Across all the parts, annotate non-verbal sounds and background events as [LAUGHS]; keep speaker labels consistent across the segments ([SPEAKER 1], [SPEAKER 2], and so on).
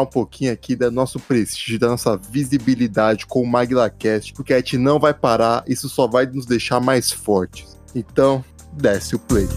[SPEAKER 1] um pouquinho aqui do nosso prestígio, da nossa visibilidade com o MaglaCast, porque a gente não vai parar, isso só vai nos deixar mais fortes. Então, desce o play.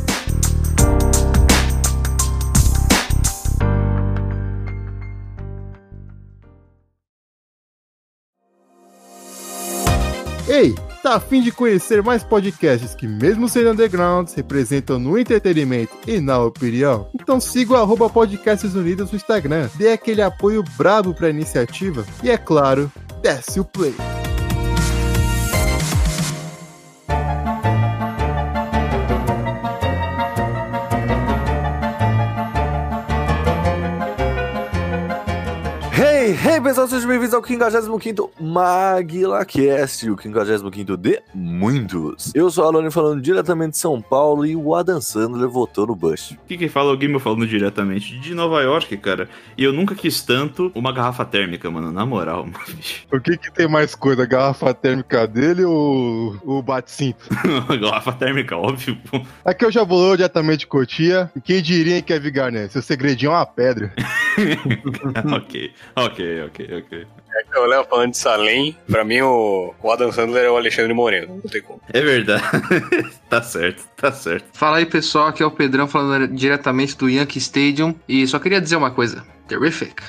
[SPEAKER 1] Ei, tá afim de conhecer mais podcasts que, mesmo sendo undergrounds, representam no entretenimento e na opinião? Então siga o arroba Podcasts Unidos no Instagram, dê aquele apoio brabo pra iniciativa e, é claro, desce o play.
[SPEAKER 2] Hey, hey pessoal, sejam bem-vindos ao 55 MaguilaCast, o 55 de muitos. Eu sou o Alone falando diretamente de São Paulo e o Adam Sandler votou no Bush.
[SPEAKER 3] O que que fala alguém me falando diretamente de Nova York, cara? E eu nunca quis tanto uma garrafa térmica, mano, na moral, [LAUGHS] mano. bicho.
[SPEAKER 1] O que que tem mais coisa, a garrafa térmica dele ou o bate-cinto?
[SPEAKER 3] Uma garrafa térmica, óbvio. pô. [LAUGHS]
[SPEAKER 1] Aqui eu já vou diretamente de Cotia, e quem diria que é Vigarnet? Seu segredinho é uma pedra.
[SPEAKER 3] ok, ok, ok, ok.
[SPEAKER 4] Então, o Léo falando de Salem, pra mim o, o Adam Sandler é o Alexandre Moreno. Não tem como.
[SPEAKER 3] É verdade. [LAUGHS] tá certo, tá certo.
[SPEAKER 5] Fala aí pessoal, aqui é o Pedrão falando diretamente do Yankee Stadium e só queria dizer uma coisa. Terrific.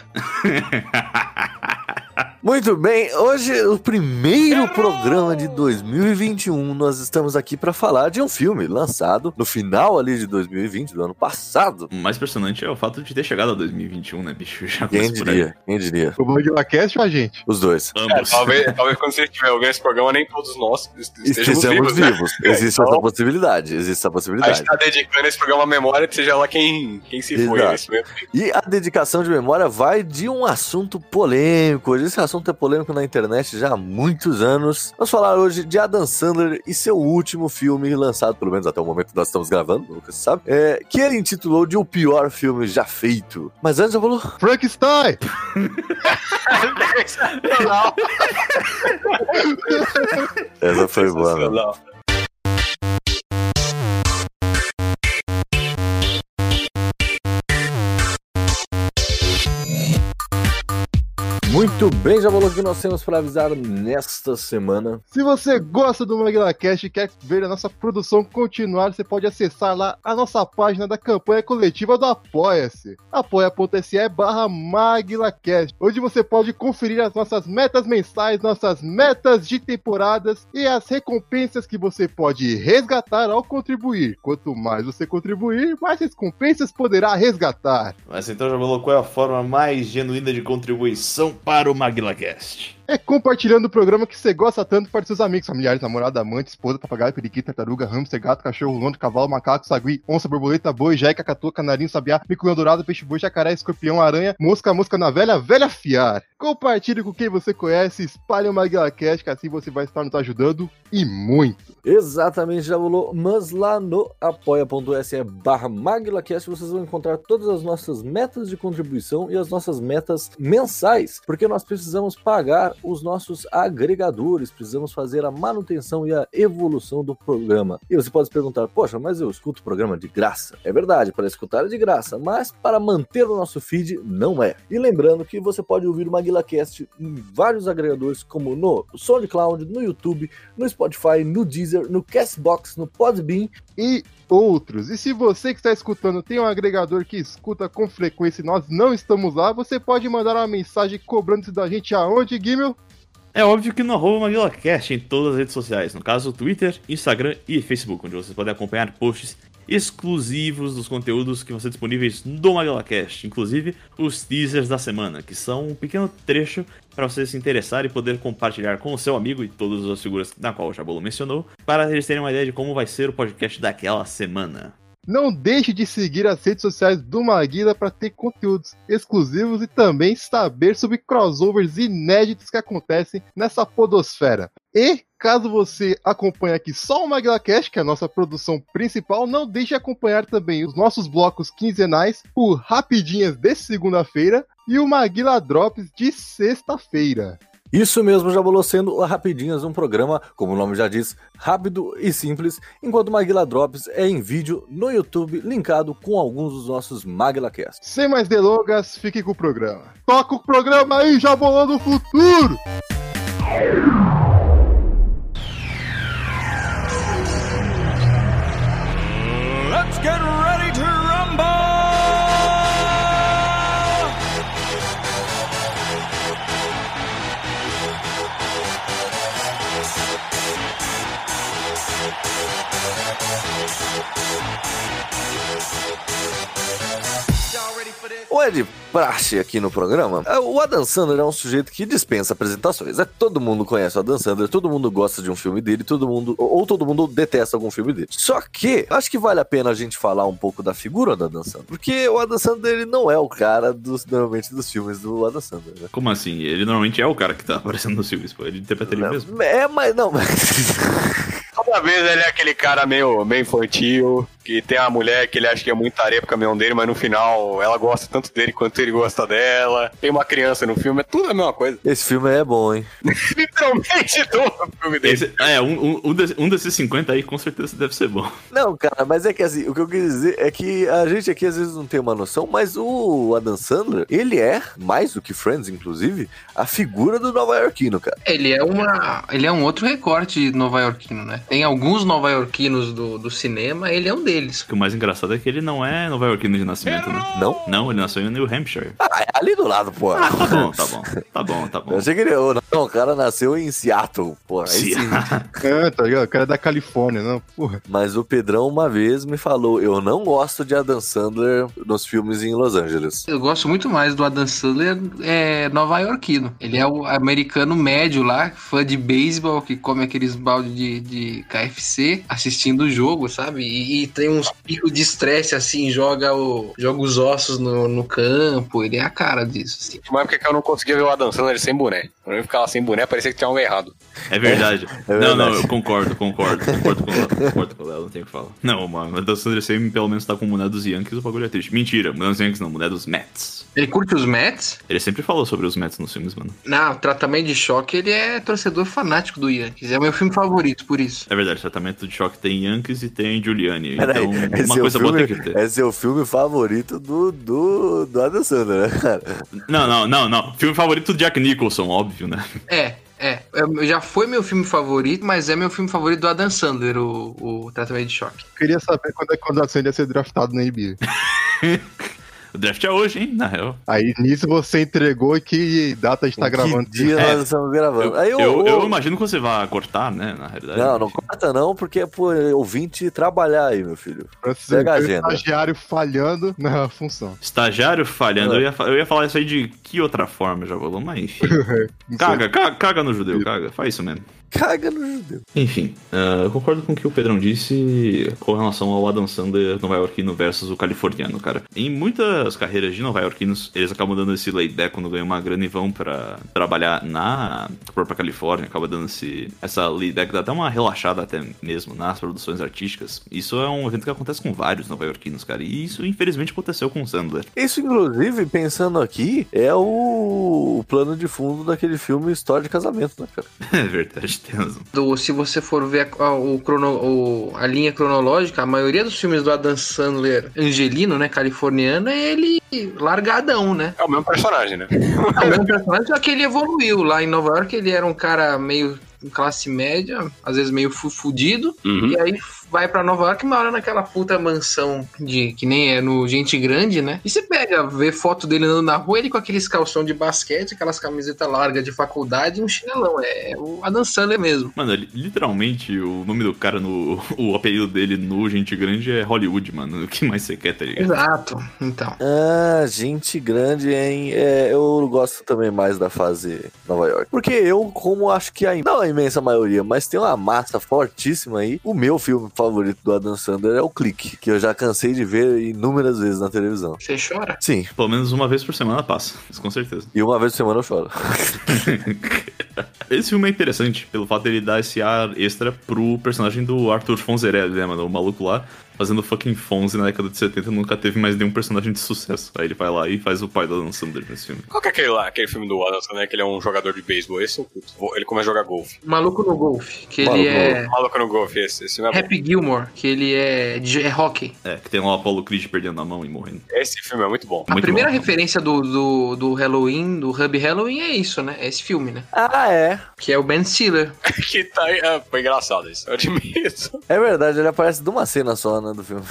[SPEAKER 2] Muito bem, hoje é o primeiro programa de 2021. Nós estamos aqui para falar de um filme lançado no final ali de 2020, do ano passado.
[SPEAKER 3] O mais impressionante é o fato de ter chegado a 2021, né, bicho? [LAUGHS] Já
[SPEAKER 2] Quem
[SPEAKER 3] começa por aí.
[SPEAKER 2] diria? Quem diria?
[SPEAKER 1] O MaglaCast ou a gente?
[SPEAKER 2] Os dois.
[SPEAKER 4] É,
[SPEAKER 3] Ambos.
[SPEAKER 4] talvez, talvez quando você estiver ouvindo esse programa, nem todos nós est- estejamos
[SPEAKER 2] Estejamos
[SPEAKER 4] vivos, né?
[SPEAKER 2] vivos. Existe
[SPEAKER 4] É, então-
[SPEAKER 2] essa possibilidade. Existe essa
[SPEAKER 4] A
[SPEAKER 2] possibilidade.
[SPEAKER 4] gente tá dedicando esse programa à memória, que seja lá quem, quem se foi é
[SPEAKER 2] Exato.
[SPEAKER 4] nesse momento.
[SPEAKER 2] E a dedicação de memória vai de um assunto polêmico. Hoje Esse assunto é polêmico na internet já há muitos anos. Vamos falar hoje de Adam Sandler e seu último filme lançado, pelo menos até o momento que nós estamos gravando, nunca se sabe, é, que ele intitulou de O Pior Filme Já Feito. Mas antes eu vou...
[SPEAKER 1] Frankenstein!
[SPEAKER 2] Essa foi boa. né?
[SPEAKER 4] Não,
[SPEAKER 2] Muito bem, já falou o que nós temos para avisar nesta semana.
[SPEAKER 1] Se você gosta do MaglaCast e quer ver a nossa produção continuar, você pode acessar lá a nossa página da campanha coletiva do Apoia-se. apoia.se barra MaglaCast, onde você pode conferir as nossas metas mensais, nossas metas de temporadas e as recompensas que você pode resgatar ao contribuir. Quanto mais você contribuir, mais recompensas poderá resgatar.
[SPEAKER 3] Mas então já falou qual é a forma mais genuína de contribuição para o MaglaCast.
[SPEAKER 1] É compartilhando o programa que você gosta tanto para seus amigos, familiares, namorada, amante, esposa, papagaio, periquita, tartaruga, hamster, gato, cachorro, londo, cavalo, macaco, sagui, onça, borboleta, boi, jeca, catu, canarinho, sabiá, micunha dourado, peixe boi, jacaré, escorpião, aranha, mosca, mosca na velha, velha fiar. Compartilhe com quem você conhece, espalhe o MaguilaCast, que assim você vai estar nos ajudando e muito.
[SPEAKER 2] Exatamente, já rolou, mas lá no apoia.se barra MaglaCast vocês vão encontrar todas as nossas metas de contribuição e as nossas metas mensais, porque nós precisamos pagar os nossos agregadores, precisamos fazer a manutenção e a evolução do programa. E você pode se perguntar, poxa, mas eu escuto o programa de graça. É verdade, para escutar é de graça, mas para manter o nosso feed não é. E lembrando que você pode ouvir o MaguilaCast em vários agregadores, como no SoundCloud, no YouTube, no Spotify, no Deezer, no Castbox, no Podbean.
[SPEAKER 1] E outros. E se você que está escutando tem um agregador que escuta com frequência e nós não estamos lá, você pode mandar uma mensagem cobrando-se da gente aonde, Guimel?
[SPEAKER 3] É óbvio que no arroba MaglaCast em todas as redes sociais, no caso Twitter, Instagram e Facebook, onde vocês podem acompanhar posts exclusivos dos conteúdos que vão ser disponíveis do MaglaCast, inclusive os teasers da semana, que são um pequeno trecho para você se interessar e poder compartilhar com o seu amigo e todas as figuras na qual o Jabolo mencionou, para eles terem uma ideia de como vai ser o podcast daquela semana.
[SPEAKER 1] Não deixe de seguir as redes sociais do Maguila para ter conteúdos exclusivos e também saber sobre crossovers inéditos que acontecem nessa podosfera. E caso você acompanhe aqui só o Maguila Cash, que é a nossa produção principal, não deixe de acompanhar também os nossos blocos quinzenais, o Rapidinhas de segunda-feira e o Maguila Drops de sexta-feira.
[SPEAKER 2] Isso mesmo, Jabolô, sendo o Rapidinhas um programa, como o nome já diz, rápido e simples, enquanto Maguila Drops é em vídeo no YouTube, linkado com alguns dos nossos MaguilaCasts.
[SPEAKER 1] Sem mais delongas, fique com o programa. Toca o programa aí, Jabolão do Futuro!
[SPEAKER 6] Let's get ready to rumble!
[SPEAKER 2] O Ed Praxe aqui no programa, é, o Adam Sandler é um sujeito que dispensa apresentações. É, todo mundo conhece o Adam Sandler, todo mundo gosta de um filme dele, todo mundo ou ou todo mundo detesta algum filme dele. Só que acho que vale a pena a gente falar um pouco da figura do Adam Sandler, porque o Adam Sandler ele não é o cara dos normalmente dos filmes do Adam Sandler, né?
[SPEAKER 3] Como assim? Ele normalmente é o cara que tá aparecendo nos filmes, pô. Ele interpreta ele mesmo.
[SPEAKER 2] É, mas [LAUGHS] não,
[SPEAKER 4] Toda vez ele é aquele cara meio, meio infantil, que tem uma mulher que ele acha que é muito areia pro caminhão dele, mas no final ela gosta tanto dele quanto ele gosta dela. Tem uma criança no filme, é tudo a mesma coisa. [LAUGHS]
[SPEAKER 2] esse filme é bom, hein?
[SPEAKER 4] Literalmente todo o filme dele.
[SPEAKER 3] Esse- é, um, um, um, desse- um desses 50 aí com certeza deve ser bom.
[SPEAKER 2] Não, cara, mas é que assim, o que eu quis dizer é que a gente aqui às vezes não tem uma noção, mas o Adam Sandler, ele é, mais do que Friends, inclusive, a figura do Nova Yorkino, cara.
[SPEAKER 5] Ele é, uma, ele é um outro recorte nova-iorquino, né? Tem alguns nova-iorquinos do, do cinema, ele é um deles.
[SPEAKER 3] O que o mais engraçado é que ele não é nova iorquino de nascimento, né?
[SPEAKER 2] Não? [LAUGHS]
[SPEAKER 3] Não, ele nasceu em New Hampshire.
[SPEAKER 2] Ah, é ali do lado, pô.
[SPEAKER 3] Ah, tá bom, tá [LAUGHS] bom. Tá bom, tá
[SPEAKER 2] Eu
[SPEAKER 3] bom.
[SPEAKER 2] achei que ele. oh, Não, o cara nasceu em Seattle, pô. Aí sim.
[SPEAKER 1] É, tá ligado? O cara é da Califórnia, não, porra.
[SPEAKER 2] Mas o Pedrão uma vez me falou: eu não gosto de Adam Sandler nos filmes em Los Angeles.
[SPEAKER 5] Eu gosto muito mais do Adam Sandler é, nova-iorquino. Ele é o americano médio lá, fã de beisebol, que come aqueles balde de, de KFC, assistindo o jogo, sabe? E, e tem uns picos de estresse, assim, joga, o, joga os ossos no, no campo. Ele é a cara disso, assim.
[SPEAKER 4] Mas porque eu não conseguia ver o Adam Sandler sem boné. Quando ele ficava sem boné, parecia que tinha algo errado.
[SPEAKER 3] [LAUGHS] [LAUGHS] É verdade.
[SPEAKER 2] verdade.
[SPEAKER 3] Não, não, eu concordo, concordo. Concordo com o Léo, concordo com o Léo, não tenho o que falar. Não, mano, mas o Sandra Sam pelo menos tá com o boné dos Yankees, o bagulho é triste. Mentira, boné dos Yankees não, boné dos Mets.
[SPEAKER 5] Ele curte os Mets?
[SPEAKER 3] Ele sempre falou sobre os Mets nos filmes, mano.
[SPEAKER 5] Não, tratamento de choque, ele é torcedor fanático do Yankees. É o meu filme favorito, por isso.
[SPEAKER 3] É verdade, tratamento de choque tem Yankees e tem Giuliani.
[SPEAKER 2] Peraí,
[SPEAKER 3] Então,
[SPEAKER 2] esse,
[SPEAKER 3] uma
[SPEAKER 2] é o
[SPEAKER 3] coisa boa
[SPEAKER 2] filme,
[SPEAKER 3] tem que ter.
[SPEAKER 2] esse é o filme favorito do, do, do Adam Sandler, né, cara?
[SPEAKER 3] Não, não, não, não. Filme favorito do Jack Nicholson, óbvio, né?
[SPEAKER 5] É, é. É, Já foi meu filme favorito, mas é meu filme favorito do Adam Sandler, o, o tratamento de choque.
[SPEAKER 1] Queria saber quando é que o Adam Sandler ia ser draftado na NBA.
[SPEAKER 3] O draft é hoje, hein? Na real.
[SPEAKER 1] Aí nisso você entregou e que data a gente tá
[SPEAKER 2] Que
[SPEAKER 1] gravando.
[SPEAKER 2] dia
[SPEAKER 3] É.
[SPEAKER 2] nós estamos gravando.
[SPEAKER 3] Eu,
[SPEAKER 2] Aí
[SPEAKER 3] eu,
[SPEAKER 2] o-
[SPEAKER 3] eu
[SPEAKER 2] o-
[SPEAKER 3] imagino que você vai cortar, né? Na realidade.
[SPEAKER 2] Não, não corta não, porque é pro ouvinte trabalhar aí, meu filho.
[SPEAKER 1] Pra você
[SPEAKER 2] Pega a
[SPEAKER 1] ver o
[SPEAKER 2] agenda.
[SPEAKER 1] um estagiário falhando na função.
[SPEAKER 3] Estagiário falhando.
[SPEAKER 2] É.
[SPEAKER 3] Eu ia, fa- eu ia falar isso aí de que outra forma, já falou, mas enfim. Caga, caga, caga no judeu, caga. Faz isso mesmo.
[SPEAKER 2] Caga no judeu.
[SPEAKER 3] Enfim, ah, eu concordo com o que o Pedrão disse com relação ao Adam Sandler Nova Yorkino versus o californiano, cara. Em muitas carreiras de Nova Yorkinos, eles acabam dando esse layback quando ganham uma grana e vão pra trabalhar na própria Califórnia, acaba dando esse, essa layback, dá até uma relaxada até mesmo nas produções artísticas. Isso é um evento que acontece com vários Nova Yorkinos, cara, e isso infelizmente aconteceu com o Sandler. [LAUGHS]
[SPEAKER 2] Isso, inclusive, pensando aqui, é o, o plano de fundo daquele filme História de Casamento, né, cara?
[SPEAKER 3] É verdade, tem razão.
[SPEAKER 5] Do, se você for ver a, a- o crono- o- a linha cronológica, a maioria dos filmes do Adam Sandler angelino, né, californiano, é ele largadão, [LAUGHS] né?
[SPEAKER 4] É o mesmo personagem, né?
[SPEAKER 5] É o mesmo personagem, só que ele evoluiu. Lá em Nova York ele era um cara meio classe média, às vezes meio fu- fudido,
[SPEAKER 4] Uhum.
[SPEAKER 5] E aí vai pra Nova York e mora naquela puta mansão de que nem é no Gente Grande, né? E você pega, vê foto dele andando na rua, ele com aqueles calção de basquete, aquelas camisetas largas de faculdade e um chinelão. É o Adam Sandler mesmo.
[SPEAKER 3] Mano, li- literalmente o nome do cara no. O apelido dele no Gente Grande é Hollywood, mano. O que mais você quer, tá ligado?
[SPEAKER 5] Exato. Então.
[SPEAKER 2] Ah, gente grande, hein? É, eu gosto também mais da fase Nova York. Porque eu, como acho que ainda. Não, imensa maioria, mas tem uma massa fortíssima aí. O meu filme favorito do Adam Sandler é o Clique, que eu já cansei de ver inúmeras vezes na televisão.
[SPEAKER 5] Você chora?
[SPEAKER 2] Sim,
[SPEAKER 3] Pelo menos uma vez por semana passa, isso com certeza.
[SPEAKER 2] e uma vez por semana eu choro.
[SPEAKER 3] Esse filme é interessante pelo fato dele dar esse ar extra pro personagem do Arthur Fonzerelli, né, mano? O maluco lá fazendo fucking Fonze na década de 70 nunca teve mais nenhum personagem de sucesso. Aí ele vai lá e faz o pai do Adam Sandler nesse filme.
[SPEAKER 4] Qual que é aquele lá, aquele filme do Adam Sandler, que ele é um jogador de beisebol? Esse eu curto. Vou- Ele começa a jogar golfe.
[SPEAKER 5] Maluco no Golfe, que
[SPEAKER 2] Maluco
[SPEAKER 5] ele
[SPEAKER 2] no
[SPEAKER 5] é.
[SPEAKER 4] Maluco no golfe, esse, esse não é bom.
[SPEAKER 5] Happy Gilmore, que ele é, de- é hockey.
[SPEAKER 3] É, que tem lá o Apollo Creed perdendo a mão e morrendo.
[SPEAKER 4] Esse filme é muito bom. [LAUGHS]
[SPEAKER 5] A
[SPEAKER 3] Muito
[SPEAKER 5] primeira
[SPEAKER 3] bom.
[SPEAKER 5] referência do, do, do Halloween, do Hub Halloween, é isso, né? É esse filme, né?
[SPEAKER 2] [LAUGHS] Ah, é.
[SPEAKER 5] Que é o Ben Stiller.
[SPEAKER 4] que tá aí. ah, foi engraçado isso. Eu admito.
[SPEAKER 2] É verdade, ele aparece de uma cena só, né, do filme.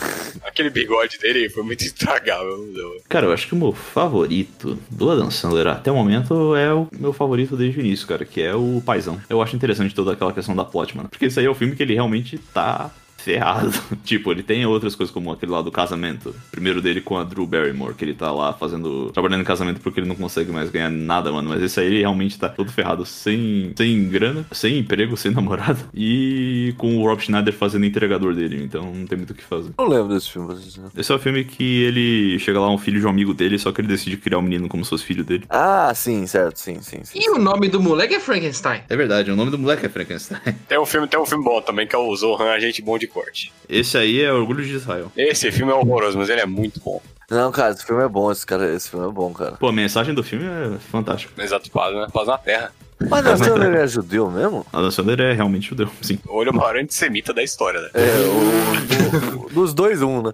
[SPEAKER 4] Aquele bigode dele foi muito estragável, não deu.
[SPEAKER 3] Cara, eu acho que o meu favorito do Adam Sandler até o momento é o meu favorito desde o início, cara, que é o Paizão. Eu acho interessante toda aquela questão da plot, mano. Porque isso aí é o filme que ele realmente tá ferrado. [LAUGHS] tipo, ele tem outras coisas como aquele lá do casamento. Primeiro dele com a Drew Barrymore, que ele tá lá fazendo. trabalhando em casamento porque ele não consegue mais ganhar nada, mano. Mas esse aí ele realmente tá todo ferrado, sem, sem grana, sem emprego, [LAUGHS] sem namorado. E com o Rob Schneider fazendo entregador dele, então não tem muito o que fazer.
[SPEAKER 2] Não lembro desse filme. pra ser sincero.
[SPEAKER 3] Esse é o filme que ele chega lá um filho de um amigo dele, só que ele decide criar o menino como se fosse filho dele.
[SPEAKER 2] Ah, sim, certo, sim, sim. sim.
[SPEAKER 5] E o nome do moleque é Frankenstein.
[SPEAKER 3] É verdade, o nome do moleque é Frankenstein.
[SPEAKER 4] Tem um filme, tem um filme bom também, que é o Zohan, Agente Bom de Corte.
[SPEAKER 3] Esse aí é Orgulho de Israel.
[SPEAKER 4] Esse filme é horroroso, mas ele é muito bom.
[SPEAKER 2] Não, cara, esse filme é bom, esse cara, esse filme é bom, cara.
[SPEAKER 3] Pô, a mensagem do filme é fantástica.
[SPEAKER 4] Exato, paz, né? Paz na Terra.
[SPEAKER 2] Mas Adam Sandler é judeu mesmo?
[SPEAKER 3] Adam Sandler é realmente judeu, sim.
[SPEAKER 4] Olha o maior antissemita da história, né?
[SPEAKER 2] É, o, do- dos dois, um, né?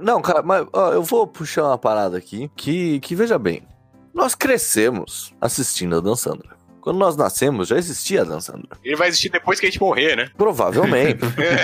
[SPEAKER 2] Não, cara, mas ó, eu vou puxar uma parada aqui que, que veja bem. Nós crescemos assistindo a Dan Sandler. Quando nós nascemos, já existia a Dan Sandler.
[SPEAKER 4] Ele vai existir depois que a gente morrer, né?
[SPEAKER 2] Provavelmente.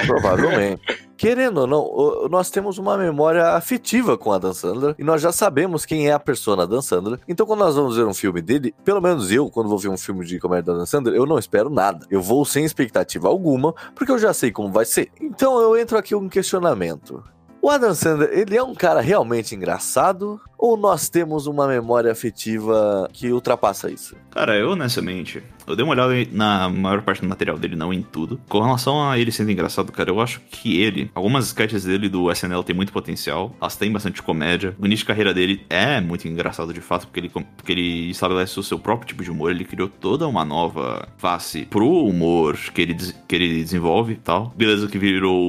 [SPEAKER 2] provavelmente. Querendo ou não, o- nós temos uma memória afetiva com a Dan Sandler e nós já sabemos quem é a persona Dan Sandler. Então, quando nós vamos ver um filme dele, pelo menos eu, quando vou ver um filme de comédia da Dan Sandler, eu não espero nada. Eu vou sem expectativa alguma, porque eu já sei como vai ser. Então, eu entro aqui um questionamento. O Adam Sandler, ele é um cara realmente engraçado? Ou nós temos uma memória afetiva que ultrapassa isso?
[SPEAKER 3] Cara, eu honestamente, eu dei uma olhada na maior parte do material dele, não em tudo. Com relação a ele sendo engraçado, cara, eu acho que ele, algumas sketches dele do SNL tem muito potencial, elas têm bastante comédia. O início de carreira dele é muito engraçado de fato, porque ele, com- porque ele estabelece o seu próprio tipo de humor, ele criou toda uma nova face pro humor que ele, des- que ele desenvolve e tal. Beleza que virou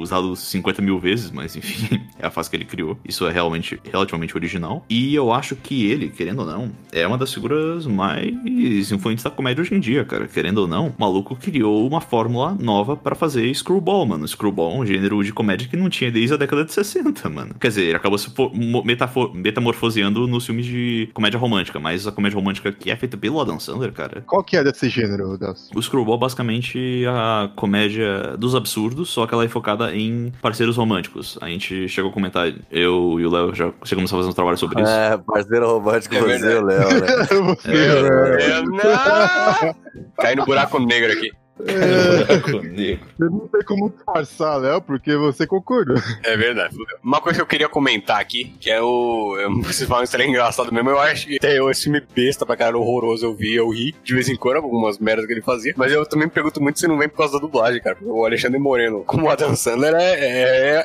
[SPEAKER 3] usado 50 mil vezes, mas enfim, [LAUGHS] é a face que ele criou. Isso é realmente, relativamente original. E eu acho que ele, querendo ou não, é uma das figuras mais influentes da comédia hoje em dia, cara. Querendo ou não, o maluco criou uma fórmula nova pra fazer screwball, mano. Screwball é um gênero de comédia que não tinha desde a década de 60, mano. Quer dizer, ele acabou se fo- mo- metafo- metamorfoseando nos filmes de comédia romântica, mas a comédia romântica que é feita pelo Adam Sandler, cara,
[SPEAKER 1] Qual que é desse gênero, [LAUGHS] Deus?
[SPEAKER 3] o Screwball é basicamente a comédia dos absurdos, só que ela é focada em parceiros românticos. A gente chegou a comentar, eu e o Léo já chegamos a fazer um trabalho sobre isso.
[SPEAKER 2] É, parceiro romântico,
[SPEAKER 4] É
[SPEAKER 2] você, o Léo,
[SPEAKER 1] [LAUGHS]
[SPEAKER 2] né?
[SPEAKER 1] É,
[SPEAKER 4] Cai no buraco negro aqui.
[SPEAKER 5] É.
[SPEAKER 3] [LAUGHS] É
[SPEAKER 1] Eu não sei como disfarçar, Léo, porque você concordou.
[SPEAKER 4] É verdade. Uma coisa que eu queria comentar aqui, que é o. eu- [LAUGHS] Vocês falam isso é engraçado mesmo. Eu acho que até eu, esse filme besta pra caralho, horroroso, eu vi, eu ri. De vez em quando, algumas merdas que ele fazia. Mas eu também me pergunto muito se não vem por causa da dublagem, cara. Porque O Alexandre Moreno, como o Adam Sandler, é.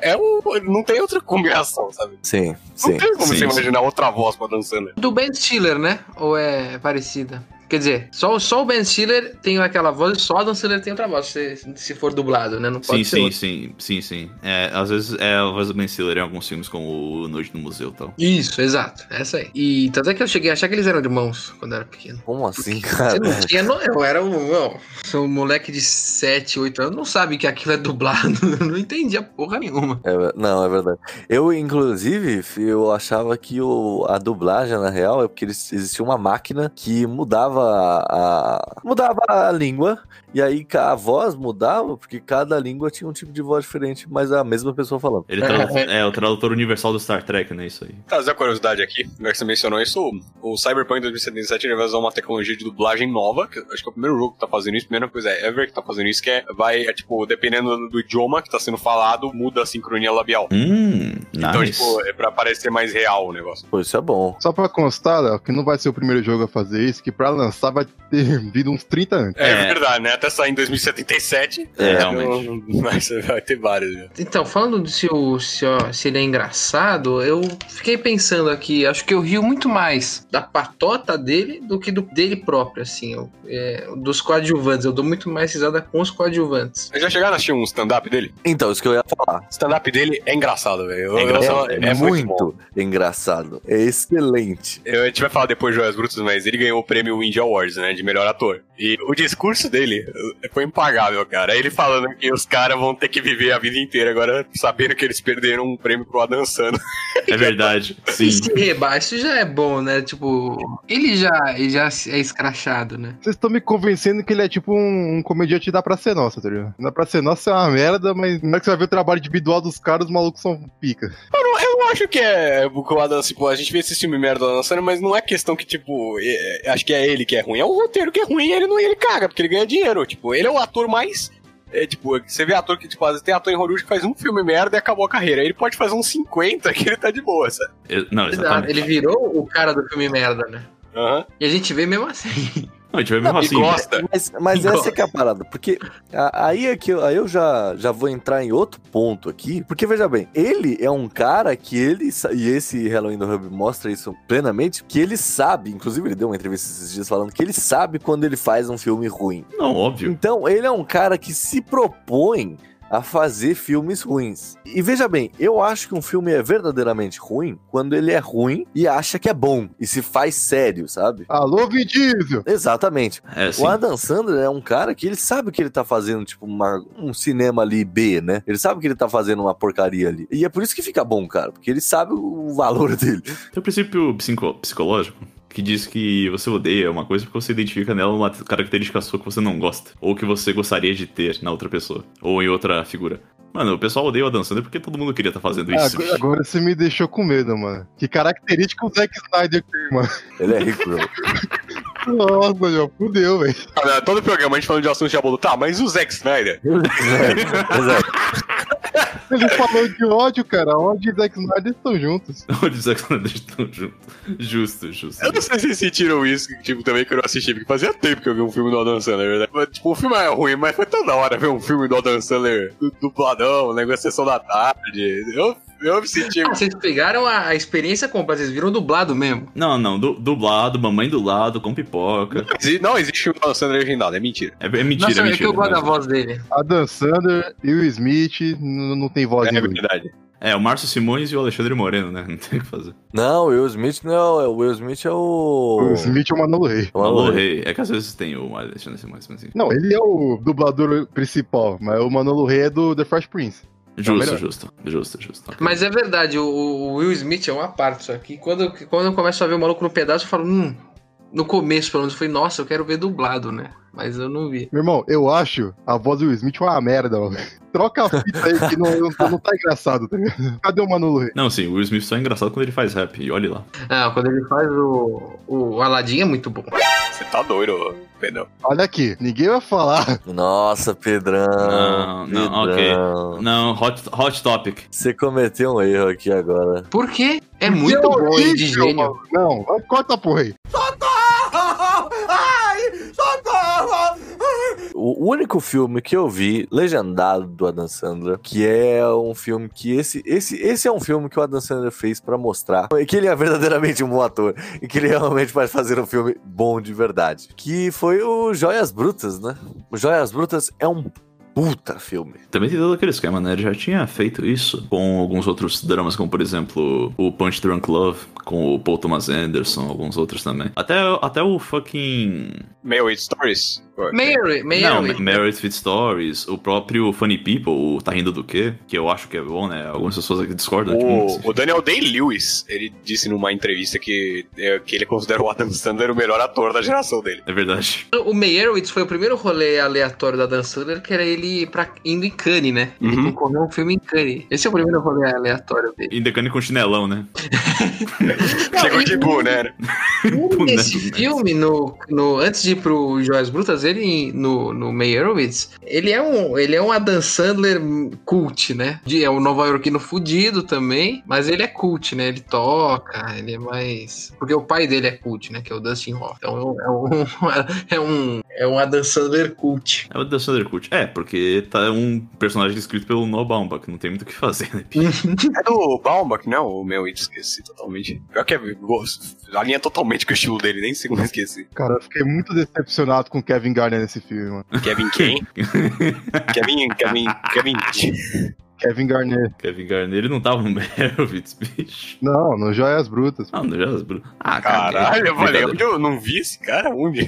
[SPEAKER 4] é, é o, não tem outra combinação, sabe?
[SPEAKER 2] Sim,
[SPEAKER 4] Não
[SPEAKER 2] sim.
[SPEAKER 4] tem como
[SPEAKER 3] sim,
[SPEAKER 4] você
[SPEAKER 3] sim.
[SPEAKER 4] imaginar outra voz pro Adam Sandler.
[SPEAKER 5] Do Ben Stiller, né? Ou é parecida? Quer dizer, só, só o Ben Stiller tem aquela voz e só o Adam Sandler tem outra voz, se, se for dublado, né? Não
[SPEAKER 3] Sim,
[SPEAKER 5] pode ser
[SPEAKER 3] sim,
[SPEAKER 5] outro.
[SPEAKER 3] sim, sim, sim. É, às vezes é a voz do Ben Stiller em alguns filmes como o Noite no Museu e tal.
[SPEAKER 5] Isso, exato. Essa aí. E tanto é que eu cheguei a achar que eles eram irmãos quando eu era pequeno.
[SPEAKER 2] Como assim,
[SPEAKER 5] Você
[SPEAKER 2] cara?
[SPEAKER 5] não tinha no... Eu era um. Não. Sou um moleque de 7, 8 anos, não sabe que aquilo é dublado. [LAUGHS] Eu não entendia porra nenhuma.
[SPEAKER 2] É ver- não, é verdade. Eu, inclusive, fi, eu achava que o, a dublagem, na real, é porque eles- existia uma máquina que mudava a, a- mudava a língua E aí ca- a voz mudava, porque cada língua tinha um tipo de voz diferente, mas a mesma pessoa falando.
[SPEAKER 3] Ele tradu- é o tradutor universal do Star Trek, né? Isso aí.
[SPEAKER 4] Trazer a curiosidade aqui, já que você mencionou isso, o Cyberpunk 2077 ele vai usar uma tecnologia de dublagem nova, que eu acho que é o primeiro jogo que tá fazendo isso, a primeira coisa é Ever que tá fazendo isso, que é, vai, é, tipo, dependendo do, do idioma que tá sendo falado, muda a sincronia labial.
[SPEAKER 3] Hum,
[SPEAKER 4] Então,
[SPEAKER 3] nice.
[SPEAKER 4] tipo, é pra parecer mais real o negócio.
[SPEAKER 2] Pô, isso é bom.
[SPEAKER 1] Só pra constar, Léo, que não vai ser o primeiro jogo a fazer isso, que pra lançar vai ter vindo uns 30 anos.
[SPEAKER 4] É,
[SPEAKER 3] É.
[SPEAKER 4] verdade, né? Até sair em 2077.
[SPEAKER 3] É, realmente.
[SPEAKER 4] Então, [LAUGHS] Mas vai ter vários, né?
[SPEAKER 5] Então, falando de se, o, se, ó, se ele é engraçado, eu fiquei pensando aqui, acho que eu rio muito mais da patota dele do que do dele próprio, assim, eu- é, dos coadjuvantes. Eu dou muito mais risada com os coadjuvantes.
[SPEAKER 4] Vocês Já chegaram a assistir um stand-up dele?
[SPEAKER 2] Então, isso que eu ia falar.
[SPEAKER 4] O stand-up dele é engraçado, velho. Eu-
[SPEAKER 3] É
[SPEAKER 4] eu-
[SPEAKER 3] engraçado.
[SPEAKER 4] é, é muito bom.
[SPEAKER 2] engraçado. É excelente.
[SPEAKER 4] Eu, a gente vai falar depois de Joias Brutas, mas ele ganhou o prêmio Indie Awards, né? De melhor ator. E o discurso dele eh, foi impagável, cara. É Ele falando que os caras vão ter que viver a vida inteira agora, sabendo que eles perderam um prêmio pro Adam Sandler.
[SPEAKER 3] É verdade. [LAUGHS]
[SPEAKER 5] E
[SPEAKER 3] Sim.
[SPEAKER 5] se reba, isso já é bom, né? Tipo, ele já, ele já é escrachado, né?
[SPEAKER 1] Vocês estão me convencendo que ele é tipo um, um comediante da Pra Ser Nossa, tá ligado? Na Pra Ser Nossa é uma merda, mas na hora que você vai ver o trabalho individual dos caras, os malucos são pica.
[SPEAKER 4] Eu não, eu não acho que é porque o Adam, tipo, a gente vê esse filme merda do Adam Sandler, mas não é questão que, tipo, é- é- acho que é ele que é ruim. É o roteiro que é ruim e ele, não, ele caga, porque ele ganha dinheiro. Tipo, ele é o ator mais... É, tipo, você vê ator que, tipo, às vezes tem ator em Hollywood que faz um filme merda e acabou a carreira. Ele pode fazer uns 50 que ele tá de boa, sabe?
[SPEAKER 3] Eu- Não,
[SPEAKER 5] Exato,
[SPEAKER 3] exatamente.
[SPEAKER 5] ele virou o cara do filme merda, né?
[SPEAKER 4] Aham.
[SPEAKER 5] E a gente vê mesmo assim.
[SPEAKER 3] Não, a gente vai mesmo
[SPEAKER 4] E
[SPEAKER 3] assim.
[SPEAKER 4] gosta.
[SPEAKER 2] Mas, mas
[SPEAKER 5] Igual.
[SPEAKER 2] essa é que é a parada, porque a- aí é que eu, aí eu já, já vou entrar em outro ponto aqui, porque veja bem, ele é um cara que ele, sa- e esse Halloween do Hub mostra isso plenamente, que ele sabe, inclusive ele deu uma entrevista esses dias falando que ele sabe quando ele faz um filme ruim.
[SPEAKER 3] Não, óbvio.
[SPEAKER 2] Então, ele é um cara que se propõe a fazer filmes ruins. E veja bem, eu acho que um filme é verdadeiramente ruim quando ele é ruim e acha que é bom e se faz sério, sabe?
[SPEAKER 1] Alô, Vin Diesel!
[SPEAKER 2] Exatamente.
[SPEAKER 3] É assim.
[SPEAKER 2] O Adam Sandler é um cara que ele sabe que ele tá fazendo, tipo, uma- um cinema ali B, né? Ele sabe que ele tá fazendo uma porcaria ali. E é por isso que fica bom, cara, porque ele sabe o valor [LAUGHS] dele.
[SPEAKER 3] Tem um princípio psico- psicológico que diz que você odeia uma coisa porque você identifica nela uma característica sua que você não gosta. Ou que você gostaria de ter na outra pessoa. Ou em outra figura. Mano, o pessoal odeia o Adam Sandler porque todo mundo queria estar fazendo isso.
[SPEAKER 1] Agora, agora você me deixou com medo, mano. Que característica o Zack Snyder tem, mano.
[SPEAKER 2] Ele é rico,
[SPEAKER 3] [LAUGHS]
[SPEAKER 2] meu.
[SPEAKER 1] Nossa, meu, fudeu, velho.
[SPEAKER 4] Ah, não, todo programa a gente falando de assunto de abolo. Tá, mas o Zack [LAUGHS] Snyder?
[SPEAKER 2] Exato.
[SPEAKER 1] Ele falou de ódio, cara. Ódio e Zack Snyder estão juntos.
[SPEAKER 3] [LAUGHS] Onde os Zack Snyder estão juntos. Justo, justo.
[SPEAKER 4] Eu não sei se vocês sentiram isso, que, tipo, também que eu não assisti, porque fazia tempo que eu vi um filme do Adam Sandler, verdade. Mas, tipo, o filme é ruim, mas foi tão da hora ver um filme do Adam Sandler du- dubladão, um negócio sessão da tarde. Eu, eu me senti.
[SPEAKER 5] Ah, vocês pegaram a, a experiência completa, vocês viram dublado mesmo.
[SPEAKER 3] Não, não. du- dublado, mamãe do lado, com pipoca.
[SPEAKER 4] Exi- Não existe filme do Adam Sandler legendado, é mentira.
[SPEAKER 3] É, é mentira,
[SPEAKER 5] Nossa,
[SPEAKER 3] é
[SPEAKER 5] é que
[SPEAKER 3] mentira.
[SPEAKER 5] eu gosto da
[SPEAKER 3] mas-
[SPEAKER 5] voz dele.
[SPEAKER 1] Adam Sandler e o Smith n- não tem voz
[SPEAKER 4] É
[SPEAKER 1] em inglês.
[SPEAKER 4] verdade.
[SPEAKER 3] É, o Márcio Simões e o Alexandre Moreno, né? [LAUGHS] Não tem o que fazer.
[SPEAKER 2] Não, o Will Smith não, é o Will Smith é o.
[SPEAKER 1] O Smith é o Manolo Rey.
[SPEAKER 2] o
[SPEAKER 3] Alô,
[SPEAKER 2] Alô.
[SPEAKER 3] rei. É que às vezes tem o Alexandre Simões, mas assim.
[SPEAKER 1] Não, ele é o dublador principal, mas o Manolo Rey é do The Fresh Prince.
[SPEAKER 3] Justo,
[SPEAKER 1] melhor.
[SPEAKER 3] justo. Justo, justo. Ok.
[SPEAKER 5] Tá Mas é verdade, o, o Will Smith é uma parte só que quando, quando eu começo a ver o maluco no pedaço, eu falo, hum, no começo pelo menos, eu falei, nossa, eu quero ver dublado, né? Mas eu não vi.
[SPEAKER 1] Meu irmão, eu acho a voz do Will Smith uma merda, mano. Troca a fita aí que não, não- não tá engraçado, tá ligado? Cadê o Manolo Rey?
[SPEAKER 3] Não, sim, o Will Smith só é engraçado quando ele faz rap. E olhe lá.
[SPEAKER 5] Ah, quando ele faz o, o Aladdin é muito bom.
[SPEAKER 4] Você tá doido, Pedro.
[SPEAKER 1] Olha aqui, ninguém vai falar.
[SPEAKER 2] Nossa, Pedrão.
[SPEAKER 3] Não, não, ok.
[SPEAKER 2] Pedrão.
[SPEAKER 3] Não, hot, hot topic.
[SPEAKER 2] Você cometeu um erro aqui agora.
[SPEAKER 5] Por quê? É muito
[SPEAKER 1] Seu
[SPEAKER 5] bom ele de
[SPEAKER 1] horrível,
[SPEAKER 5] gênio.
[SPEAKER 1] mano. Não, vai, corta a porra aí.
[SPEAKER 2] O único filme que eu vi legendado do Adam Sandler, que é um filme que esse esse esse é um filme que o Adam Sandler fez pra mostrar que ele é verdadeiramente um bom ator e que ele realmente vai fazer um filme bom de verdade, que foi o Joias Brutas, né? O Joias Brutas é um puta filme.
[SPEAKER 3] Também tem todo aquele esquema, né? Ele já tinha feito isso com alguns outros dramas, como por exemplo o Punch Drunk Love, com o Paul Thomas Anderson, alguns outros também. Até, até o fucking.
[SPEAKER 4] Meio Eight Stories?
[SPEAKER 5] Mary,
[SPEAKER 3] Não,
[SPEAKER 5] Mary.
[SPEAKER 3] Merit Fit Stories, o próprio Funny People, o Tá Rindo do Quê? Que eu acho que é bom, né? Algumas pessoas aqui discordam. tipo, não
[SPEAKER 4] é. O,
[SPEAKER 3] sei.
[SPEAKER 4] o Daniel Day-Lewis, ele disse numa entrevista que, é, que ele considera o Adam Sandler o melhor ator da geração dele.
[SPEAKER 3] É verdade. [LAUGHS]
[SPEAKER 5] O Meyerowitz foi o primeiro rolê aleatório da Dan Sandler, que era ele pra, indo em Cannes, né? Ele
[SPEAKER 4] Uhum.
[SPEAKER 5] concorreu a um filme em Cannes. Esse é o primeiro rolê aleatório dele.
[SPEAKER 3] E Decane com chinelão, né?
[SPEAKER 4] Chegou de Boo, né?
[SPEAKER 3] Boneco,
[SPEAKER 5] Esse
[SPEAKER 3] né?
[SPEAKER 5] filme, no, no, antes de ir pro Joias Brutas, ele no, no Meyerowitz, ele é um ele é um Adam Sandler cult, né? De- é um nova iorquino fudido também, mas ele é cult, né? Ele toca, ele é mais... Porque o pai dele é cult, né? Que é o Dustin Hoffman. Então é um, [LAUGHS] é um, é um Adam Sandler cult.
[SPEAKER 3] É o The Thunder Cult. É, porque tá um personagem escrito pelo Noah Baumbach, não tem muito o que fazer, né?
[SPEAKER 4] É do Baumbach, não? O meu, esqueci totalmente. Pior que é, gosto- alinha totalmente com o estilo dele, nem sei como eu esqueci.
[SPEAKER 1] Cara, eu fiquei muito decepcionado com o Kevin Garner nesse filme, mano.
[SPEAKER 4] Kevin quem? Kevin, Kevin, Kevin.
[SPEAKER 1] Kevin Garner.
[SPEAKER 3] Kevin Garner, ele não tava no Merovitz, [LAUGHS] bicho.
[SPEAKER 1] Não, no Joias Brutas.
[SPEAKER 3] Ah, não, já... Ah,
[SPEAKER 4] Caralho, eu falei,
[SPEAKER 3] brincadeira.
[SPEAKER 4] eu não vi esse cara onde?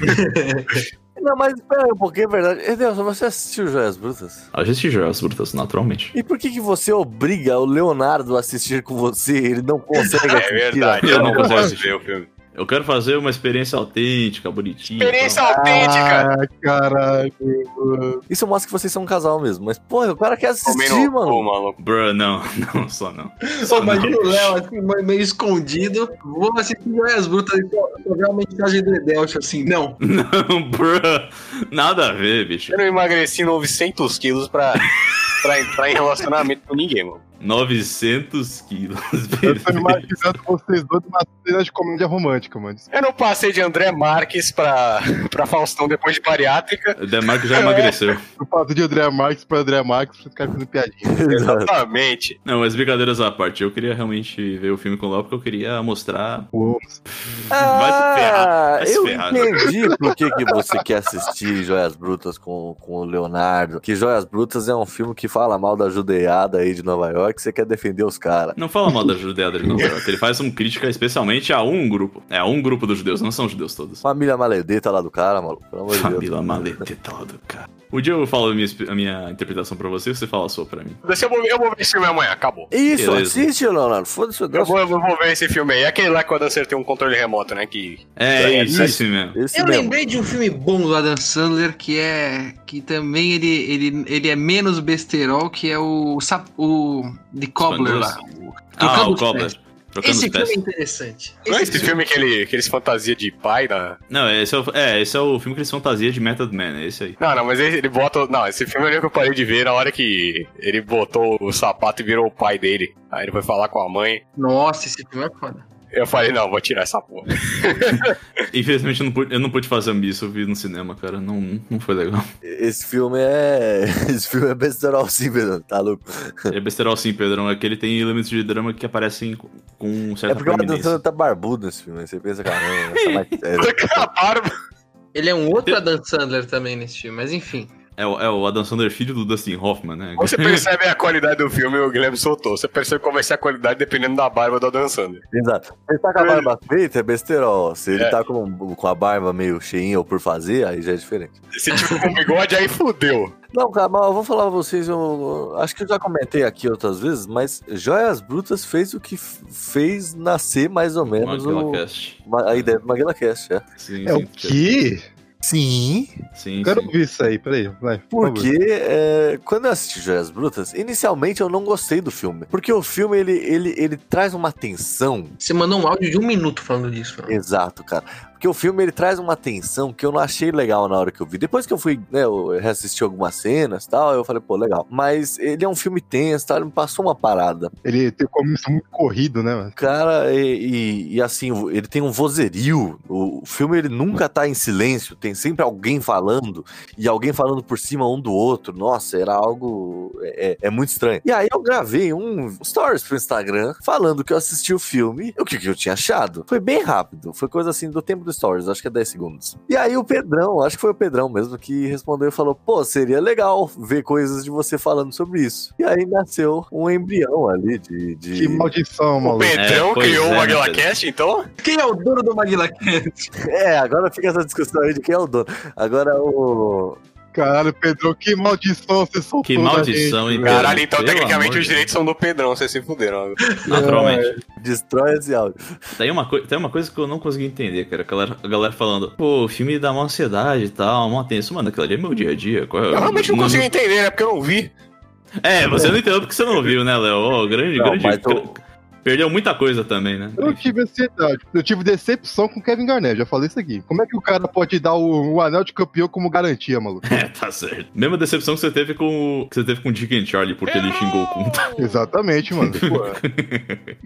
[SPEAKER 2] Não, mas espera um pouquinho, é verdade. Edelson, você assistiu Joias Brutas?
[SPEAKER 3] A gente já as brutas, tá, naturalmente.
[SPEAKER 2] E por que, que você obriga o Leonardo a assistir com você? Ele não consegue
[SPEAKER 4] [LAUGHS] É
[SPEAKER 2] assistir. né?
[SPEAKER 4] verdade,
[SPEAKER 3] Eu
[SPEAKER 4] eu não
[SPEAKER 3] não
[SPEAKER 4] consigo
[SPEAKER 3] assisti.
[SPEAKER 4] ver o filme.
[SPEAKER 3] Eu quero fazer uma experiência autêntica, bonitinha.
[SPEAKER 4] Experiência
[SPEAKER 3] tá?
[SPEAKER 4] autêntica!
[SPEAKER 1] Ah, caralho.
[SPEAKER 2] Isso mostra que vocês são um casal mesmo. Mas, porra, o cara quer assistir,
[SPEAKER 4] Comendo
[SPEAKER 2] mano.
[SPEAKER 4] pô, maluco.
[SPEAKER 3] Bruh, não, [LAUGHS] não, só não.
[SPEAKER 5] Só imagina o Léo, assim, meio escondido. Vou assistir Joias Brutas e só só ver uma mensagem do Edelcio, assim, não.
[SPEAKER 3] Não, bruh. Nada a ver, bicho.
[SPEAKER 4] Eu não emagreci 900 quilos pra, pra entrar em relacionamento com ninguém, mano.
[SPEAKER 3] 900 quilos, [LAUGHS]
[SPEAKER 1] Eu tô
[SPEAKER 3] beleza.
[SPEAKER 1] imaginando vocês dois numa cena de comédia romântica, mano.
[SPEAKER 4] Eu não passei de André Marques pra, pra Faustão depois de
[SPEAKER 3] [LAUGHS]
[SPEAKER 4] bariátrica.
[SPEAKER 3] O Demarco já emagreceu.
[SPEAKER 1] Eu passo de André Marques pra André Marques pra ficar fazendo piadinha.
[SPEAKER 2] Exato.
[SPEAKER 4] Exatamente.
[SPEAKER 3] Não, mas brincadeiras à parte, eu queria realmente ver o filme com o Léo porque eu queria mostrar.
[SPEAKER 1] [LAUGHS] Pô,
[SPEAKER 3] Vai se ferrar,
[SPEAKER 2] Ah,
[SPEAKER 3] vai se
[SPEAKER 2] eu
[SPEAKER 3] ferrar.
[SPEAKER 2] entendi por que, que você quer assistir Joias Brutas com, com o Leonardo. Que Joias Brutas é um filme que fala mal da judeada aí de Nova York. Você quer defender os caras.
[SPEAKER 3] Não fala mal da judeada
[SPEAKER 4] [LAUGHS]
[SPEAKER 3] de Nova York. Ele faz uma crítica especialmente a um grupo. É, a um grupo dos judeus, não são judeus todos.
[SPEAKER 2] Família maledeta lá do cara, maluco. Pelo amor de Deus.
[SPEAKER 3] Família maleteta do cara. Um dia eu falo a minha, exp- a minha interpretação pra você e você fala a sua pra mim.
[SPEAKER 4] Eu vou, eu vou ver esse filme amanhã, acabou.
[SPEAKER 2] Isso,
[SPEAKER 3] Beleza.
[SPEAKER 2] assiste, Leonardo. Foda-se o
[SPEAKER 4] Eu
[SPEAKER 2] Deus.
[SPEAKER 4] vou, eu vou ver esse filme aí. É aquele lá que o Adam Sandler tem um controle remoto, né? Que
[SPEAKER 3] É,
[SPEAKER 4] É,
[SPEAKER 3] isso,
[SPEAKER 4] é-
[SPEAKER 3] isso mesmo.
[SPEAKER 2] Esse
[SPEAKER 5] Eu
[SPEAKER 2] mesmo.
[SPEAKER 5] lembrei de um filme bom do Adam Sandler que é que também ele, ele, ele é menos besterol que é o Sap- o The Cobbler lá. o-
[SPEAKER 3] Ah,
[SPEAKER 5] Trocando
[SPEAKER 3] o
[SPEAKER 5] os
[SPEAKER 3] Cobbler.
[SPEAKER 5] pés.
[SPEAKER 3] Trocando
[SPEAKER 5] Esse
[SPEAKER 3] os pés.
[SPEAKER 5] filme é interessante.
[SPEAKER 4] não é esse
[SPEAKER 5] filme-
[SPEAKER 4] filme que, ele, que eles fantasia de pai da.
[SPEAKER 3] Não, esse é, o, é, esse é o filme que eles fantasia de Method Man, é esse aí.
[SPEAKER 4] Não, não, mas ele, ele bota. Não, esse filme eu lembro que eu parei de ver na hora que ele botou o sapato e virou o pai dele. Aí ele foi falar com a mãe.
[SPEAKER 5] Nossa, esse filme é foda.
[SPEAKER 4] Eu falei, não, vou tirar essa porra. [LAUGHS]
[SPEAKER 3] Infelizmente eu não pude, eu não pude fazer isso, eu vi no cinema, cara. Não, não foi legal.
[SPEAKER 2] Esse filme é. [LAUGHS] Esse filme é besterol sim, Pedro. Tá louco.
[SPEAKER 3] É besterol sim, Pedrão. É que ele tem elementos de drama que aparecem com- com
[SPEAKER 2] É
[SPEAKER 3] certa
[SPEAKER 2] porque o Adam
[SPEAKER 3] proeminência.
[SPEAKER 2] Sandler tá barbudo nesse filme. aí Você pensa, caramba,
[SPEAKER 3] [LAUGHS]
[SPEAKER 2] tá mais sério.
[SPEAKER 4] A barba.
[SPEAKER 5] Ele é um outro Adam Sandler também nesse filme, mas enfim.
[SPEAKER 3] É, o- é o Adam Sandler filho do Dustin Hoffman, né?
[SPEAKER 4] Você percebe a qualidade do filme, o Guilherme soltou. Você percebe como vai ser a qualidade dependendo da barba do Adam Sandler.
[SPEAKER 2] Exato. Se ele tá com a barba feita, é besterol. Se ele
[SPEAKER 4] É.
[SPEAKER 2] tá com, com a barba meio cheinha ou por fazer, aí já é diferente.
[SPEAKER 4] Se tiver com bigode, aí fudeu.
[SPEAKER 2] Não, cara, mas eu vou falar pra vocês, eu, eu acho que eu já comentei aqui outras vezes, mas Joias Brutas fez o que f- fez nascer mais ou menos
[SPEAKER 3] Maguila
[SPEAKER 2] o-
[SPEAKER 3] Cast.
[SPEAKER 2] ma- a ideia do Maguila Cast, é.
[SPEAKER 3] Sim,
[SPEAKER 1] é
[SPEAKER 3] sim.
[SPEAKER 1] o quê?
[SPEAKER 2] Sim.
[SPEAKER 3] Sim,
[SPEAKER 1] Quero
[SPEAKER 3] sim.
[SPEAKER 1] ouvir isso aí, peraí. Vai, por favor.
[SPEAKER 2] Porque é, quando eu assisti Joias Brutas, inicialmente eu não gostei do filme. Porque o filme, ele, ele, ele traz uma tensão
[SPEAKER 5] Você mandou um áudio de um minuto falando disso. mano.
[SPEAKER 2] Exato, cara. Porque o filme ele traz uma tensão que eu não achei legal na hora que eu vi. Depois que eu fui, né, eu reassisti algumas cenas e tal, eu falei, pô, legal. Mas ele é um filme tenso, tal, ele me passou uma parada.
[SPEAKER 1] Ele tem um começo muito corrido, né, mano?
[SPEAKER 2] Cara, e, e- e assim, ele tem um vozerio. O, o filme ele nunca tá em silêncio, tem sempre alguém falando e alguém falando por cima um do outro. Nossa, era algo. É, é- é muito estranho. E aí eu gravei um stories pro Instagram falando que eu assisti o filme e o que, que eu tinha achado. Foi bem rápido. Foi coisa assim do tempo do stories, acho que é 10 segundos. E aí o Pedrão, acho que foi o Pedrão mesmo, que respondeu e falou: pô, seria legal ver coisas de você falando sobre isso. E aí nasceu um embrião ali de. de-
[SPEAKER 1] Que maldição,
[SPEAKER 4] O
[SPEAKER 1] maluco.
[SPEAKER 4] Pedrão
[SPEAKER 3] É, pois
[SPEAKER 4] criou
[SPEAKER 3] é,
[SPEAKER 4] o
[SPEAKER 3] né,
[SPEAKER 4] MaguilaCast, então?
[SPEAKER 5] Quem é o dono do MaguilaCast?
[SPEAKER 2] É, agora fica essa discussão aí de quem é o dono. Agora o.
[SPEAKER 1] Caralho, Pedrão, que maldição você soltou.
[SPEAKER 3] Que
[SPEAKER 1] na
[SPEAKER 3] maldição,
[SPEAKER 1] gente,
[SPEAKER 3] hein,
[SPEAKER 1] velho.
[SPEAKER 4] Caralho, então
[SPEAKER 3] Pelo amor
[SPEAKER 4] tecnicamente
[SPEAKER 3] de Deus.
[SPEAKER 4] os direitos são do Pedrão, vocês se fuderam.
[SPEAKER 3] Naturalmente.
[SPEAKER 2] Destrói esse [LAUGHS] áudio.
[SPEAKER 3] Tem uma, coi- tem uma coisa que eu não consegui entender, cara. A galera, a galera falando, pô, o filme dá uma ansiedade e tal, uma tensão. Mano, aquilo ali é meu dia a dia. Qual é?
[SPEAKER 4] Eu realmente não consigo entender, né? Porque eu não [LAUGHS] vi.
[SPEAKER 3] [LAUGHS] É, você não entendeu porque você não viu, né, Léo? Ó, grande,
[SPEAKER 2] Não,
[SPEAKER 3] grande.
[SPEAKER 2] mas eu-
[SPEAKER 3] Perdeu muita coisa também, né?
[SPEAKER 1] Eu não tive ansiedade, eu tive decepção com o Kevin Garnett, já falei isso aqui. Como é que o cara pode dar o, o anel de campeão como garantia, maluco?
[SPEAKER 3] [LAUGHS] É, tá certo. Mesma decepção que você teve com o, que você teve com o Dick and Charlie, porque ele xingou o Kunta.
[SPEAKER 1] Exatamente, mano. Pô,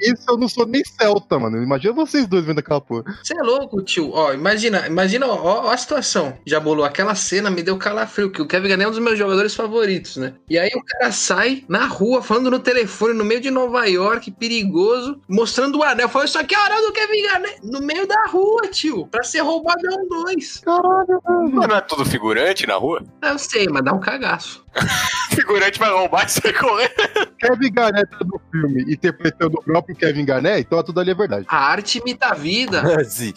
[SPEAKER 1] isso eu não sou nem celta, mano. Imagina vocês dois vendo aquela porra.
[SPEAKER 5] Você é louco, tio. Ó, imagina, imagina, ó, ó a situação. Já bolou aquela cena, me deu calafrio, que o Kevin Garnett é um dos meus jogadores favoritos, né? E aí o cara sai na rua, falando no telefone, no meio de Nova York, perigoso, mostrando o anel. Falou, isso aqui é o anel do Kevin Garnett. No meio da rua, tio. Pra ser roubado é um dois.
[SPEAKER 4] Mas não é tudo figurante na rua? [LAUGHS]
[SPEAKER 5] Ah, Eu sei, mas dá um cagaço.
[SPEAKER 4] Figurante vai roubar e sai correndo. [LAUGHS]
[SPEAKER 1] Kevin Garnett tá no filme interpretando o próprio Kevin Garnett, então tudo ali é verdade.
[SPEAKER 5] A arte imita a vida.
[SPEAKER 2] Ah, Sim.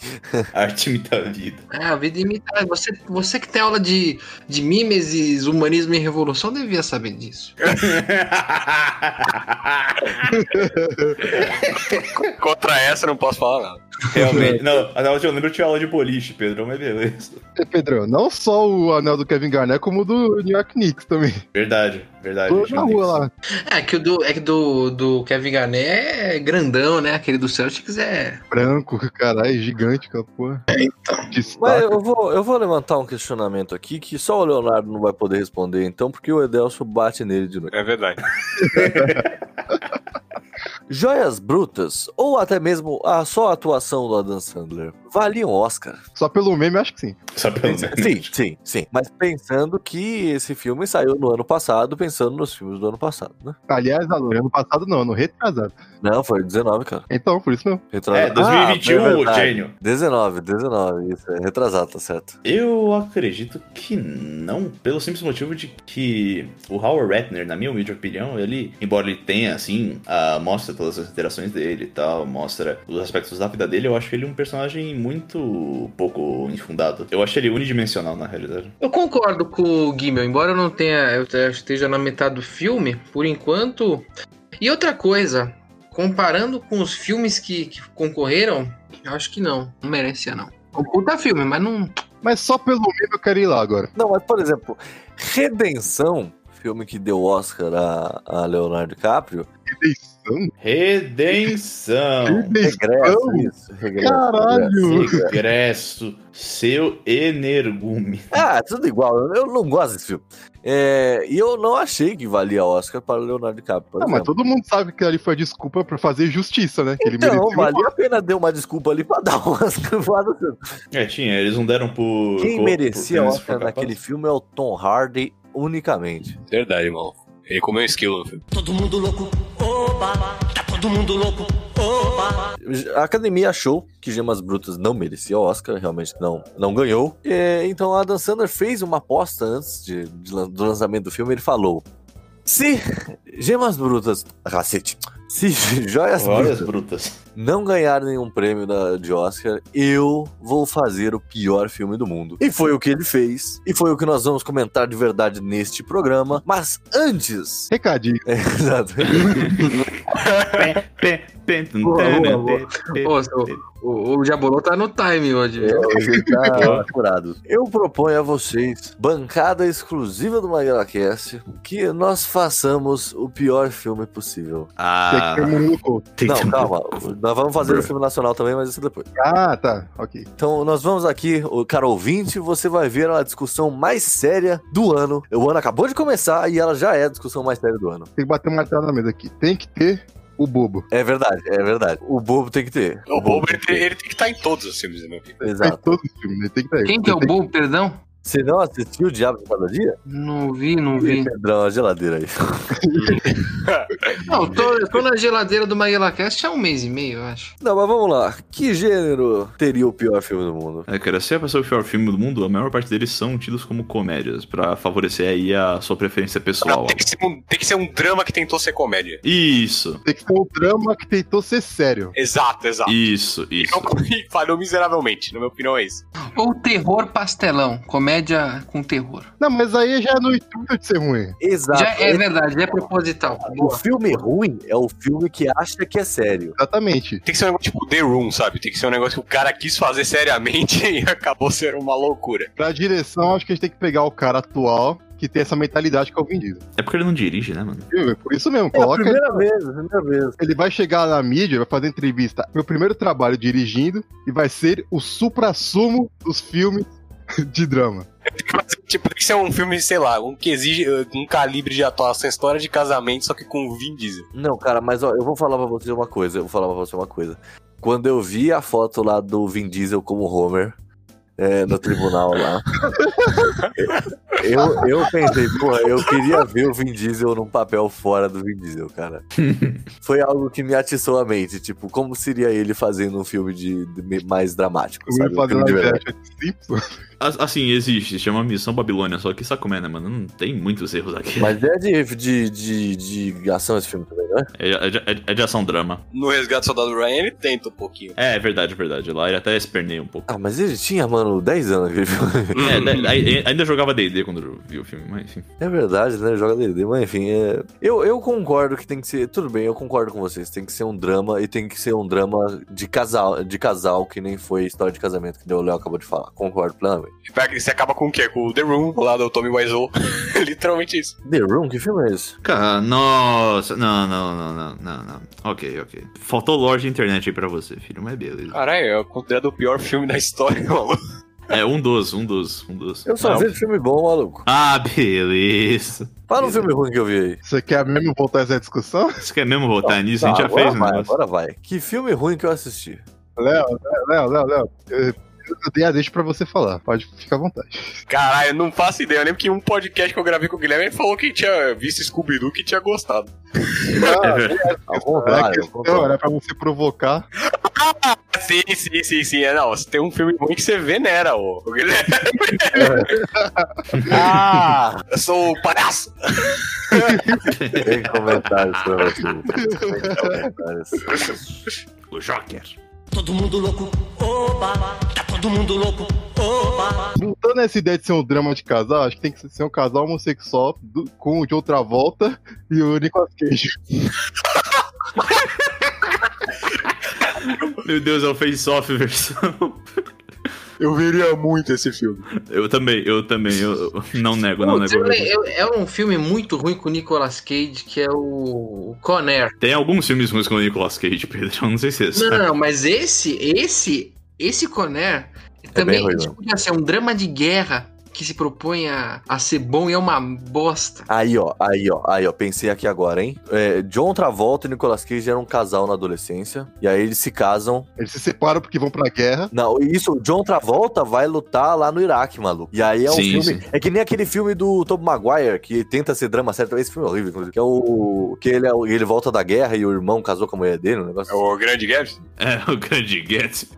[SPEAKER 3] Arte imita [LAUGHS] a vida. [LAUGHS]
[SPEAKER 5] É, a vida imitada. Você, você que tem aula de, de mimeses, humanismo e revolução devia saber disso.
[SPEAKER 4] Contra essa, não posso falar nada.
[SPEAKER 3] Realmente. Não, até onde eu lembro eu tinha aula de boliche, Pedro, mas beleza.
[SPEAKER 1] É, Pedrão, não só o anel do Kevin Garnett, como o do New York Knicks também.
[SPEAKER 3] Verdade, verdade.
[SPEAKER 1] Tô na rua lá.
[SPEAKER 5] É que o do, é que do, do Kevin Garnett é grandão, né? Aquele do Celtics é.
[SPEAKER 1] Branco, caralho, é gigante aquela porra. É, então.
[SPEAKER 2] Mas eu vou, eu vou levantar um questionamento aqui que só o Leonardo não vai poder responder, então, porque o Edelso bate nele de novo.
[SPEAKER 4] É verdade.
[SPEAKER 2] Joias brutas, ou até mesmo a só atuação do Adam Sandler, valiam um Oscar.
[SPEAKER 1] Só pelo meme, eu acho que sim.
[SPEAKER 3] Só pelo
[SPEAKER 2] Sim, sim, sim. Mas pensando que esse filme saiu no ano passado, pensando nos filmes do ano passado, né?
[SPEAKER 1] Aliás, Alô, ano passado não, ano retrasado.
[SPEAKER 2] Não, foi 19, cara.
[SPEAKER 1] Então, por isso não.
[SPEAKER 3] É,
[SPEAKER 2] Retrasado.
[SPEAKER 3] um,
[SPEAKER 2] Ah, é verdade. 19, 19, isso é retrasado, tá certo.
[SPEAKER 3] Eu acredito que não, pelo simples motivo de que o Howard Ratner, na minha humilde opinião, ele, embora ele tenha, assim, ah, mostra todas as interações dele e tal, mostra os aspectos da vida dele, eu acho ele um personagem muito pouco infundado. Eu acho ele unidimensional, na realidade.
[SPEAKER 5] Eu concordo com o Gimel, embora eu não tenha. Eu te- eu esteja na metade do filme, por enquanto. E outra coisa, comparando com os filmes que, que concorreram, eu acho que não. Não merecia, não. Um puta filme, mas não.
[SPEAKER 1] Mas só pelo meme eu quero ir lá agora.
[SPEAKER 2] Não, mas, por exemplo, Redenção, filme que deu Oscar a, a Leonardo DiCaprio,
[SPEAKER 1] Redenção?
[SPEAKER 3] Redenção!
[SPEAKER 2] regresso
[SPEAKER 1] Redenção?
[SPEAKER 2] isso, regresso.
[SPEAKER 1] Caralho!
[SPEAKER 3] Regresso, seu energume.
[SPEAKER 2] Ah, tudo igual, eu- eu não gosto desse filme. É, e eu não achei que valia Oscar para o Leonardo DiCaprio, por
[SPEAKER 1] Não, mas
[SPEAKER 2] exemplo.
[SPEAKER 1] todo mundo sabe que ali foi a desculpa pra fazer justiça, né? Que ele
[SPEAKER 2] Então,
[SPEAKER 1] merecia.
[SPEAKER 2] valia a pena dar uma desculpa ali pra [LAUGHS] dar um Oscar. pro Adam Sandler.
[SPEAKER 3] É, tinha, eles não deram por.
[SPEAKER 2] Quem
[SPEAKER 3] por-
[SPEAKER 2] merecia
[SPEAKER 3] por-
[SPEAKER 2] Oscar naquele filme é o Tom Hardy unicamente.
[SPEAKER 4] Verdade, irmão. Ele comeu um esquilo. filho.
[SPEAKER 2] A academia achou que Gemas Brutas não merecia Oscar, realmente não, não ganhou. É, então Adam Sandler fez uma aposta antes de- de lan- do lançamento do filme. Ele falou: Se Gemas Brutas. Cacete. Se Joias
[SPEAKER 3] Olha as
[SPEAKER 2] Brutas
[SPEAKER 3] brutas.
[SPEAKER 2] não ganhar nenhum prêmio da- de Oscar, eu vou fazer o pior filme do mundo. E foi o que ele fez. E foi o que nós vamos comentar de verdade neste programa. Mas antes. [LAUGHS]
[SPEAKER 1] Recadinho.
[SPEAKER 2] Exato.
[SPEAKER 3] Pé, pé,
[SPEAKER 5] Boa,
[SPEAKER 3] tã,
[SPEAKER 5] boa,
[SPEAKER 3] tã,
[SPEAKER 5] boa.
[SPEAKER 3] tê, tê,
[SPEAKER 5] Ô, O, o Jabolô tá no time hoje, viu?
[SPEAKER 2] Ele tá apurado. Eu proponho a vocês, bancada exclusiva do MaguilaCast, que nós façamos o pior filme possível.
[SPEAKER 3] Ah,
[SPEAKER 1] Tem que ter um louco.
[SPEAKER 3] tem que ter
[SPEAKER 2] Não,
[SPEAKER 3] um-
[SPEAKER 2] calma. Nós vamos fazer o filme nacional também, mas isso é depois.
[SPEAKER 1] Ah, tá. Ok.
[SPEAKER 2] Então, nós vamos aqui, o cara ouvinte, você vai ver a discussão mais séria do ano. O ano acabou de começar e ela já é a discussão mais séria do ano.
[SPEAKER 1] Tem que bater uma martelo na mesa aqui. Tem que ter o bobo.
[SPEAKER 2] É verdade, é verdade. O bobo tem que ter.
[SPEAKER 4] O Bobo, ele,
[SPEAKER 2] tem que
[SPEAKER 4] ele tem que estar em todos os filmes, né?
[SPEAKER 1] Tá
[SPEAKER 2] ter. Exato.
[SPEAKER 1] [LAUGHS] Tem todos os filmes, né? Tem que ter.
[SPEAKER 5] Quem que é o
[SPEAKER 1] Tem
[SPEAKER 5] Bull, perdão?
[SPEAKER 2] Você não assistiu o Diabo de Cada Dia?
[SPEAKER 5] Não vi, não
[SPEAKER 2] Ih,
[SPEAKER 5] vi.
[SPEAKER 2] Pedrão, a geladeira aí.
[SPEAKER 5] Não, eu tô, eu tô na geladeira do MaguilaCast há um mês e meio, eu acho.
[SPEAKER 2] Não, mas vamos lá. Que gênero teria o pior filme do mundo?
[SPEAKER 3] É, cara, se é pra ser o pior filme do mundo, a maior parte deles são tidos como comédias, pra favorecer aí a sua preferência pessoal.
[SPEAKER 4] tem, que ser um, tem que ser um drama que tentou ser comédia.
[SPEAKER 3] Isso,
[SPEAKER 1] Tem que ter um drama que tentou ser sério.
[SPEAKER 4] Exato, exato.
[SPEAKER 3] isso, isso.
[SPEAKER 4] [LAUGHS] E falhou miseravelmente, na minha opinião é isso.
[SPEAKER 5] Ou terror pastelão, comédia com terror.
[SPEAKER 1] Não, mas aí já é no intuito de ser ruim.
[SPEAKER 2] Exato.
[SPEAKER 5] Já é verdade, é proposital.
[SPEAKER 2] O filme ruim é o filme que acha que é sério.
[SPEAKER 1] Exatamente.
[SPEAKER 4] Tem que ser um negócio tipo The Room, sabe? Tem que ser um negócio que o cara quis fazer seriamente [LAUGHS] e acabou sendo uma loucura.
[SPEAKER 1] Pra direção, acho que a gente tem que pegar o cara atual que tem essa mentalidade que é o Vin Diesel.
[SPEAKER 3] É porque ele não dirige, né, mano?
[SPEAKER 1] Viu? É por isso mesmo,
[SPEAKER 2] É a
[SPEAKER 1] coloca ele.
[SPEAKER 2] primeira vez, a primeira vez.
[SPEAKER 1] Ele vai chegar na mídia, vai fazer entrevista. Meu primeiro trabalho dirigindo e vai ser o supra-sumo dos filmes [LAUGHS] de drama.
[SPEAKER 4] Tem que fazer, [LAUGHS] tipo, tem que ser um filme, sei lá, um que exige uh, um calibre de atuação, história de casamento, só que com o Vin Diesel.
[SPEAKER 2] Não, cara, mas ó, eu vou falar pra você uma coisa, eu vou falar pra você uma coisa. Quando eu vi a foto lá do Vin Diesel como Homer é, no tribunal lá, eu, eu pensei, porra, eu queria ver o Vin Diesel num papel fora do Vin Diesel, cara. Foi algo que me atiçou a mente, tipo, como seria ele fazendo um filme de, de- mais dramático,
[SPEAKER 1] Eu ia
[SPEAKER 2] sabe? Um
[SPEAKER 1] fazer
[SPEAKER 2] filme
[SPEAKER 1] uma
[SPEAKER 2] de verdade.
[SPEAKER 1] viagem de Simpsons.
[SPEAKER 3] As- Assim, existe, chama Missão Babilônia, só que sabe como é, né, mano? Não tem muitos erros aqui.
[SPEAKER 2] Mas é de, de, de, de ação esse filme também, né?
[SPEAKER 3] É, é de- é de- é de ação drama.
[SPEAKER 4] No Resgate do Soldado Ryan, ele tenta um pouquinho.
[SPEAKER 3] É, é verdade, é verdade. Lá ele até esperneia um pouco.
[SPEAKER 2] Ah, mas ele tinha, mano, 10 anos [LAUGHS] aquele filme.
[SPEAKER 3] [LAUGHS] É, [LAUGHS]
[SPEAKER 4] Uhum.
[SPEAKER 3] né, aí- ainda jogava DD quando eu vi o filme, mas enfim.
[SPEAKER 2] É verdade, né? Joga DD, mas enfim. é- Eu, eu concordo que tem que ser. Tudo bem, eu concordo com vocês. Tem que ser um drama e tem que ser um drama de casal, de casal que nem foi a história de casamento que o Léo acabou de falar. Concordo plenamente.
[SPEAKER 4] Pega- Você acaba com o quê? Com o The Room, lá do Tommy Wiseau. [LAUGHS] Literalmente isso.
[SPEAKER 2] The Room? Que filme é esse?
[SPEAKER 3] Cara, nossa. Não, não, não, não, não, não. Ok, ok. Faltou Lorde Internet aí pra você, filho, mas beleza.
[SPEAKER 4] Caralho, é considerado o pior filme da história, [LAUGHS] maluco.
[SPEAKER 3] É, um dos, um dos, um dos.
[SPEAKER 2] Eu só
[SPEAKER 3] Não.
[SPEAKER 2] vejo filme bom, maluco.
[SPEAKER 3] Ah, beleza.
[SPEAKER 2] Fala um filme ruim que eu vi aí.
[SPEAKER 1] Você quer mesmo voltar essa discussão? [LAUGHS]
[SPEAKER 3] Você quer mesmo voltar nisso? a
[SPEAKER 2] Tá,
[SPEAKER 3] gente já
[SPEAKER 2] agora
[SPEAKER 3] fez um
[SPEAKER 2] vai,
[SPEAKER 3] negócio.
[SPEAKER 2] Agora vai. Que filme ruim que eu assisti.
[SPEAKER 1] Léo, Léo, Léo, Léo, Léo. Eu eu dei a deixa pra você falar. Pode ficar à vontade.
[SPEAKER 4] Caralho, eu não faço ideia. Eu lembro que em um podcast que eu gravei com o Guilherme, ele falou que tinha visto Scooby-Doo que tinha gostado.
[SPEAKER 3] É verdade.
[SPEAKER 2] Ao
[SPEAKER 4] Ah,
[SPEAKER 1] Era,
[SPEAKER 2] contrário. ao
[SPEAKER 1] questão,
[SPEAKER 2] contrário.
[SPEAKER 1] era é pra você provocar.
[SPEAKER 4] Sim, sim, sim, sim. É, não, se tem um filme ruim que você venera, ô. O Guilherme.
[SPEAKER 3] [LAUGHS]
[SPEAKER 4] [LAUGHS] ah, eu sou o palhaço.
[SPEAKER 2] Tem comentários pra você. Tem
[SPEAKER 3] [LAUGHS]
[SPEAKER 2] comentários.
[SPEAKER 3] O Joker.
[SPEAKER 6] Todo mundo louco, oba, tá todo mundo louco, oba.
[SPEAKER 1] Voltando essa ideia de ser um drama de casal, acho que tem que ser um casal homossexual do- com o de outra volta e o Nicolas Cage.
[SPEAKER 3] Meu Deus, é o face-off versão. [LAUGHS]
[SPEAKER 4] Eu veria muito esse filme.
[SPEAKER 3] Eu também, eu também. Eu, eu- não nego, não
[SPEAKER 5] Putz,
[SPEAKER 3] nego.
[SPEAKER 5] eu le- eu- é um filme muito ruim com o Nicolas Cage, que é o Conair.
[SPEAKER 3] Tem alguns filmes ruins com o Nicolas Cage, Pedro. Eu não sei se é É esse.
[SPEAKER 5] Não, mas esse, esse, esse Conair também
[SPEAKER 2] bem ruim,
[SPEAKER 5] isso
[SPEAKER 2] né?
[SPEAKER 5] podia ser um drama de guerra que se propõe a, a ser bom e é uma bosta.
[SPEAKER 2] Aí, ó, aí, ó, aí, ó, pensei aqui agora, hein? É, John Travolta e Nicolas Cage eram um casal na adolescência, e aí eles se casam.
[SPEAKER 1] Eles se separam porque vão pra guerra.
[SPEAKER 2] Não, isso, o John Travolta vai lutar lá no Iraque, maluco. E aí é um
[SPEAKER 3] Sim,
[SPEAKER 2] filme.
[SPEAKER 3] sim.
[SPEAKER 2] É que nem aquele filme do Tom Maguire, que tenta ser drama certo. Esse filme é horrível, inclusive. Que é o. Que ele, é o- ele volta da guerra e o irmão casou com a mulher dele, um
[SPEAKER 4] É
[SPEAKER 2] negócio. assim.
[SPEAKER 4] o Grande Gaps?
[SPEAKER 3] [LAUGHS] É o grande Gatsby.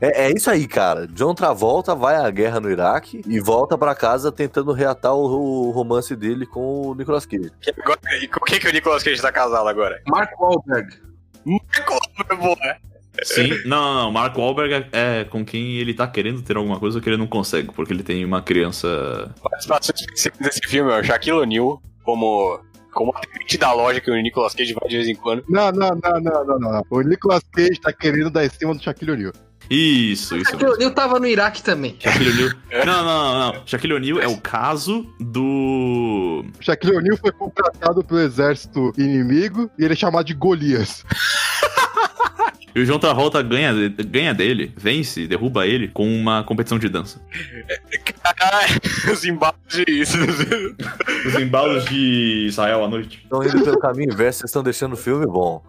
[SPEAKER 2] É, é isso aí, cara. John Travolta vai à guerra no Iraque e volta pra casa tentando reatar o, o romance dele com o Nicolas Cage.
[SPEAKER 4] Que agora- E com quem que o Nicolas Cage tá casado agora?
[SPEAKER 5] Mark Wahlberg.
[SPEAKER 4] Nicolas, é bom, né?
[SPEAKER 3] Sim, não, não, não. Mark Wahlberg é com quem ele tá querendo ter alguma coisa que ele não consegue, porque ele tem uma criança.
[SPEAKER 4] Participações principais desse filme é o Shaquille O'Neal como, como atendente da loja que o Nicolas Cage vai de vez em quando.
[SPEAKER 1] Não, não, não, não, não, não. O Nicolas Cage tá querendo dar em cima do Shaquille O'Neal.
[SPEAKER 3] Isso, isso.
[SPEAKER 5] Aquele
[SPEAKER 3] mesmo.
[SPEAKER 5] O'Neill tava no Iraque também.
[SPEAKER 3] Shaquille O'Neal. Não, não, não, não. Shaquille O'Neal é o caso do.
[SPEAKER 1] O Shaquille O'Neal foi contratado pelo exército inimigo e ele é chamado de Golias.
[SPEAKER 3] E o John Travolta ganha, ganha dele, vence, derruba ele com uma competição de dança.
[SPEAKER 4] Caralho, [LAUGHS] os embalos de [LAUGHS] isso.
[SPEAKER 3] Os embalos de Israel à noite.
[SPEAKER 2] Estão indo pelo caminho inverso, vocês estão deixando o filme bom.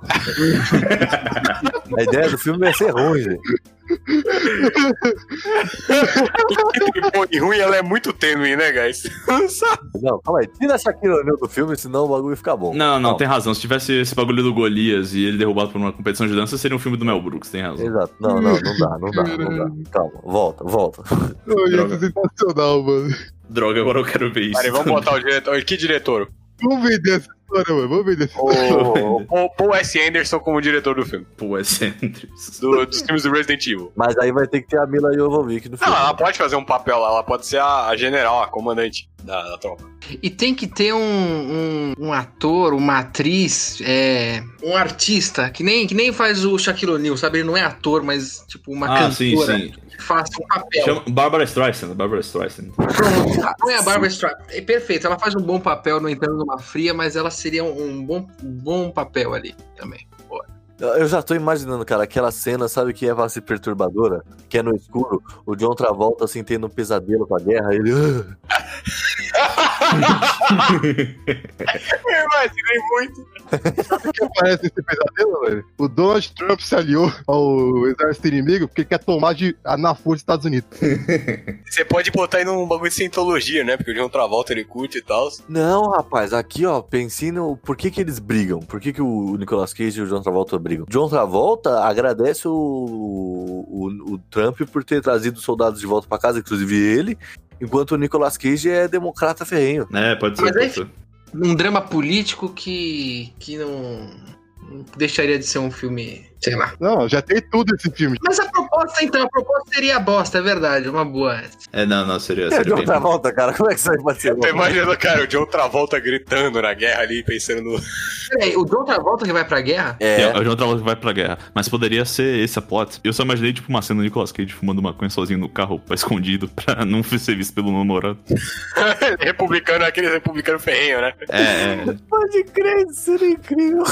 [SPEAKER 2] A ideia do filme é ser ruim, gente.
[SPEAKER 4] Bom e ruim, ela é muito tênue, né, guys?
[SPEAKER 2] Não, calma aí. Tira a Shakira O'Neal do filme, senão o bagulho fica bom.
[SPEAKER 3] Não, não,
[SPEAKER 2] Calma.
[SPEAKER 3] Ah, tem razão. Se tivesse esse bagulho do Golias e ele derrubado por uma competição de dança, seria um filme do Mel Brooks, tem razão.
[SPEAKER 2] Exato. Não, não, não dá, não dá, não dá. Calma, volta, volta.
[SPEAKER 1] Não, ia
[SPEAKER 3] Droga.
[SPEAKER 1] ser é sensacional, mano.
[SPEAKER 3] Droga, agora eu quero ver isso.
[SPEAKER 4] Peraí, vamos botar o diretor. Que diretor?
[SPEAKER 1] Vamos vender essa história, mano. Vamos vender essa
[SPEAKER 4] O, o Paul- Paul S. Anderson como diretor do filme.
[SPEAKER 3] Pô, é Sanders.
[SPEAKER 4] do- dos filmes do Resident Evil.
[SPEAKER 2] Mas aí vai ter que ter a Mila Jovovich no
[SPEAKER 4] Não,
[SPEAKER 2] filme.
[SPEAKER 4] ela pode fazer um papel lá, ela pode ser a, a general, a comandante da, da tropa.
[SPEAKER 5] E tem que ter um, um, um ator, uma atriz, é, um artista, que nem, que nem faz o Shaquille O'Neal, sabe? Ele não é ator, mas tipo uma
[SPEAKER 3] Ah,
[SPEAKER 5] cantora
[SPEAKER 3] sim, sim.
[SPEAKER 5] que faça um papel.
[SPEAKER 3] Chama Barbara Streisand, Barbara Streisand.
[SPEAKER 5] Pronto. Ah, Não é a Barbara Streisand. É perfeito, ela faz um bom papel, não entrando numa fria, mas ela seria um, um bom, um bom papel ali também.
[SPEAKER 2] Eu já tô imaginando, cara, aquela cena, sabe que é pra ser perturbadora? Que é no escuro, o John Travolta, assim, tendo um pesadelo com a guerra, ele... "Ah".
[SPEAKER 4] Eu imaginei muito.
[SPEAKER 1] que aparece esse pesadelo, velho? O Donald Trump se aliou ao exército inimigo porque quer tomar de, a- na força dos Estados Unidos.
[SPEAKER 4] Você pode botar aí num bagulho de cientologia, né? Porque o John Travolta ele curte e tal.
[SPEAKER 2] Não, rapaz, aqui, ó, pensei no... Por que que eles brigam? Por que que o Nicolas Cage e o John Travolta brigam? John Travolta agradece o, o, o Trump por ter trazido os soldados de volta pra casa, inclusive ele, enquanto o Nicolas Cage é democrata ferrenho.
[SPEAKER 3] É, pode ser.
[SPEAKER 5] Mas
[SPEAKER 3] Pode
[SPEAKER 5] aí-
[SPEAKER 3] ser.
[SPEAKER 5] Um drama político que, que não, não deixaria de ser um filme, sei lá.
[SPEAKER 1] Não, já tem tudo esse filme.
[SPEAKER 5] Mas a proposta, então, a proposta seria a bosta, é verdade, uma boa.
[SPEAKER 3] É, não, não, seria,
[SPEAKER 2] É,
[SPEAKER 3] seria
[SPEAKER 2] John
[SPEAKER 3] bem.
[SPEAKER 2] Travolta, cara, como é que isso aí pode ser?
[SPEAKER 4] Tô imaginando, cara, o John Travolta gritando na guerra ali, pensando no. [LAUGHS]
[SPEAKER 5] Peraí, o John Travolta que vai pra guerra?
[SPEAKER 2] É,
[SPEAKER 3] É, é o John Travolta que vai pra guerra. Mas poderia ser esse a plot. Eu só imaginei, tipo, uma cena do Nicolas Cage fumando maconha sozinho no carro, [LAUGHS] pra escondido, pra não ser visto pelo namorado.
[SPEAKER 4] republicano, aquele republicano ferrenho, né?
[SPEAKER 3] É, é.
[SPEAKER 2] pode crer, isso seria incrível.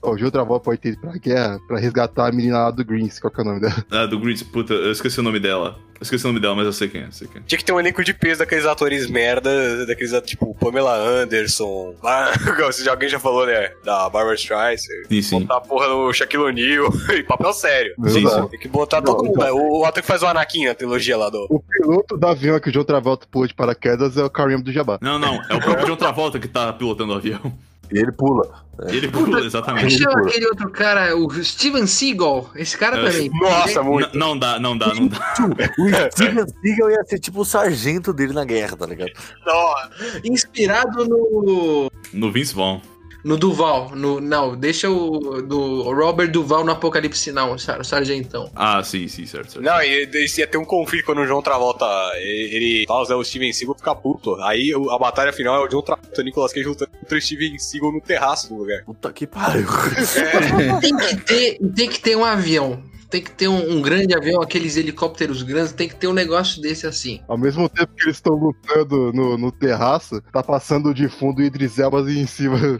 [SPEAKER 1] Ó, o Gil Travolta pode ter ido pra guerra pra resgatar a menina lá do Greens, qual que é o nome dela?
[SPEAKER 3] Ah, do Grease, puta, eu esqueci o nome dela. Eu esqueci o nome dela, mas eu sei quem é, eu sei quem é.
[SPEAKER 4] Tinha que ter um elenco de peso daqueles atores merda, daqueles at- tipo Pamela Anderson. [LAUGHS] Ah, se já- alguém já falou, né? Da Barbara Streisand.
[SPEAKER 3] é. Sim, sim.
[SPEAKER 4] Botar a porra no Shaquille O'Neal. [LAUGHS] E papel sério.
[SPEAKER 1] Meu
[SPEAKER 3] Sim,
[SPEAKER 1] Deus.
[SPEAKER 3] sim.
[SPEAKER 4] Tem que botar
[SPEAKER 1] Não,
[SPEAKER 4] todo mundo.
[SPEAKER 1] então.
[SPEAKER 4] né? O, o ator que faz o Anakin na trilogia lá do.
[SPEAKER 1] O piloto do avião que o John Travolta pulou de paraquedas é o Karim do Jabá.
[SPEAKER 3] Não, não, é o próprio John Travolta que tá pilotando o avião.
[SPEAKER 2] E ele pula.
[SPEAKER 3] E ele pula,
[SPEAKER 5] Como é
[SPEAKER 3] exatamente.
[SPEAKER 5] chama
[SPEAKER 2] Ridículo.
[SPEAKER 5] aquele outro cara, o Steven Seagal? Esse cara
[SPEAKER 3] É,
[SPEAKER 5] também.
[SPEAKER 4] Nossa,
[SPEAKER 3] N-
[SPEAKER 4] muito.
[SPEAKER 3] Não dá, não dá, não dá. [LAUGHS] É.
[SPEAKER 2] O Steven Seagal ia ser tipo o sargento dele na guerra, tá ligado?
[SPEAKER 4] Nossa.
[SPEAKER 5] Inspirado no,
[SPEAKER 3] No Vince Vaughn.
[SPEAKER 5] no Duval. No, não, deixa o do Robert Duval no Apocalipse Now, o sar- o sargentão.
[SPEAKER 3] Ah, sim, sim, certo, certo.
[SPEAKER 4] Não, e e se ia ter um conflito quando o John Travolta. Ele. ele tal, Zé, o Steven Seagal fica puto. Aí o- a batalha final é o John Travolta e o Nicolas Cage lutando contra o Steven Seagal no terraço do lugar. [LAUGHS]
[SPEAKER 2] Puta que
[SPEAKER 3] [LAUGHS]
[SPEAKER 2] pariu.
[SPEAKER 5] Tem que ter, tem que ter um avião. Tem que ter um, um grande avião, aqueles helicópteros grandes. Tem que ter um negócio desse assim.
[SPEAKER 1] Ao mesmo tempo que eles estão lutando no, no terraço, tá passando de fundo o Idris Elba em cima. [LAUGHS]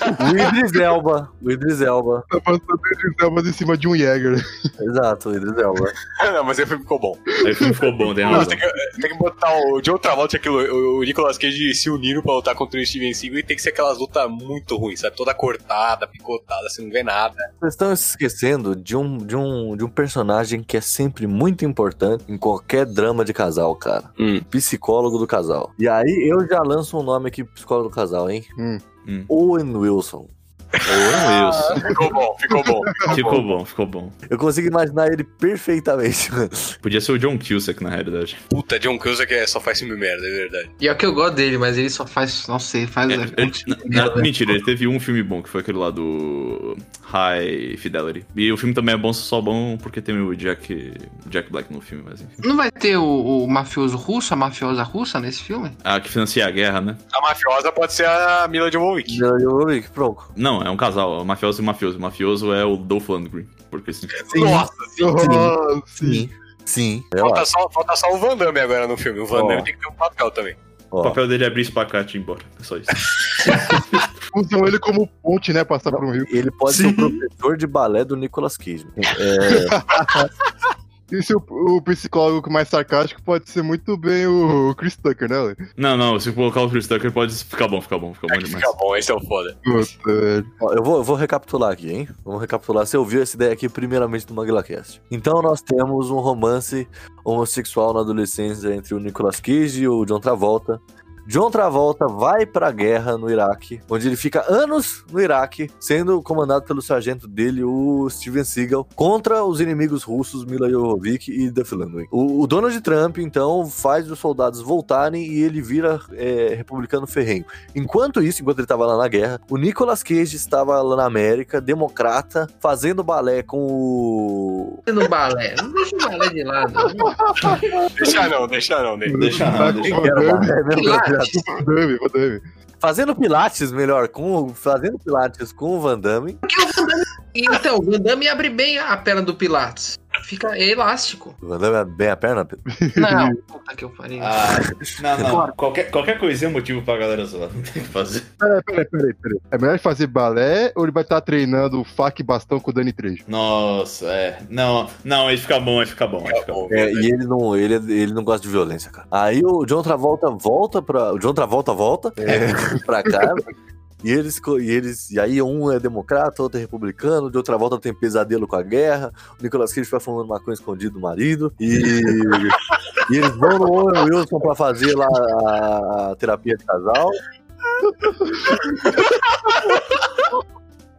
[SPEAKER 2] O Idris Elba. O Idris Elba.
[SPEAKER 1] Tá passando o Idris Elba em cima de um Jäger.
[SPEAKER 2] Exato, o Idris Elba.
[SPEAKER 4] não, mas aí o filme ficou bom.
[SPEAKER 3] Aí É, o filme ficou bom, tem
[SPEAKER 4] Não,
[SPEAKER 3] razão.
[SPEAKER 4] tem, que, tem que botar o John Travolta e aquilo, o, o Nicolas Cage se uniram pra lutar contra o Steven Seagal e tem que ser aquelas lutas muito ruins, sabe? Toda cortada, picotada, você não vê nada.
[SPEAKER 2] Vocês estão se esquecendo de um, de, um, de um personagem que é sempre muito importante em qualquer drama de casal, cara.
[SPEAKER 4] Hum.
[SPEAKER 2] Psicólogo do casal. E aí eu já lanço um nome aqui pro psicólogo do casal, hein?
[SPEAKER 1] Hum.
[SPEAKER 3] Hum.
[SPEAKER 2] Owen Wilson.
[SPEAKER 3] Meu Deus.
[SPEAKER 4] Ficou bom, ficou Ah, tá bom.
[SPEAKER 3] Ficou bom, ficou bom.
[SPEAKER 2] Eu consigo imaginar ele perfeitamente. [LAUGHS]
[SPEAKER 3] Podia ser o John Cusack, na realidade.
[SPEAKER 4] Puta, John Cusack é- só faz filme merda, é verdade.
[SPEAKER 5] E é o que eu gosto dele, mas ele só faz. Não sei, faz.
[SPEAKER 3] É,
[SPEAKER 5] um
[SPEAKER 3] ele-
[SPEAKER 5] monte de
[SPEAKER 3] Na-
[SPEAKER 5] merda.
[SPEAKER 3] mentira, ele teve um filme bom, que foi aquele lá do High Fidelity. E o filme também é bom, só bom porque tem o Jack, Jack Black no filme, mas enfim.
[SPEAKER 5] Não vai ter o, o mafioso russo, a mafiosa russa
[SPEAKER 3] [LAUGHS]
[SPEAKER 5] nesse filme?
[SPEAKER 3] Ah, que financia a guerra, né?
[SPEAKER 4] A mafiosa pode ser a Mila Jovovich.
[SPEAKER 2] Mila Jovovich, pronto.
[SPEAKER 3] Não, é um casal, é o mafioso e o mafioso. O mafioso é o Dolph Lundgren, porque assim...
[SPEAKER 2] Sim,
[SPEAKER 4] Nossa,
[SPEAKER 1] Oh, sim.
[SPEAKER 2] sim. Sim. Eu
[SPEAKER 4] falta
[SPEAKER 2] acho.
[SPEAKER 4] só, falta só o Van Damme agora no filme. O Van Damme
[SPEAKER 2] Ó.
[SPEAKER 4] tem que ter um papel também.
[SPEAKER 3] O
[SPEAKER 2] Ó.
[SPEAKER 3] papel dele é abrir espacate e ir embora. É só
[SPEAKER 4] [LAUGHS]
[SPEAKER 3] isso.
[SPEAKER 1] Usam ele como ponte, né? Passar por um rio.
[SPEAKER 2] Ele pode ser o professor de balé do Nicolas Cage. É,
[SPEAKER 1] E se o, o psicólogo mais sarcástico pode ser muito bem o Chris Tucker, né? velho?
[SPEAKER 3] Não, não, se colocar o Chris Tucker pode ficar bom, ficar bom, ficar bom
[SPEAKER 4] É que
[SPEAKER 3] demais.
[SPEAKER 4] fica bom, esse é o foda.
[SPEAKER 1] Puta, velho.
[SPEAKER 2] Ó, eu, vou, eu vou recapitular aqui, hein? Vamos recapitular. Você ouviu essa ideia aqui primeiramente do MaglaCast. Então nós temos um romance homossexual na adolescência entre o Nicolas Cage e o John Travolta. John Travolta vai pra guerra no Iraque, onde ele fica anos no Iraque, sendo comandado pelo sargento dele, o Steven Seagal, contra os inimigos russos Mila Jovovich e Duff Landry. O, o Donald Trump, então, faz os soldados voltarem e ele vira é, republicano ferrenho. Enquanto isso, enquanto ele estava lá na guerra, o Nicolas Cage estava lá na América, democrata, fazendo balé com o.
[SPEAKER 5] No balé. Não deixa o balé de lado.
[SPEAKER 4] Deixa não, deixa não, deixa.
[SPEAKER 3] Deixa
[SPEAKER 1] Vai
[SPEAKER 3] não, deixa
[SPEAKER 1] tá com o
[SPEAKER 3] não.
[SPEAKER 1] Dami,
[SPEAKER 2] balé,
[SPEAKER 5] é
[SPEAKER 2] meu Deus.
[SPEAKER 5] Pilates.
[SPEAKER 1] Dami, com o Dami.
[SPEAKER 2] Fazendo pilates, melhor, com o- fazendo pilates com o Van Damme.
[SPEAKER 5] Então, o Van Damme abre bem a perna do Pilates. Fica
[SPEAKER 3] [LAUGHS]
[SPEAKER 5] elástico.
[SPEAKER 2] O Van Damme é bem a perna. Pedro?
[SPEAKER 5] Não, puta que eu parei.
[SPEAKER 3] Ah, não, não. Qualquer, qualquer coisinha é motivo pra galera zoar. Não tem o que fazer.
[SPEAKER 1] Peraí, peraí, peraí, peraí. É melhor ele fazer balé ou ele vai estar treinando faca e bastão com o Dani Trejo?
[SPEAKER 3] Nossa, é. Não, não, ele fica bom, ele fica bom, ele fica bom.
[SPEAKER 2] É, e ele não, ele, ele não gosta de violência, cara. Aí o John Travolta volta pra. O John Travolta volta é, pra cá. E eles, co- e eles. E aí um é democrata, outro é republicano, o John Travolta tem pesadelo com a guerra, o Nicolas Cage vai fumando maconha escondido do marido. E, [LAUGHS] e eles vão no Owen Wilson pra fazer lá a, a terapia de casal.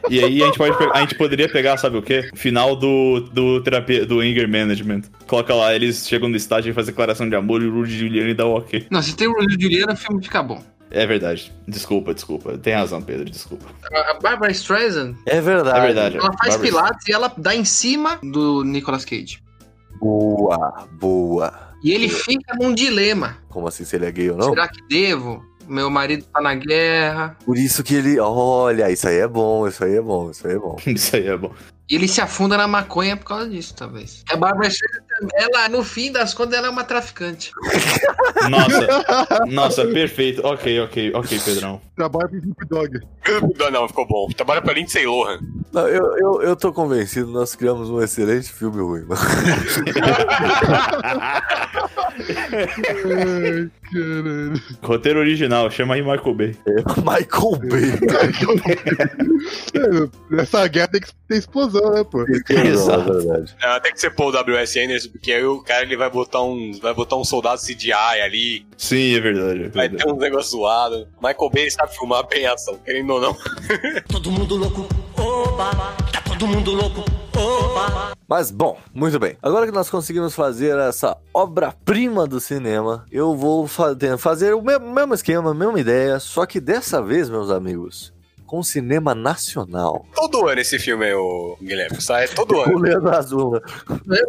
[SPEAKER 3] E aí a gente, pode, pe- a gente poderia pegar, sabe o quê? O final do, do terapia do Anger Management. Coloca lá, eles chegam no estágio e fazem declaração de amor e o Rudy Giuliani dá o ok.
[SPEAKER 5] Não, se tem o Rodrigo Juliano, o filme fica bom.
[SPEAKER 3] É verdade. Desculpa, desculpa. Tem razão, Pedro, desculpa. [LAUGHS]
[SPEAKER 5] A a Barbara Streisand,
[SPEAKER 2] É verdade.
[SPEAKER 3] É verdade.
[SPEAKER 5] ela faz
[SPEAKER 3] Barbra-
[SPEAKER 5] Pilates e ela dá em cima do Nicolas Cage.
[SPEAKER 2] Boa, boa.
[SPEAKER 5] E
[SPEAKER 3] É.
[SPEAKER 5] ele fica num dilema.
[SPEAKER 2] Como assim, se ele é gay ou não?
[SPEAKER 5] Será que devo? Meu marido tá na guerra.
[SPEAKER 2] Por isso que ele. Olha, isso aí é bom, isso aí é bom, isso aí é bom.
[SPEAKER 3] Isso aí é bom.
[SPEAKER 5] E ele se afunda na maconha por causa disso, talvez. A Barbara Streisand, ela, no fim das contas, ela é uma traficante.
[SPEAKER 3] Nossa, nossa, [LAUGHS] perfeito. Ok, ok, ok, Pedrão.
[SPEAKER 1] Trabalha com Snoop Dogg.
[SPEAKER 4] Não, não, ficou bom. Trabalha pra Lindsay Lohan.
[SPEAKER 2] Não, eu, eu, eu tô convencido, nós criamos um excelente filme ruim, mano. [LAUGHS]
[SPEAKER 1] Ai, caralho.
[SPEAKER 3] Roteiro original, chama aí Michael Bay.
[SPEAKER 2] Michael Bay.
[SPEAKER 1] Essa guerra tem que ter explosão, né, pô?
[SPEAKER 3] [LAUGHS] Exato.
[SPEAKER 2] É verdade.
[SPEAKER 4] Ah, Tem que ser Paul W.S. Anderson, porque aí o cara ele vai botar uns, vai botar um soldado CGI ali,
[SPEAKER 3] Sim, é verdade. É
[SPEAKER 4] vai
[SPEAKER 3] verdade.
[SPEAKER 4] ter uns negócio zoado. Michael Bay ele sabe filmar bem a ação, querendo ou não.
[SPEAKER 6] Todo mundo louco, oba, tá todo mundo louco, oba.
[SPEAKER 2] Mas bom, muito bem. Agora que nós conseguimos fazer essa obra-prima do cinema, eu vou fa- te- fazer o me- mesmo esquema, a mesma ideia, só que dessa vez, meus amigos, com cinema
[SPEAKER 3] [LAUGHS]
[SPEAKER 2] nacional.
[SPEAKER 4] Todo ano esse filme aí, o Guilherme. Sai todo
[SPEAKER 2] O
[SPEAKER 4] ano.
[SPEAKER 2] Leandro Azul,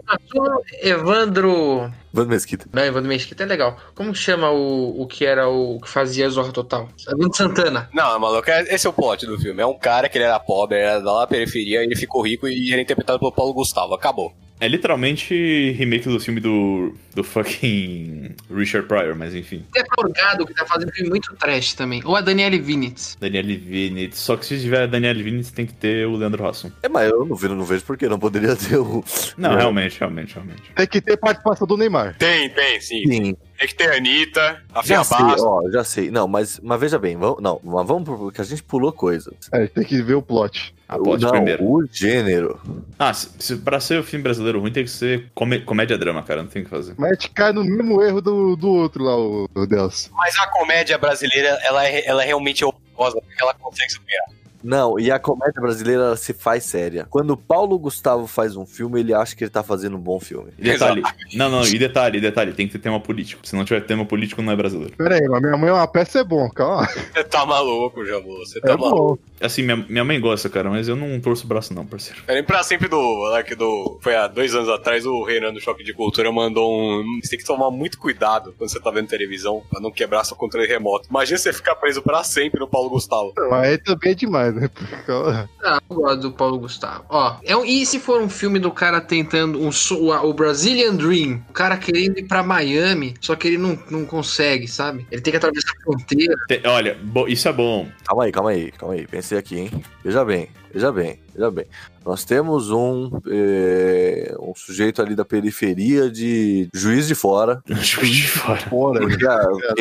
[SPEAKER 5] Arthur Evandro.
[SPEAKER 2] Vando Mesquita.
[SPEAKER 5] Não, Evandro Mesquita é legal. Como que chama o, o que era o, o que fazia Zorro Total? Evandro Santana.
[SPEAKER 4] Não, maluco, é- esse é o plot do filme. É um cara que ele era pobre, ele era da periferia, ele ficou rico e ele é interpretado pelo Paulo Gustavo. Acabou.
[SPEAKER 3] É literalmente remake do filme do, do fucking Richard Pryor, mas enfim.
[SPEAKER 5] Até Morgado, que tá fazendo filme muito trash também. Ou a Daniele Vinitz.
[SPEAKER 3] Daniel Vinitz. Só que se tiver Daniel Vinitz, tem que ter o Leandro Hassum.
[SPEAKER 2] É, mas eu não vejo, não vejo por que não poderia ter
[SPEAKER 3] [LAUGHS]
[SPEAKER 2] o.
[SPEAKER 3] Não,
[SPEAKER 2] É.
[SPEAKER 3] realmente, realmente, realmente.
[SPEAKER 1] Tem que ter participação do Neymar.
[SPEAKER 4] Tem, tem, sim.
[SPEAKER 2] Sim,
[SPEAKER 4] Tem que ter a Anitta, a Fia
[SPEAKER 2] já sei,
[SPEAKER 4] Bastos.
[SPEAKER 2] ó, já sei. Não, mas, mas veja bem, vamos, não, mas vamos pro- que a gente pulou coisa.
[SPEAKER 1] É, tem que ver o plot.
[SPEAKER 3] Aposte
[SPEAKER 2] não,
[SPEAKER 3] Ah, primeiro.
[SPEAKER 2] o gênero.
[SPEAKER 3] Ah, se, se- pra ser o filme brasileiro ruim, tem que ser come- comédia-drama, cara. Não tem o que fazer.
[SPEAKER 1] Mas a gente cai no mesmo erro do, do outro lá, o, o Deus.
[SPEAKER 4] Mas a comédia brasileira, ela é, ela é realmente horrorosa, porque ela consegue superar.
[SPEAKER 2] Não, e a comédia brasileira ela se faz séria. Quando o Paulo Gustavo faz um filme, ele acha que ele tá fazendo um bom filme.
[SPEAKER 3] E detalhe. Não, não, e detalhe, detalhe. Tem que ter tema político. Se não tiver tema político, não é brasileiro.
[SPEAKER 1] Pera aí, mas minha mãe é uma peça é bom, calma.
[SPEAKER 4] Você tá maluco, Jabu. Você tá
[SPEAKER 1] É
[SPEAKER 4] maluco.
[SPEAKER 1] bom.
[SPEAKER 3] Assim, minha, minha mãe gosta, cara, mas eu não torço o braço, não, parceiro.
[SPEAKER 4] Eu lembro pra sempre do, lá que do. Foi há dois anos atrás, o Renan do Choque de Cultura mandou um. Você tem que tomar muito cuidado quando você tá vendo televisão pra não quebrar seu controle remoto. Imagina você ficar preso pra sempre no Paulo Gustavo.
[SPEAKER 1] Mas aí também é demais, né? Calma.
[SPEAKER 5] Ah, eu gosto do Paulo Gustavo. Ó, é um, e se for um filme do cara tentando um, so- o, o Brazilian Dream, o cara querendo ir pra Miami, só que ele não, não consegue, sabe? Ele tem que atravessar a fronteira.
[SPEAKER 3] Te- olha, bo- isso é bom. [LAUGHS]
[SPEAKER 2] Calma aí, calma aí, calma aí. Pensei aqui, hein? Veja bem, veja bem. Veja bem, nós temos um, eh, um sujeito ali da periferia de Juiz de Fora.
[SPEAKER 3] Juiz de fora.
[SPEAKER 2] Fora? Quem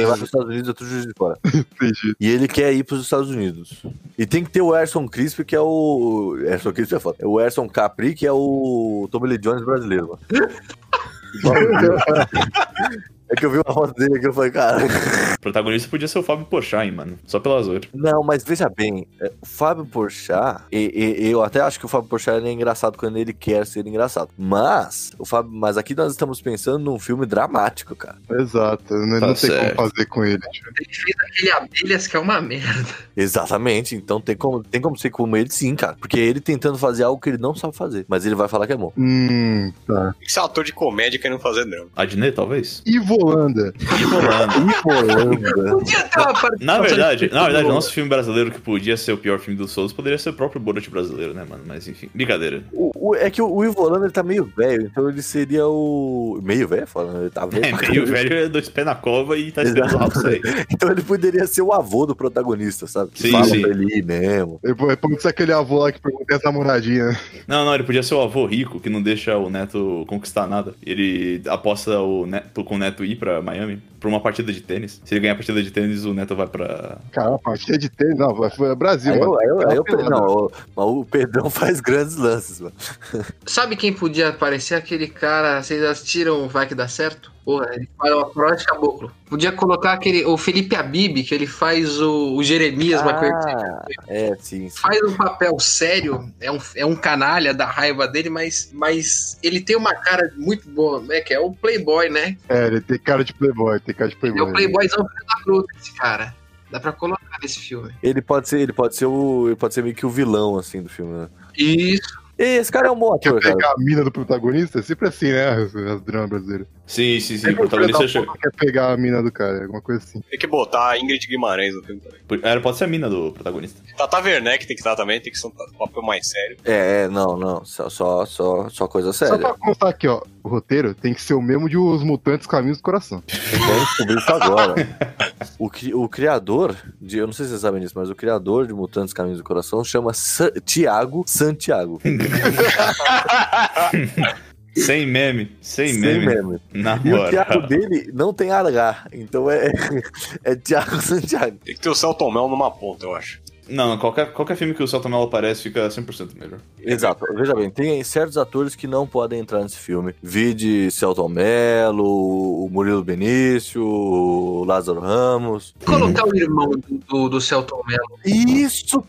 [SPEAKER 2] vai para os Estados Unidos é tudo Juiz de Fora.
[SPEAKER 1] Entendi. [LAUGHS]
[SPEAKER 2] E ele quer ir para os Estados Unidos. E tem que ter o Erson Crisp, que é o. Erson Crisp é foda. É o Erson Capri, que é o Tommy Lee Jones brasileiro, mano. É que eu vi uma foto dele aqui e eu falei, cara.
[SPEAKER 3] O protagonista podia ser o Fábio Pochá, hein, mano. Só pelas outras.
[SPEAKER 2] Não, mas veja bem, é, o Fábio Porchat, e- e- eu até acho que o Fábio Porchat ele é engraçado quando ele quer ser engraçado. Mas, o Fábio, mas aqui nós estamos pensando num filme dramático, cara.
[SPEAKER 1] Exato, né?
[SPEAKER 3] Tá
[SPEAKER 1] não sei
[SPEAKER 3] certo.
[SPEAKER 1] como fazer com ele.
[SPEAKER 5] Ele fez aquele abelhas que é uma merda.
[SPEAKER 2] Exatamente, então tem como, tem como ser como ele sim, cara. Porque ele tentando fazer algo que ele não sabe fazer, mas ele vai falar que é bom.
[SPEAKER 1] Hum, tá.
[SPEAKER 4] Esse um ator de comédia querendo fazer drama.
[SPEAKER 3] Adnet, talvez?
[SPEAKER 1] Ivolanda.
[SPEAKER 3] E Rolando.
[SPEAKER 2] [LAUGHS] Caramba.
[SPEAKER 5] Podia ter uma participação
[SPEAKER 3] É. Na verdade,
[SPEAKER 5] de-
[SPEAKER 3] na verdade, o nosso filme brasileiro que podia ser o pior filme do Souls poderia ser o próprio Borat brasileiro, né, mano? Mas enfim, brincadeira.
[SPEAKER 2] O- o- é que o, o Ivo Holanda ele tá meio velho, então ele seria o. Meio velho, fala, né? Ele
[SPEAKER 3] [LAUGHS]
[SPEAKER 2] tá velho.
[SPEAKER 3] É,
[SPEAKER 2] pra
[SPEAKER 3] meio
[SPEAKER 2] caramba.
[SPEAKER 3] velho é dois pés na cova e tá esperando o rabo sair.
[SPEAKER 2] Então ele poderia ser o avô do protagonista, sabe? Que
[SPEAKER 3] Sim,
[SPEAKER 2] fala
[SPEAKER 3] sim.
[SPEAKER 2] pra ele ir mesmo.
[SPEAKER 1] Depois depois aquele avô lá que pergunta é essa namoradinha.
[SPEAKER 3] Não, não, ele podia ser o avô rico que não deixa o neto conquistar nada. Ele aposta o neto com o neto ir pra Miami pra uma partida de tênis. Se ele ganhar a partida de tênis, o neto vai pra.
[SPEAKER 1] Cara, a partida de tênis. Não, foi Brasil,
[SPEAKER 2] Aí
[SPEAKER 1] mano. tá
[SPEAKER 2] eu, aí eu, aí eu,
[SPEAKER 1] Pelada.
[SPEAKER 2] não, o, mas o Pedrão [LAUGHS] faz grandes lances, mano.
[SPEAKER 5] Sabe quem podia aparecer? Aquele cara, vocês assistiram o Vai Que Dá Certo? Porra, ele fala uma prova de caboclo. Podia colocar aquele, o Felipe Abib, que ele faz o, o Jeremias Macoertinho.
[SPEAKER 2] Ah, é, sim, sim.
[SPEAKER 5] Faz um papel sério, é um, é um canalha da raiva dele, mas, mas ele tem uma cara muito boa, né? Que é o Playboy, né?
[SPEAKER 1] É, ele tem cara de playboy, tem cara de
[SPEAKER 5] É
[SPEAKER 1] playboy.
[SPEAKER 5] o Playboyzão filho da fruta, esse cara. Dá pra colocar nesse filme.
[SPEAKER 2] Ele pode ser, ele pode ser o. Ele pode ser meio que o vilão, assim, do filme, né?
[SPEAKER 5] Isso.
[SPEAKER 2] Ei, esse cara é um bom
[SPEAKER 1] Quer
[SPEAKER 2] ator, cara.
[SPEAKER 1] pegar a mina do protagonista? É Sempre assim, né? As, as dramas brasileiras.
[SPEAKER 3] Sim, sim, sim. O
[SPEAKER 1] Sempre o filho
[SPEAKER 3] protagonista
[SPEAKER 1] da
[SPEAKER 3] chega.
[SPEAKER 1] puta quer é pegar a mina do cara, alguma coisa assim.
[SPEAKER 4] Tem que botar a Ingrid Guimarães no filme também.
[SPEAKER 3] Era, é, pode ser a mina do protagonista.
[SPEAKER 4] Tata Werneck tem que estar também, tem que ser um papel mais sério.
[SPEAKER 2] É, é, não, não. Só, só, só, só coisa
[SPEAKER 1] Só
[SPEAKER 2] séria.
[SPEAKER 1] pra constar aqui, ó. O roteiro tem que ser o mesmo de Os Mutantes Caminhos do Coração.
[SPEAKER 2] Vamos descobrir isso agora. O, cri- o criador, de, eu não sei se vocês sabem disso, mas o criador de Mutantes Caminhos do Coração chama Sa Tiago Santiago.
[SPEAKER 3] Sem meme, sem,
[SPEAKER 2] Sem
[SPEAKER 3] meme.
[SPEAKER 2] meme.
[SPEAKER 3] Na
[SPEAKER 2] E o Tiago
[SPEAKER 3] moral.
[SPEAKER 2] dele não tem H, então é, [LAUGHS] é Tiago Santiago.
[SPEAKER 4] Tem que ter o Celton Mel numa ponta, eu acho.
[SPEAKER 3] Não, qualquer, qualquer filme que o Celton Mello aparece fica 100% melhor.
[SPEAKER 2] Exato. Veja bem, tem certos atores que não podem entrar nesse filme. Vide Celton Mello, o Murilo Benício, o Lázaro Ramos.
[SPEAKER 5] Colocar o irmão do, do, do Celton Mello.
[SPEAKER 2] Isso,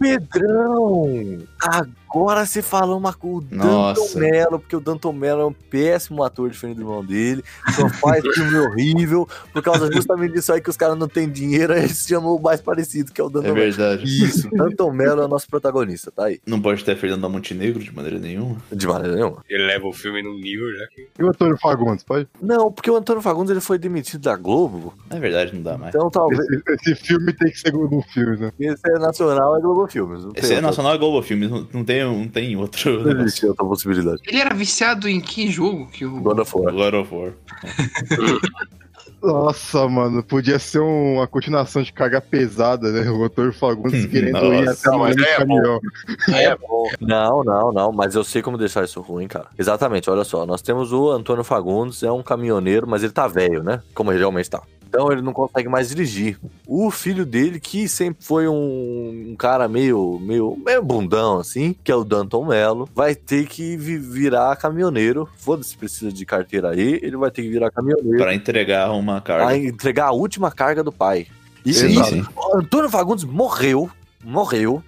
[SPEAKER 2] Pedrão! Agora você falou uma coisa. O Danton
[SPEAKER 3] Nossa.
[SPEAKER 2] Mello, porque o Danton Mello é um péssimo ator diferente do irmão dele. Só
[SPEAKER 3] [LAUGHS]
[SPEAKER 2] faz filme horrível. Por causa justamente disso aí que os caras não têm dinheiro, aí eles chamam o mais parecido, que é o Danton
[SPEAKER 3] É
[SPEAKER 2] Mello.
[SPEAKER 3] verdade.
[SPEAKER 2] Isso, Danton Mello é o nosso protagonista, tá aí.
[SPEAKER 3] Não pode ter Fernando Montenegro de maneira nenhuma.
[SPEAKER 2] De maneira nenhuma.
[SPEAKER 4] Ele leva o filme num nível né? já que.
[SPEAKER 1] E o Antônio Fagundes, pode?
[SPEAKER 2] Não, porque o Antônio Fagundes ele foi demitido da Globo,
[SPEAKER 3] É verdade, não dá mais.
[SPEAKER 2] então talvez
[SPEAKER 1] Esse, esse filme tem que ser um filme, né?
[SPEAKER 2] esse é nacional é Globo Filmes. Não
[SPEAKER 3] Esse é
[SPEAKER 2] outra-
[SPEAKER 3] nacional né? é Globo Filmes, não, não tem, um, não tem outro.
[SPEAKER 2] Não
[SPEAKER 3] negócio.
[SPEAKER 2] existe outra possibilidade.
[SPEAKER 5] Ele era viciado em que jogo? Que o...
[SPEAKER 2] God of War.
[SPEAKER 3] [LAUGHS] God of War.
[SPEAKER 1] Nossa, mano, podia ser um, uma continuação de carga pesada, né? O Antônio Fagundes querendo ir
[SPEAKER 3] Hum,
[SPEAKER 1] até
[SPEAKER 3] Nossa,
[SPEAKER 1] a mulher
[SPEAKER 4] mas aí
[SPEAKER 1] do
[SPEAKER 4] é
[SPEAKER 1] caminhão.
[SPEAKER 4] É, bom.
[SPEAKER 2] Não, não, não, mas eu sei como deixar isso ruim, cara. Exatamente, olha só, nós temos o Antônio Fagundes, é um caminhoneiro, mas ele tá velho, né? Como ele realmente tá. Então ele não consegue mais dirigir. O filho dele, que sempre foi um, um cara meio, meio, meio bundão, assim, que é o Danton Mello, vai ter que vi- virar caminhoneiro. Foda-se, precisa de carteira aí, ele vai ter que virar caminhoneiro.
[SPEAKER 3] Pra entregar uma
[SPEAKER 2] a
[SPEAKER 3] carga.
[SPEAKER 2] entregar a última carga do pai. E,
[SPEAKER 1] Sim,
[SPEAKER 2] e
[SPEAKER 1] sim.
[SPEAKER 2] o Antônio Fagundes morreu, morreu.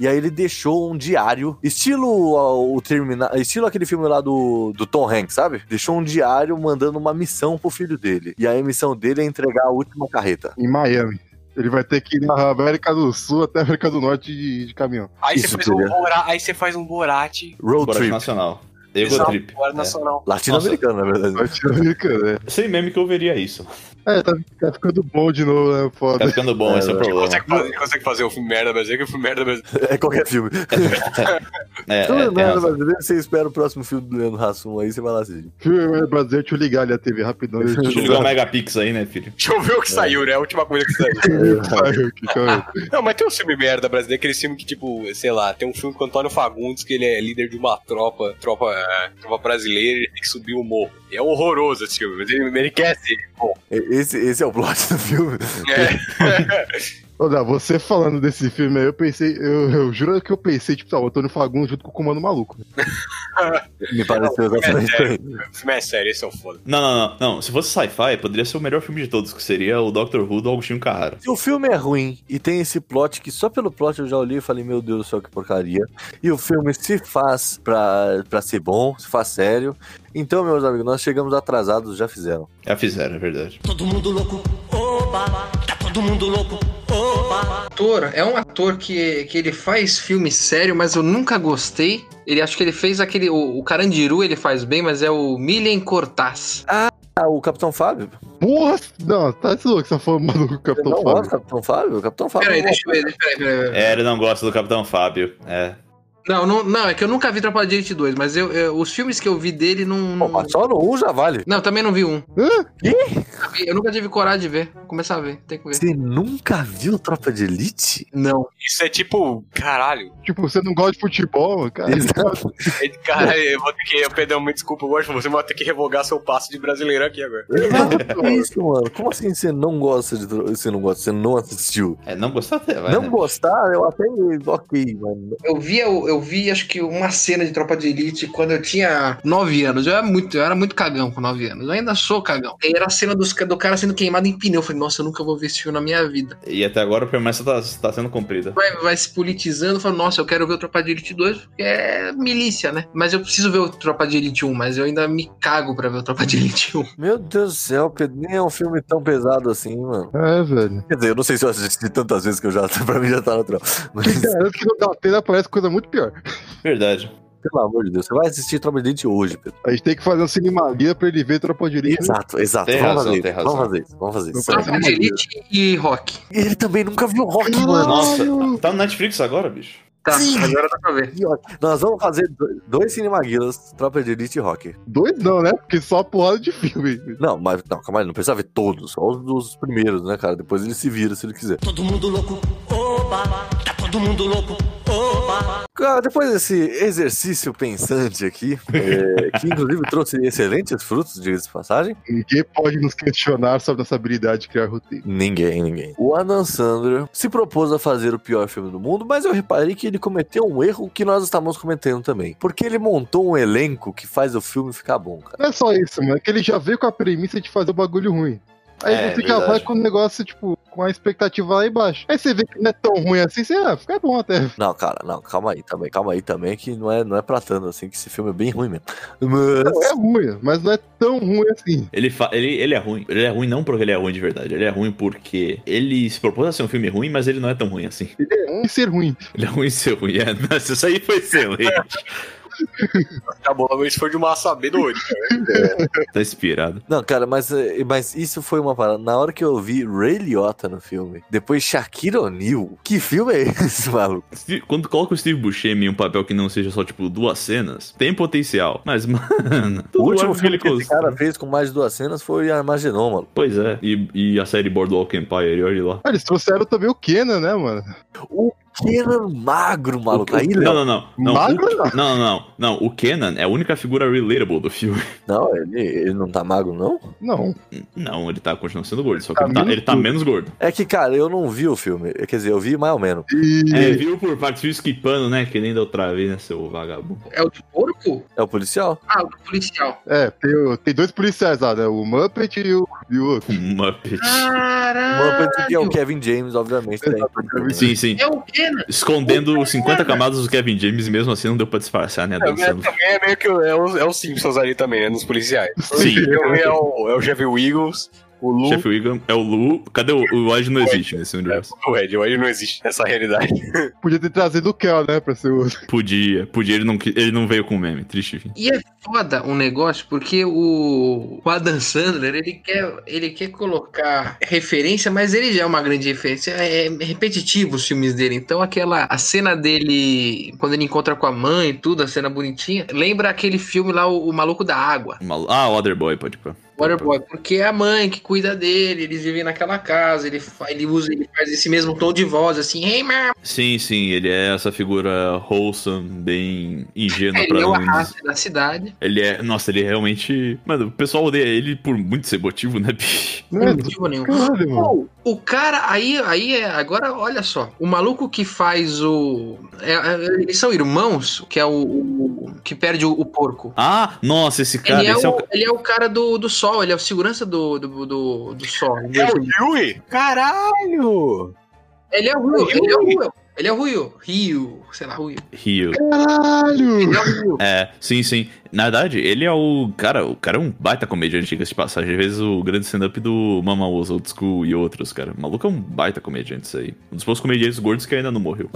[SPEAKER 2] E aí ele deixou um diário, estilo ah, o termina, estilo aquele filme lá do, do Tom Hanks, sabe? Deixou um diário mandando uma missão pro filho dele. E aí a missão dele é entregar a última carreta.
[SPEAKER 1] em Miami. Ele vai ter que ir na América do Sul até a América do Norte de, de caminhão.
[SPEAKER 4] Aí,
[SPEAKER 2] Isso
[SPEAKER 4] você faz um
[SPEAKER 2] seria.
[SPEAKER 4] Bora- aí você faz um Borat.
[SPEAKER 2] Road
[SPEAKER 3] Bora
[SPEAKER 2] trip.
[SPEAKER 3] nacional. Ego Trip.
[SPEAKER 4] Guarda Nacional.
[SPEAKER 2] Latino-americano, na verdade. [LAUGHS]
[SPEAKER 1] Latino-americano, né?
[SPEAKER 3] Sem meme que eu veria isso.
[SPEAKER 1] É, tá, tá ficando bom de novo, né? Foda.
[SPEAKER 3] Tá ficando bom, esse é o problema.
[SPEAKER 4] Consegue fazer, consegue fazer o filme merda brasileiro que o filme merda brasileiro.
[SPEAKER 2] É qualquer filme.
[SPEAKER 3] É, é,
[SPEAKER 2] Tudo
[SPEAKER 1] né?
[SPEAKER 3] tem
[SPEAKER 2] merda,
[SPEAKER 3] razão.
[SPEAKER 2] mas beleza, você espera o próximo filme do Leandro Hassum aí, você vai lá assistir.
[SPEAKER 1] Filme é brasileiro, deixa eu ligar ali a TV rapidão. Deixa
[SPEAKER 3] Deixa eu ligar o Megapix aí, né, filho?
[SPEAKER 4] Deixa eu ver
[SPEAKER 2] É.
[SPEAKER 4] o que saiu, né? A última coisa que saiu. [LAUGHS]
[SPEAKER 1] Saiu aqui, calma aí.
[SPEAKER 4] Não, mas tem um filme merda brasileiro, aquele filme que, tipo, sei lá, tem um filme com o Antônio Fagundes, que ele é líder de uma tropa, tropa, é, tropa brasileira, ele tem que subir o morro. E é horroroso esse filme, mas ele merece. Bom,
[SPEAKER 2] E- Esse, esse é o plot do filme.
[SPEAKER 4] é.
[SPEAKER 1] Olha, você falando desse filme aí, eu pensei, eu, eu juro que eu pensei, tipo, tá, o Antônio Fagundes junto com o Comando Maluco.
[SPEAKER 2] Me pareceu exatamente bem.
[SPEAKER 4] o filme é sério, esse é o foda.
[SPEAKER 3] Não, não, não, não. Se fosse sci-fi, poderia ser o melhor filme de todos, que seria o Doctor Who do Agostinho Carrara.
[SPEAKER 2] Se o filme é ruim e tem esse plot que só pelo plot eu já olhei e falei, meu Deus do céu, que porcaria. E o filme se faz pra, pra ser bom, se faz sério. Então, meus amigos, nós chegamos atrasados, já fizeram.
[SPEAKER 3] Já fizeram, é verdade.
[SPEAKER 7] Todo mundo louco, oba, tá todo mundo louco, oba.
[SPEAKER 5] ator, é um ator que, que ele faz filme sério, mas eu nunca gostei. Ele acho que ele fez aquele. O, o Carandiru ele faz bem, mas é o Milen Cortaz.
[SPEAKER 2] Ah, o Capitão Fábio?
[SPEAKER 1] Porra! Não, tá louco, você tá falando maluco,
[SPEAKER 2] Você
[SPEAKER 1] Capitão
[SPEAKER 2] não
[SPEAKER 1] Fábio.
[SPEAKER 2] gosta do Capitão Fábio? O Capitão Fábio.
[SPEAKER 5] Peraí,
[SPEAKER 2] é bom.
[SPEAKER 5] deixa eu ver. Peraí, peraí, peraí.
[SPEAKER 3] É, ele não gosta do Capitão Fábio. É.
[SPEAKER 5] Não, não, não, é que eu nunca vi Trapalhada de 2, mas eu, eu- os filmes que eu vi dele não.
[SPEAKER 2] Pô,
[SPEAKER 5] Não,
[SPEAKER 2] mas só no 1 já vale.
[SPEAKER 5] não, também não vi um.
[SPEAKER 1] Hã?
[SPEAKER 5] Nunca vi- Eu nunca tive coragem de ver. Vou Começar a ver, tem que ver.
[SPEAKER 2] Você nunca viu Tropa de [LAUGHS] Elite?
[SPEAKER 5] Não.
[SPEAKER 4] Isso é tipo, caralho.
[SPEAKER 1] Tipo, você não gosta de futebol, cara?
[SPEAKER 4] É, Caralho, eu vou ter que. Pedro, me desculpa, eu gosto de você, mas eu vou ter que revogar seu passo de brasileiro aqui agora.
[SPEAKER 2] É isso, mano. Como assim você não gosta de. tro- Você não gosta, você não assistiu?
[SPEAKER 3] É, não gostar até, vai.
[SPEAKER 2] não
[SPEAKER 3] né?
[SPEAKER 2] gostar, eu até. Ok, mano.
[SPEAKER 5] Eu vi, eu, eu vi, acho que uma cena de Tropa de Elite quando eu tinha 9 anos. Eu era muito, eu era muito cagão com 9 anos. Eu ainda sou cagão. E era a cena dos, ca- do cara sendo queimado em pneu. Eu falei, nossa, eu nunca vou ver esse filme na minha vida.
[SPEAKER 3] E até agora a promessa tá, tá sendo cumprida.
[SPEAKER 5] Vai, vai se politizando, fala, nossa, eu quero ver o Tropa de Elite 2, porque é milícia, né? Mas eu preciso ver o Tropa de Elite 1, mas eu ainda me cago pra ver o Tropa de Elite 1.
[SPEAKER 2] Meu Deus do céu, Pedro, nem é um filme tão pesado assim, mano.
[SPEAKER 1] É,
[SPEAKER 2] [LAUGHS]
[SPEAKER 1] velho.
[SPEAKER 2] Quer dizer, eu não sei se eu assisti tantas vezes que eu já. [LAUGHS] Pra mim já tá natural. Mas, [LAUGHS]
[SPEAKER 1] Garanto que no Datena aparece coisa muito pior.
[SPEAKER 3] Verdade.
[SPEAKER 2] pelo amor de Deus, você vai assistir Tropa de Elite hoje, Pedro.
[SPEAKER 1] A gente tem que fazer um cinemalia pra ele ver Tropa de Elite.
[SPEAKER 2] Exato, exato.
[SPEAKER 3] Tem
[SPEAKER 2] vamos
[SPEAKER 3] razão,
[SPEAKER 2] fazer
[SPEAKER 3] tem
[SPEAKER 2] isso.
[SPEAKER 3] razão.
[SPEAKER 2] Vamos fazer isso, vamos fazer isso.
[SPEAKER 1] Não,
[SPEAKER 5] [LAUGHS] Tropa de Elite e Rock.
[SPEAKER 2] E Ele também nunca viu rock, mano.
[SPEAKER 3] Nossa, tá no Netflix agora, bicho?
[SPEAKER 5] Tá, agora dá pra ver.
[SPEAKER 2] Nós vamos fazer do- dois Cinemaguilas, Tropa de Elite e Rock.
[SPEAKER 1] Dois não, né? Porque só porrada de filme.
[SPEAKER 2] Não, mas não, calma aí, não precisa ver todos, só os, os primeiros, né, cara? Depois ele se vira se ele quiser.
[SPEAKER 7] Todo mundo louco, oba, tá todo mundo louco, oba.
[SPEAKER 2] Cara, depois desse exercício pensante aqui, é, que inclusive trouxe excelentes frutos, diga-se de passagem,
[SPEAKER 1] Ninguém pode nos questionar sobre nossa habilidade de criar roteiro.
[SPEAKER 2] ninguém, ninguém. O Adam Sandler se propôs a fazer o pior filme do mundo, mas eu reparei que ele cometeu um erro que nós estamos cometendo também. Porque ele montou um elenco que faz o filme ficar bom, cara.
[SPEAKER 1] Não é só isso, mano. É que ele já veio com a premissa de fazer o bagulho ruim. Aí
[SPEAKER 3] É,
[SPEAKER 1] você já
[SPEAKER 3] verdade.
[SPEAKER 1] vai com o negócio, tipo, com a expectativa lá embaixo. Aí você vê que não é tão ruim assim, você, ah, fica bom até. [LAUGHS]
[SPEAKER 2] Não, cara, não, calma aí também, calma aí também, que não é, não é pra tanto assim, que esse filme é bem ruim mesmo. Mas...
[SPEAKER 1] Não é ruim, mas não é tão ruim assim.
[SPEAKER 3] Ele, fa- ele, ele é ruim. Ele é ruim não porque ele é ruim de verdade. Ele é ruim porque ele se propôs a ser um filme ruim, mas ele não é tão ruim assim.
[SPEAKER 1] E ser ruim.
[SPEAKER 3] Ele é ruim em ser ruim. É, [LAUGHS] nossa, isso aí foi
[SPEAKER 2] [LAUGHS]
[SPEAKER 3] excelente.
[SPEAKER 4] Acabou, mas Tá foi de uma sabedoria.
[SPEAKER 3] tá inspirado.
[SPEAKER 2] Não, cara, mas, eh, mas isso foi uma parada. Na hora que eu vi Ray Liotta no filme, depois Shaquille O'Neal, que filme é esse, [LAUGHS] maluco?
[SPEAKER 3] Steve- Quando coloca o Steve Buscemi em um papel que não seja só, tipo, duas cenas, tem potencial. Mas, [LAUGHS] mano... é
[SPEAKER 2] O
[SPEAKER 3] todo
[SPEAKER 2] último
[SPEAKER 3] arco
[SPEAKER 2] filme que esse
[SPEAKER 3] constrói-
[SPEAKER 2] cara fez com mais de duas cenas foi Armagedon, maluco.
[SPEAKER 3] Pois é. E, e a série Boardwalk Empire, e olha lá.
[SPEAKER 1] Ah, eles trouxeram também o Kenan, né, mano?
[SPEAKER 2] O Kenan magro, maluco. Aí, é
[SPEAKER 3] não,
[SPEAKER 2] Léo-
[SPEAKER 3] não, não. Não,
[SPEAKER 1] Magro
[SPEAKER 3] o, não. não, não, não. O Kenan é a única figura relatable do filme. [LAUGHS]
[SPEAKER 2] Não, ele, ele não tá magro, não?
[SPEAKER 1] Não.
[SPEAKER 3] Não, ele tá continuando sendo gordo, só que
[SPEAKER 1] Tá
[SPEAKER 3] ele, tá,
[SPEAKER 1] menos
[SPEAKER 3] ele tá
[SPEAKER 1] gordo.
[SPEAKER 3] menos gordo.
[SPEAKER 2] É que, cara, eu não vi o filme. Quer dizer, eu vi mais ou menos.
[SPEAKER 1] E
[SPEAKER 3] É, viu por partes viu esquipando, né? Que nem da outra vez, né, seu vagabundo. [LAUGHS]
[SPEAKER 5] É o do porco?
[SPEAKER 2] É o policial?
[SPEAKER 5] Ah, o do policial.
[SPEAKER 1] É, tem, o- tem dois policiais lá, né? O Muppet e o, e o outro.
[SPEAKER 3] Um Muppet.
[SPEAKER 2] Ah. Uma
[SPEAKER 5] Caralho!
[SPEAKER 2] coisa que é o Kevin James, obviamente. Tá aí.
[SPEAKER 3] Sim, sim.
[SPEAKER 5] É o quê, né?
[SPEAKER 3] Escondendo 50 camadas do Kevin James, e mesmo assim não deu pra disfarçar, né? Dançando.
[SPEAKER 4] também é meio que o- é os, é os Simpsons ali também, né? Nos policiais.
[SPEAKER 3] Sim.
[SPEAKER 4] Um é o, é o Jeff Wiggles, O Lu.
[SPEAKER 3] Jeff Wiggum é o Lu. Cadê o, o Odd não existe nesse universo?
[SPEAKER 4] O Ed, o Ed não existe nessa realidade.
[SPEAKER 1] Podia ter trazido o Kel, né? Pra ser o.
[SPEAKER 3] Podia, podia, ele não, qui- ele não veio com meme, triste fim.
[SPEAKER 5] E é foda um negócio porque o, o Adam Sandler, ele quer, ele quer colocar referência, mas ele já é uma grande referência. É repetitivo os filmes dele. Então aquela a cena dele quando ele encontra com a mãe e tudo, a cena bonitinha, lembra aquele filme lá o, o Maluco da Água,
[SPEAKER 3] Mal- Ah, o Otherboy, pode pôr.
[SPEAKER 5] Waterboy, porque é a mãe que cuida dele, eles vivem naquela casa, ele fa- ele usa, ele faz esse mesmo tom de voz assim, hey, man.
[SPEAKER 3] Sim, sim, ele é essa figura wholesome, bem ingênua pra
[SPEAKER 5] Ele é o
[SPEAKER 3] não dizer-
[SPEAKER 5] arrasto da cidade.
[SPEAKER 3] Ele é. Nossa, ele é realmente. Mano, o pessoal odeia ele por muito ser motivo, né, bicho?
[SPEAKER 1] Não é?
[SPEAKER 5] Não motivo nenhum.
[SPEAKER 1] Caralho, mano.
[SPEAKER 5] Pô, o cara, aí, aí é, agora olha só, o maluco que faz o. é, é, eles são irmãos, que é o. o- que perde o, o porco.
[SPEAKER 3] Ah, nossa, esse cara.
[SPEAKER 5] ele, é
[SPEAKER 3] esse é
[SPEAKER 5] o,
[SPEAKER 3] o...
[SPEAKER 5] ele é o cara do, do sol, ele é o segurança do, do, do, do sol.
[SPEAKER 4] É o Yui?
[SPEAKER 2] Caralho!
[SPEAKER 5] Ele é o Rui, ele é o Rui. Ele é o Rui, Rio, sei lá, Rui.
[SPEAKER 3] Rio.
[SPEAKER 1] Caralho!
[SPEAKER 5] Ele é o Rui.
[SPEAKER 3] É, sim, sim. Na verdade, ele é o. Cara, o cara é um baita comediante, diga-se de passagem. Às vezes o grande stand-up do Mama Usa, Old School e outros, cara. O maluco é um baita comediante, isso aí. Um dos poucos comediantes gordos que ainda não morreu.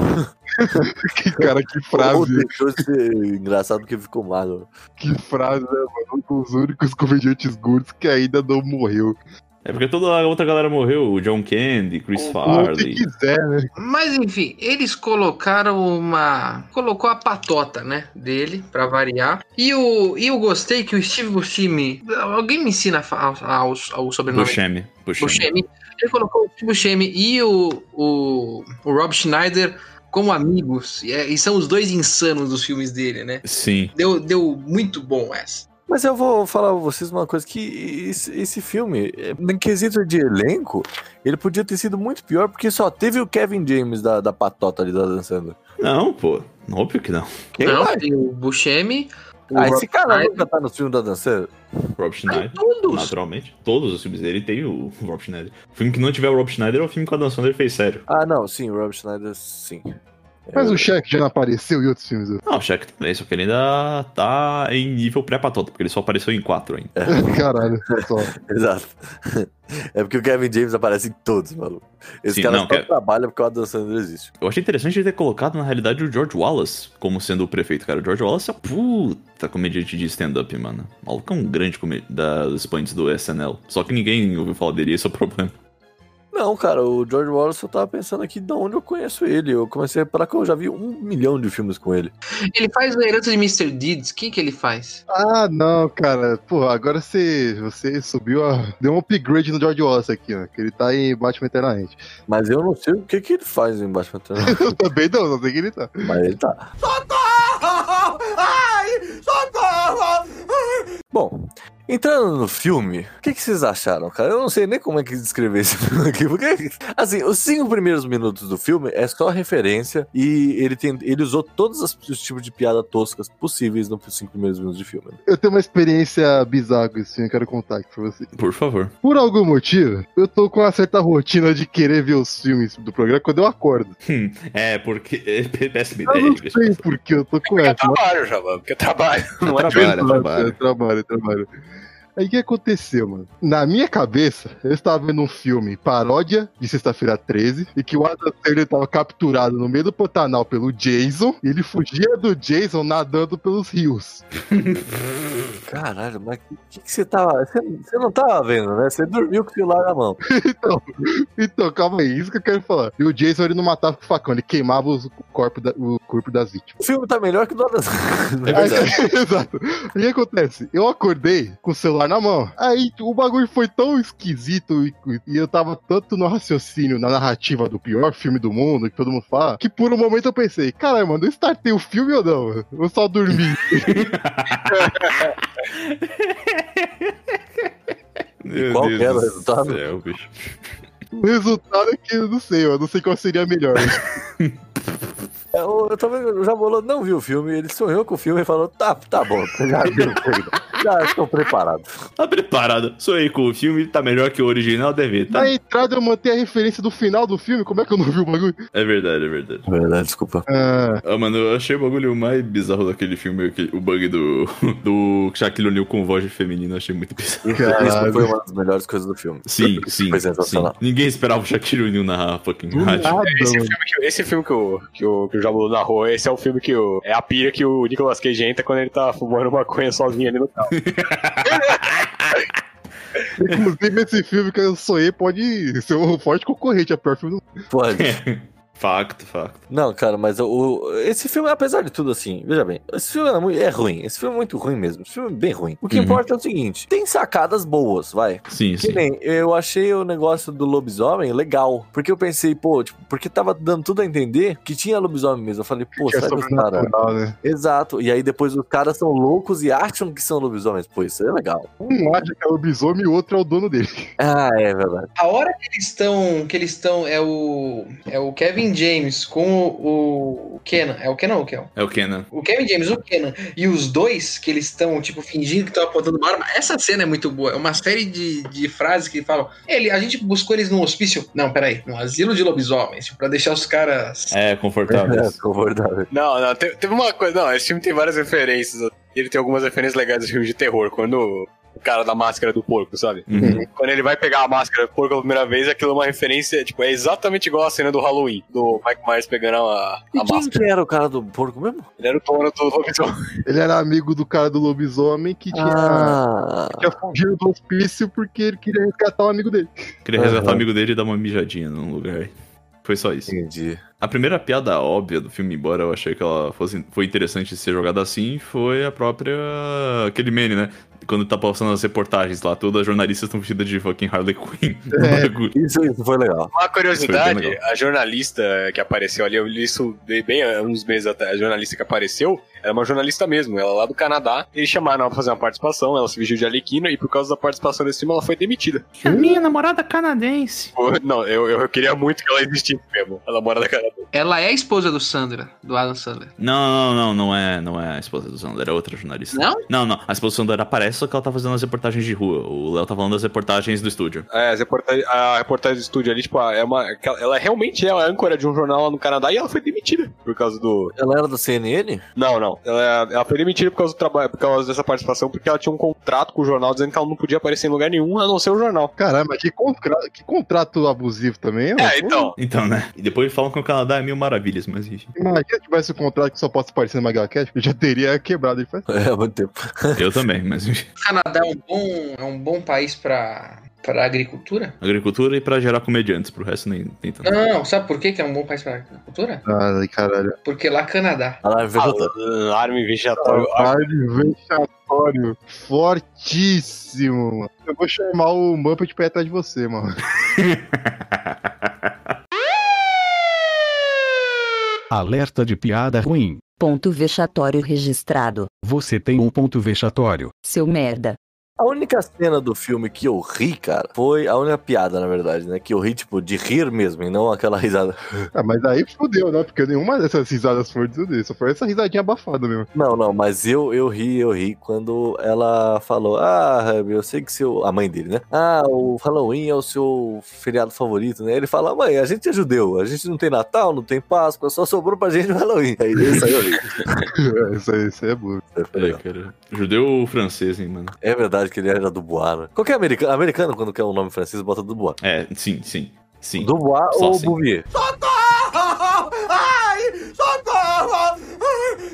[SPEAKER 1] Que cara, que
[SPEAKER 2] Ou
[SPEAKER 1] frase.
[SPEAKER 2] deixou de ser é engraçado porque ficou magro.
[SPEAKER 1] Que frase, né, mano? Um dos únicos comediantes gordos que ainda não morreu.
[SPEAKER 3] É porque toda a outra galera morreu. O John Candy, Chris
[SPEAKER 1] Ou se
[SPEAKER 3] Farley.
[SPEAKER 1] quiser, né?
[SPEAKER 5] Mas enfim, eles colocaram uma. Colocou a patota, né? Dele, pra variar. E o, e eu gostei que o Steve Buscemi. Alguém me ensina a, fa- a, a, o- o sobrenome
[SPEAKER 3] Buscemi. Buscemi.
[SPEAKER 5] Buscemi. Ele colocou o Buscemi e o, o, o Rob Schneider como amigos. E, é- e são os dois insanos dos filmes dele, né?
[SPEAKER 3] Sim.
[SPEAKER 5] Deu, deu muito bom essa.
[SPEAKER 2] Mas eu vou falar pra vocês uma coisa, que esse, esse filme, é, no quesito de elenco, ele podia ter sido muito pior, porque só teve o Kevin James da, da patota ali da dançando.
[SPEAKER 3] Não, pô. Óbvio que não.
[SPEAKER 2] Quem
[SPEAKER 5] Não,
[SPEAKER 2] mais?
[SPEAKER 5] tem o Buscemi. o
[SPEAKER 2] Ah,
[SPEAKER 5] Rob
[SPEAKER 2] esse é cara
[SPEAKER 5] Schneider.
[SPEAKER 2] nunca tá no filme da dançando.
[SPEAKER 3] Rob Schneider.
[SPEAKER 5] Todos.
[SPEAKER 3] Naturalmente. Todos os filmes dele tem o [LAUGHS] Rob Schneider. O filme que não tiver o Rob Schneider é o filme que o Adam Sandler fez sério.
[SPEAKER 2] Ah, não, sim, o Rob Schneider, sim. [LAUGHS]
[SPEAKER 1] Mas o Shaq já não apareceu em outros filmes. né? eu-
[SPEAKER 3] Não, o Shaq também, só que ele ainda tá em nível pré-patota, porque ele só apareceu em quatro ainda.
[SPEAKER 1] [LAUGHS] Caralho, pessoal.
[SPEAKER 2] Exato. [LAUGHS] É porque o Kevin James aparece em todos, maluco. Esse
[SPEAKER 3] Sim,
[SPEAKER 2] cara
[SPEAKER 3] não,
[SPEAKER 2] só
[SPEAKER 5] é-
[SPEAKER 3] Kevin-
[SPEAKER 2] trabalha porque o Adam Sandler existe.
[SPEAKER 3] Eu achei interessante ele ter colocado, na realidade, o George Wallace como sendo o prefeito, cara. O George Wallace é um puta comediante de stand-up, mano. O maluco é um grande comediante dos punts do SNL. Só que ninguém ouviu falar dele, esse é o problema.
[SPEAKER 2] Não, cara, o George Wallace eu tava pensando aqui de onde eu conheço ele. Eu comecei a reparar que eu já vi um milhão de filmes com ele.
[SPEAKER 5] Ele faz a herança de Mr. Deeds. Quem que ele faz?
[SPEAKER 1] Ah, não, cara. Pô, agora você, você subiu a. Deu um upgrade no George Wallace aqui, ó. Que ele tá em Batman Eternamente. [LAUGHS]
[SPEAKER 2] Mas eu não sei o que, que ele faz em Batman Eternamente,
[SPEAKER 1] Eu também não, não sei quem ele tá.
[SPEAKER 2] mas ele tá. Bom, entrando no filme, o que, que vocês acharam, cara? Eu não sei nem como é que descrever esse [LAUGHS] filme aqui, porque, assim, os cinco primeiros minutos do filme é só referência e ele, tem, ele usou todos os tipos de piada toscas possíveis nos cinco primeiros minutos de filme. né?
[SPEAKER 1] Eu tenho uma experiência bizarra com esse filme, quero contar aqui pra você.
[SPEAKER 3] Por favor.
[SPEAKER 1] Por algum motivo, eu tô com uma certa rotina de querer ver os filmes do programa quando eu acordo.
[SPEAKER 3] É, porque. [LAUGHS] é Péssima
[SPEAKER 1] Eu
[SPEAKER 3] ideia,
[SPEAKER 1] não
[SPEAKER 3] diga-se de
[SPEAKER 1] sei
[SPEAKER 3] passagem.
[SPEAKER 1] por que eu tô com
[SPEAKER 4] É
[SPEAKER 1] essa.
[SPEAKER 4] trabalho, Jabá, porque é trabalho. Não é
[SPEAKER 3] trabalho.
[SPEAKER 1] Trabalho, trabalho, trabalho, é trabalho. Aí o que aconteceu, mano? Na minha cabeça, eu estava vendo um filme paródia de sexta-feira 13 e que o Adam Sandler estava capturado no meio do Pantanal pelo Jason e ele fugia do Jason nadando pelos rios.
[SPEAKER 2] Caralho, mas o que, que você tava. Você, você não tava vendo, né? Você dormiu com o celular na mão.
[SPEAKER 1] Então, calma aí, isso que eu quero falar. E o Jason ele não matava com facão, ele queimava os- o corpo, da- o corpo das vítimas.
[SPEAKER 2] O filme tá melhor que o do Adam
[SPEAKER 3] É
[SPEAKER 2] Sandler.
[SPEAKER 3] verdade.
[SPEAKER 1] Aí- [LAUGHS] Exato. O que acontece? Eu acordei com o celular na mão. Aí o bagulho foi tão esquisito e, e eu tava tanto no raciocínio, na narrativa do pior filme do mundo, que todo mundo fala, que por um momento eu pensei, caralho, mano, eu startei o filme ou não? mano? Eu só dormi.
[SPEAKER 3] Meu
[SPEAKER 2] qual
[SPEAKER 3] Deus
[SPEAKER 2] que era o
[SPEAKER 3] do
[SPEAKER 2] resultado?
[SPEAKER 3] céu, bicho.
[SPEAKER 1] o resultado é que eu não sei, eu não sei qual seria melhor.
[SPEAKER 2] É, o- eu tô vendo, o Jabolô não viu o filme, ele sonhou com o filme e falou: tá, tá bom, [LAUGHS] já vi o filme. Já estou preparado.
[SPEAKER 3] Tá preparado. Sonhei com o filme, tá melhor que o original, deve tá?
[SPEAKER 8] Na entrada eu mantenho a referência do final do filme, como é que eu não vi o bagulho?
[SPEAKER 3] É verdade, é verdade.
[SPEAKER 2] Verdade, desculpa.
[SPEAKER 8] Ah,
[SPEAKER 3] Ah, mano, eu achei o bagulho mais bizarro daquele filme, aquele- o bug do, [LAUGHS] do Shaquille O'Neal com voz de feminino, eu achei muito bizarro.
[SPEAKER 2] Isso, isso foi uma das melhores coisas do filme.
[SPEAKER 3] Sim, sim,
[SPEAKER 2] Foi
[SPEAKER 3] sim.
[SPEAKER 2] sensacional.
[SPEAKER 3] Ninguém esperava o Shaquille O'Neal na fucking
[SPEAKER 8] do nada,
[SPEAKER 3] rádio.
[SPEAKER 4] Esse
[SPEAKER 8] mano.
[SPEAKER 4] filme, que, [LAUGHS] esse filme que o, que o, que o Jabu narrou, esse é o filme que o, é a pira que o Nicolas Cage entra quando ele tá fumando maconha sozinho ali no carro.
[SPEAKER 8] Inclusive, esse filme que eu sonhei pode ser um forte concorrente, é o pior filme do
[SPEAKER 3] [LAUGHS]
[SPEAKER 2] Pode.
[SPEAKER 3] Facto, facto.
[SPEAKER 2] Não, cara, mas o, o- esse filme, apesar de tudo assim, veja bem, esse filme é, muito, é ruim, esse filme é muito ruim mesmo, esse filme é bem ruim. O que
[SPEAKER 3] Uhum.
[SPEAKER 2] importa é o seguinte, tem sacadas boas, vai.
[SPEAKER 3] Sim,
[SPEAKER 2] Que
[SPEAKER 3] sim.
[SPEAKER 2] nem, eu achei o negócio do lobisomem legal, porque eu pensei, pô, tipo, porque tava dando tudo a entender que tinha lobisomem mesmo, eu falei, pô,
[SPEAKER 8] que é
[SPEAKER 2] será que os caras...
[SPEAKER 8] sobrenatural, né?
[SPEAKER 2] Exato, e aí depois os caras são loucos e acham que são lobisomens, pô, isso aí é legal.
[SPEAKER 8] Um acha que é lobisomem e o outro é o dono dele.
[SPEAKER 2] Ah, é verdade.
[SPEAKER 5] A hora que eles estão. Que eles estão. É o. É o Kevin James com o, o Kenan. É o Kenan ou o Kel?
[SPEAKER 3] É o Kenan.
[SPEAKER 5] O Kevin James, o Kenan e os dois que eles estão, tipo, fingindo que estão apontando uma arma. Essa cena é muito boa. É uma série de, de frases que falam. Ele, a gente buscou eles num hospício. Não, peraí. Um asilo de lobisomens. Tipo, pra deixar os caras.
[SPEAKER 3] É,
[SPEAKER 2] [LAUGHS]
[SPEAKER 3] confortável.
[SPEAKER 2] É, confortável.
[SPEAKER 4] Não, não, te- teve, uma coisa. Não, esse filme tem várias referências. Ele tem algumas referências legais dos filmes de terror. Quando o cara da máscara do porco, sabe?
[SPEAKER 3] Uhum.
[SPEAKER 4] Quando ele vai pegar a máscara do porco pela primeira vez, aquilo é uma referência, tipo, é exatamente igual a cena do Halloween, do Mike Myers pegando a, a
[SPEAKER 2] E quem
[SPEAKER 4] máscara.
[SPEAKER 2] que era o cara do porco mesmo?
[SPEAKER 4] Ele era o dono do lobisomem.
[SPEAKER 8] Ele era amigo do cara do lobisomem que tinha,
[SPEAKER 2] Ah,
[SPEAKER 8] tinha fugido do hospício porque ele queria resgatar um amigo dele.
[SPEAKER 3] Queria resgatar
[SPEAKER 2] Uhum.
[SPEAKER 3] o amigo dele e dar uma mijadinha num lugar. Foi só isso.
[SPEAKER 2] entendi.
[SPEAKER 3] A primeira piada óbvia do filme, embora eu achei que ela fosse foi interessante ser jogada assim, foi a própria. aquele meme, né? Quando tá passando as reportagens lá, todas as jornalistas estão vestidas de fucking Harley Quinn. [LAUGHS]
[SPEAKER 8] É.
[SPEAKER 3] Bagulho.
[SPEAKER 2] Isso, isso foi legal.
[SPEAKER 4] [LAUGHS] Uma
[SPEAKER 3] Isso foi bem
[SPEAKER 4] curiosidade, a jornalista que apareceu ali, eu li isso bem- bem há uns meses atrás, a jornalista que apareceu, era uma jornalista mesmo, ela é lá do Canadá, eles chamaram ela pra fazer uma participação, ela se vestiu de Alequina e por causa da participação desse filme ela foi demitida.
[SPEAKER 9] A minha namorada canadense.
[SPEAKER 4] Pô, Não, eu, eu queria muito que ela existisse mesmo, ela mora na Canadá.
[SPEAKER 5] Ela é a esposa do Sandra, do Adam Sandler.
[SPEAKER 3] Não, não, não, não é, não é a esposa do Sandler, é outra jornalista.
[SPEAKER 5] Não?
[SPEAKER 3] Não, não. A esposa do Sandler aparece, só que ela tá fazendo as reportagens de rua. O Léo tá falando das reportagens do estúdio.
[SPEAKER 4] É, as reporta- a reportagem do estúdio ali, tipo, é uma, aquela- ela realmente é a âncora de um jornal lá no Canadá e ela foi demitida por causa do...
[SPEAKER 2] Ela era da CNN?
[SPEAKER 4] Não, não, ela, ela foi demitida por causa do trabalho, por causa dessa participação, porque ela tinha um contrato com o jornal dizendo que ela não podia aparecer em lugar nenhum a não ser o jornal.
[SPEAKER 8] Caramba, que, contra... que contrato abusivo também, mano.
[SPEAKER 1] Hum,
[SPEAKER 4] É, então.
[SPEAKER 3] Então, né? E depois falam que o Canadá é mil maravilhas, mas enfim.
[SPEAKER 2] [LAUGHS]
[SPEAKER 8] Imagina se tivesse um contrato que só possa aparecer no Magacast, eu já teria quebrado ele faz.
[SPEAKER 2] [LAUGHS] É, há muito tempo.
[SPEAKER 3] Eu também, mas enfim.
[SPEAKER 5] O Canadá é um bom, é um bom país pra, pra agricultura?
[SPEAKER 3] Agricultura e pra gerar comediantes, pro resto nem, nem tanto.
[SPEAKER 5] Não, não, não. Sabe por que que é um bom país pra agricultura?
[SPEAKER 8] Ai, caralho.
[SPEAKER 5] Porque lá é Canadá.
[SPEAKER 2] Ela veio
[SPEAKER 4] Ah, Arme vegetatório.
[SPEAKER 8] Caralho, vexatório. Fortíssimo, mano. Eu vou chamar o Muppet pra ir atrás de você, [LAUGHS] mano.
[SPEAKER 10] Alerta de piada ruim.
[SPEAKER 11] Ponto vexatório registrado.
[SPEAKER 10] Você tem um ponto vexatório.
[SPEAKER 11] Seu merda.
[SPEAKER 2] A única cena do filme que eu ri, cara, foi a única piada, na verdade, né? Que eu ri, tipo, de rir mesmo, e não aquela risada.
[SPEAKER 8] Ah, mas aí fudeu, né? Porque nenhuma dessas risadas foi disso dele. Só foi essa risadinha abafada mesmo.
[SPEAKER 2] Não, não, mas eu, eu ri, eu ri quando ela falou: Ah, Hebe, eu sei que seu. A mãe dele, né? Ah, o Halloween é o seu feriado favorito, né? Ele fala: Mãe, a gente é judeu, a gente não tem Natal, não tem Páscoa, só sobrou pra gente o Halloween. Aí isso aí eu [LAUGHS] ri.
[SPEAKER 8] isso, aí, isso aí é burro.
[SPEAKER 2] Isso aí foi
[SPEAKER 3] É,
[SPEAKER 2] legal.
[SPEAKER 3] cara. Judeu ou francês, hein, mano?
[SPEAKER 2] É verdade que ele era Dubois, né? Qualquer americano, americano quando quer um nome francês, bota Dubois.
[SPEAKER 3] É, sim, sim. Sim.
[SPEAKER 2] Dubois
[SPEAKER 3] Só
[SPEAKER 2] ou
[SPEAKER 3] assim.
[SPEAKER 2] Bouvier?
[SPEAKER 4] ah,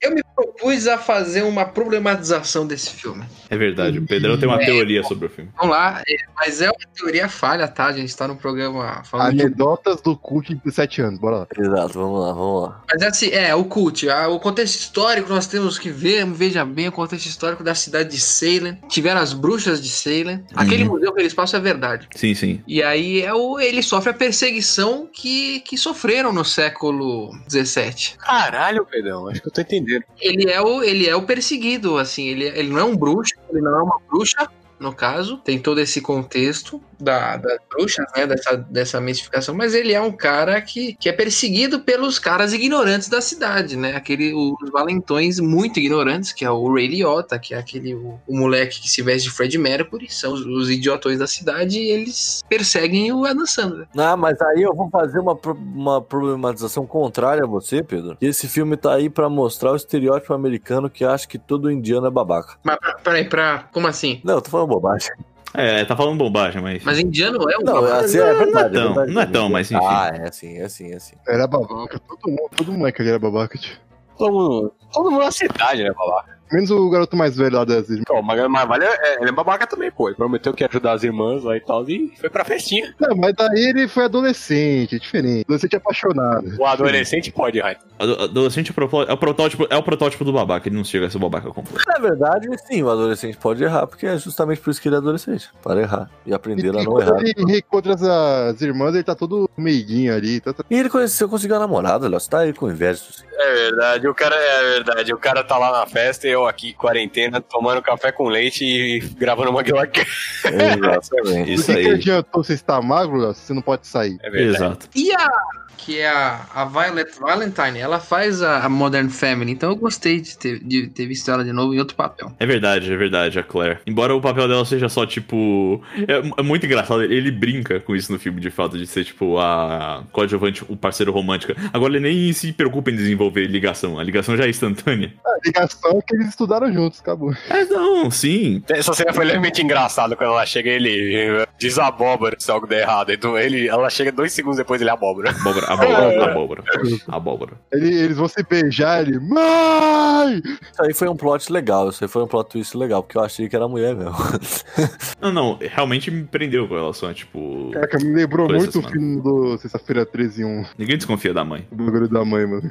[SPEAKER 5] Eu me propus a fazer uma problematização desse filme.
[SPEAKER 3] É verdade. O Pedrão
[SPEAKER 5] É.
[SPEAKER 3] tem uma teoria sobre o filme.
[SPEAKER 5] Vamos lá, é, mas é uma teoria falha, tá? A gente tá no programa falando de
[SPEAKER 8] Anedotas do culto de 7 anos, bora lá.
[SPEAKER 2] Exato, vamos lá, vamos lá.
[SPEAKER 5] Mas assim, é, o cult, ah, o contexto histórico nós temos que ver, veja bem, o contexto histórico da cidade de Salem. Tiveram as bruxas de Salem. Aquele museu que eles passam é verdade.
[SPEAKER 3] Sim, sim.
[SPEAKER 5] E aí é o, ele sofre a perseguição que, que sofreram no século XVII.
[SPEAKER 4] Caralho, Pedrão, acho que eu tô entendendo.
[SPEAKER 5] Ele é o, ele é o perseguido, assim, ele, ele não é um bruxo, ele não é uma bruxa, no caso, tem todo esse contexto. da, das bruxas, né? Dessa, dessa mistificação, mas ele é um cara que, que é perseguido pelos caras ignorantes da cidade, né? Aquele, os valentões muito ignorantes, que é o Ray Liotta, que é aquele o, o moleque que se veste de Fred Mercury, são os, os idiotões da cidade, e eles perseguem o Adam Sandler.
[SPEAKER 2] Ah, mas aí eu vou fazer uma, pro- uma problematização contrária a você, Pedro. Que Esse filme tá aí pra mostrar o estereótipo americano que acha que todo indiano é babaca.
[SPEAKER 5] Mas pra- peraí, pra. Como assim?
[SPEAKER 2] Não, eu tô falando bobagem.
[SPEAKER 3] É, tá falando bobagem, mas.
[SPEAKER 5] Mas indiano é um.
[SPEAKER 2] Não, é, assim, é verdade.
[SPEAKER 3] não é tão,
[SPEAKER 2] é verdade.
[SPEAKER 3] não é tão, mas enfim.
[SPEAKER 2] Ah, é assim, é assim, é assim.
[SPEAKER 1] Era babaca, todo mundo, todo moleque ali era babaca. tio.
[SPEAKER 4] Todo mundo, todo mundo na cidade, né, babaca?
[SPEAKER 1] Menos o garoto mais velho lá das irmãs.
[SPEAKER 4] Então, mas, mas vale, é, ele é babaca também, pô. Ele prometeu que ia ajudar as irmãs lá e tal, e foi pra festinha.
[SPEAKER 1] Não, mas daí ele foi adolescente, é diferente. Adolescente apaixonado.
[SPEAKER 4] O adolescente pode, Raio.
[SPEAKER 3] Ado- Adolescente é o propo- é o protótipo, é o protótipo do babaca, ele não chega a ser babaca completo.
[SPEAKER 2] Na verdade, sim, o adolescente pode errar, porque é justamente por isso que ele é adolescente. Para errar e
[SPEAKER 1] E,
[SPEAKER 2] aprender a
[SPEAKER 1] e
[SPEAKER 2] não
[SPEAKER 1] quando
[SPEAKER 2] errar.
[SPEAKER 1] ele reencontra as, as irmãs, ele tá todo meiguinho ali. Tá, tá-
[SPEAKER 2] E ele conheceu, conseguiu a namorada, olha, você tá aí com inveja. Suzy.
[SPEAKER 4] É verdade, o cara é verdade. O cara tá lá na festa e eu aqui, quarentena, tomando café com leite e gravando uma guilherme.
[SPEAKER 2] Exatamente.
[SPEAKER 1] Por
[SPEAKER 3] Isso
[SPEAKER 1] que que
[SPEAKER 3] aí.
[SPEAKER 1] adiantou você estar magro, Léo, se você não pode sair?
[SPEAKER 4] É verdade.
[SPEAKER 3] Exato.
[SPEAKER 5] E a. Que é a, a Violet Valentine, ela faz a, a Modern Family, então eu gostei de ter, de ter visto ela de novo em outro papel.
[SPEAKER 3] É verdade, é verdade, a Claire. Embora o papel dela seja só, tipo. É, é muito engraçado, ele brinca com isso no filme, de fato, de ser, tipo, a coadjuvante, o parceiro romântica. Agora ele nem se preocupa em desenvolver ligação, a ligação já é instantânea.
[SPEAKER 1] A ligação é que eles estudaram juntos, acabou.
[SPEAKER 3] É, não, sim.
[SPEAKER 4] Essa cena foi levemente engraçada quando ela chega e ele diz abóbora se algo der errado. Então ele, ela chega dois segundos depois ele é abóbora.
[SPEAKER 3] Abóbora, abóbora, abóbora. Abóbora.
[SPEAKER 1] Ele- eles vão se beijar, ele. Mãe!
[SPEAKER 2] Isso aí foi um plot legal, isso aí foi um plot twist legal, porque eu achei que era mulher mesmo. [LAUGHS]
[SPEAKER 3] Não, não, realmente me prendeu com relação a, tipo.
[SPEAKER 1] Caraca, me lembrou
[SPEAKER 3] Coisas,
[SPEAKER 1] muito o
[SPEAKER 3] mano.
[SPEAKER 1] filme do Sexta-feira 13 e 1,
[SPEAKER 3] Ninguém desconfia da mãe.
[SPEAKER 1] o bagulho da mãe, mano.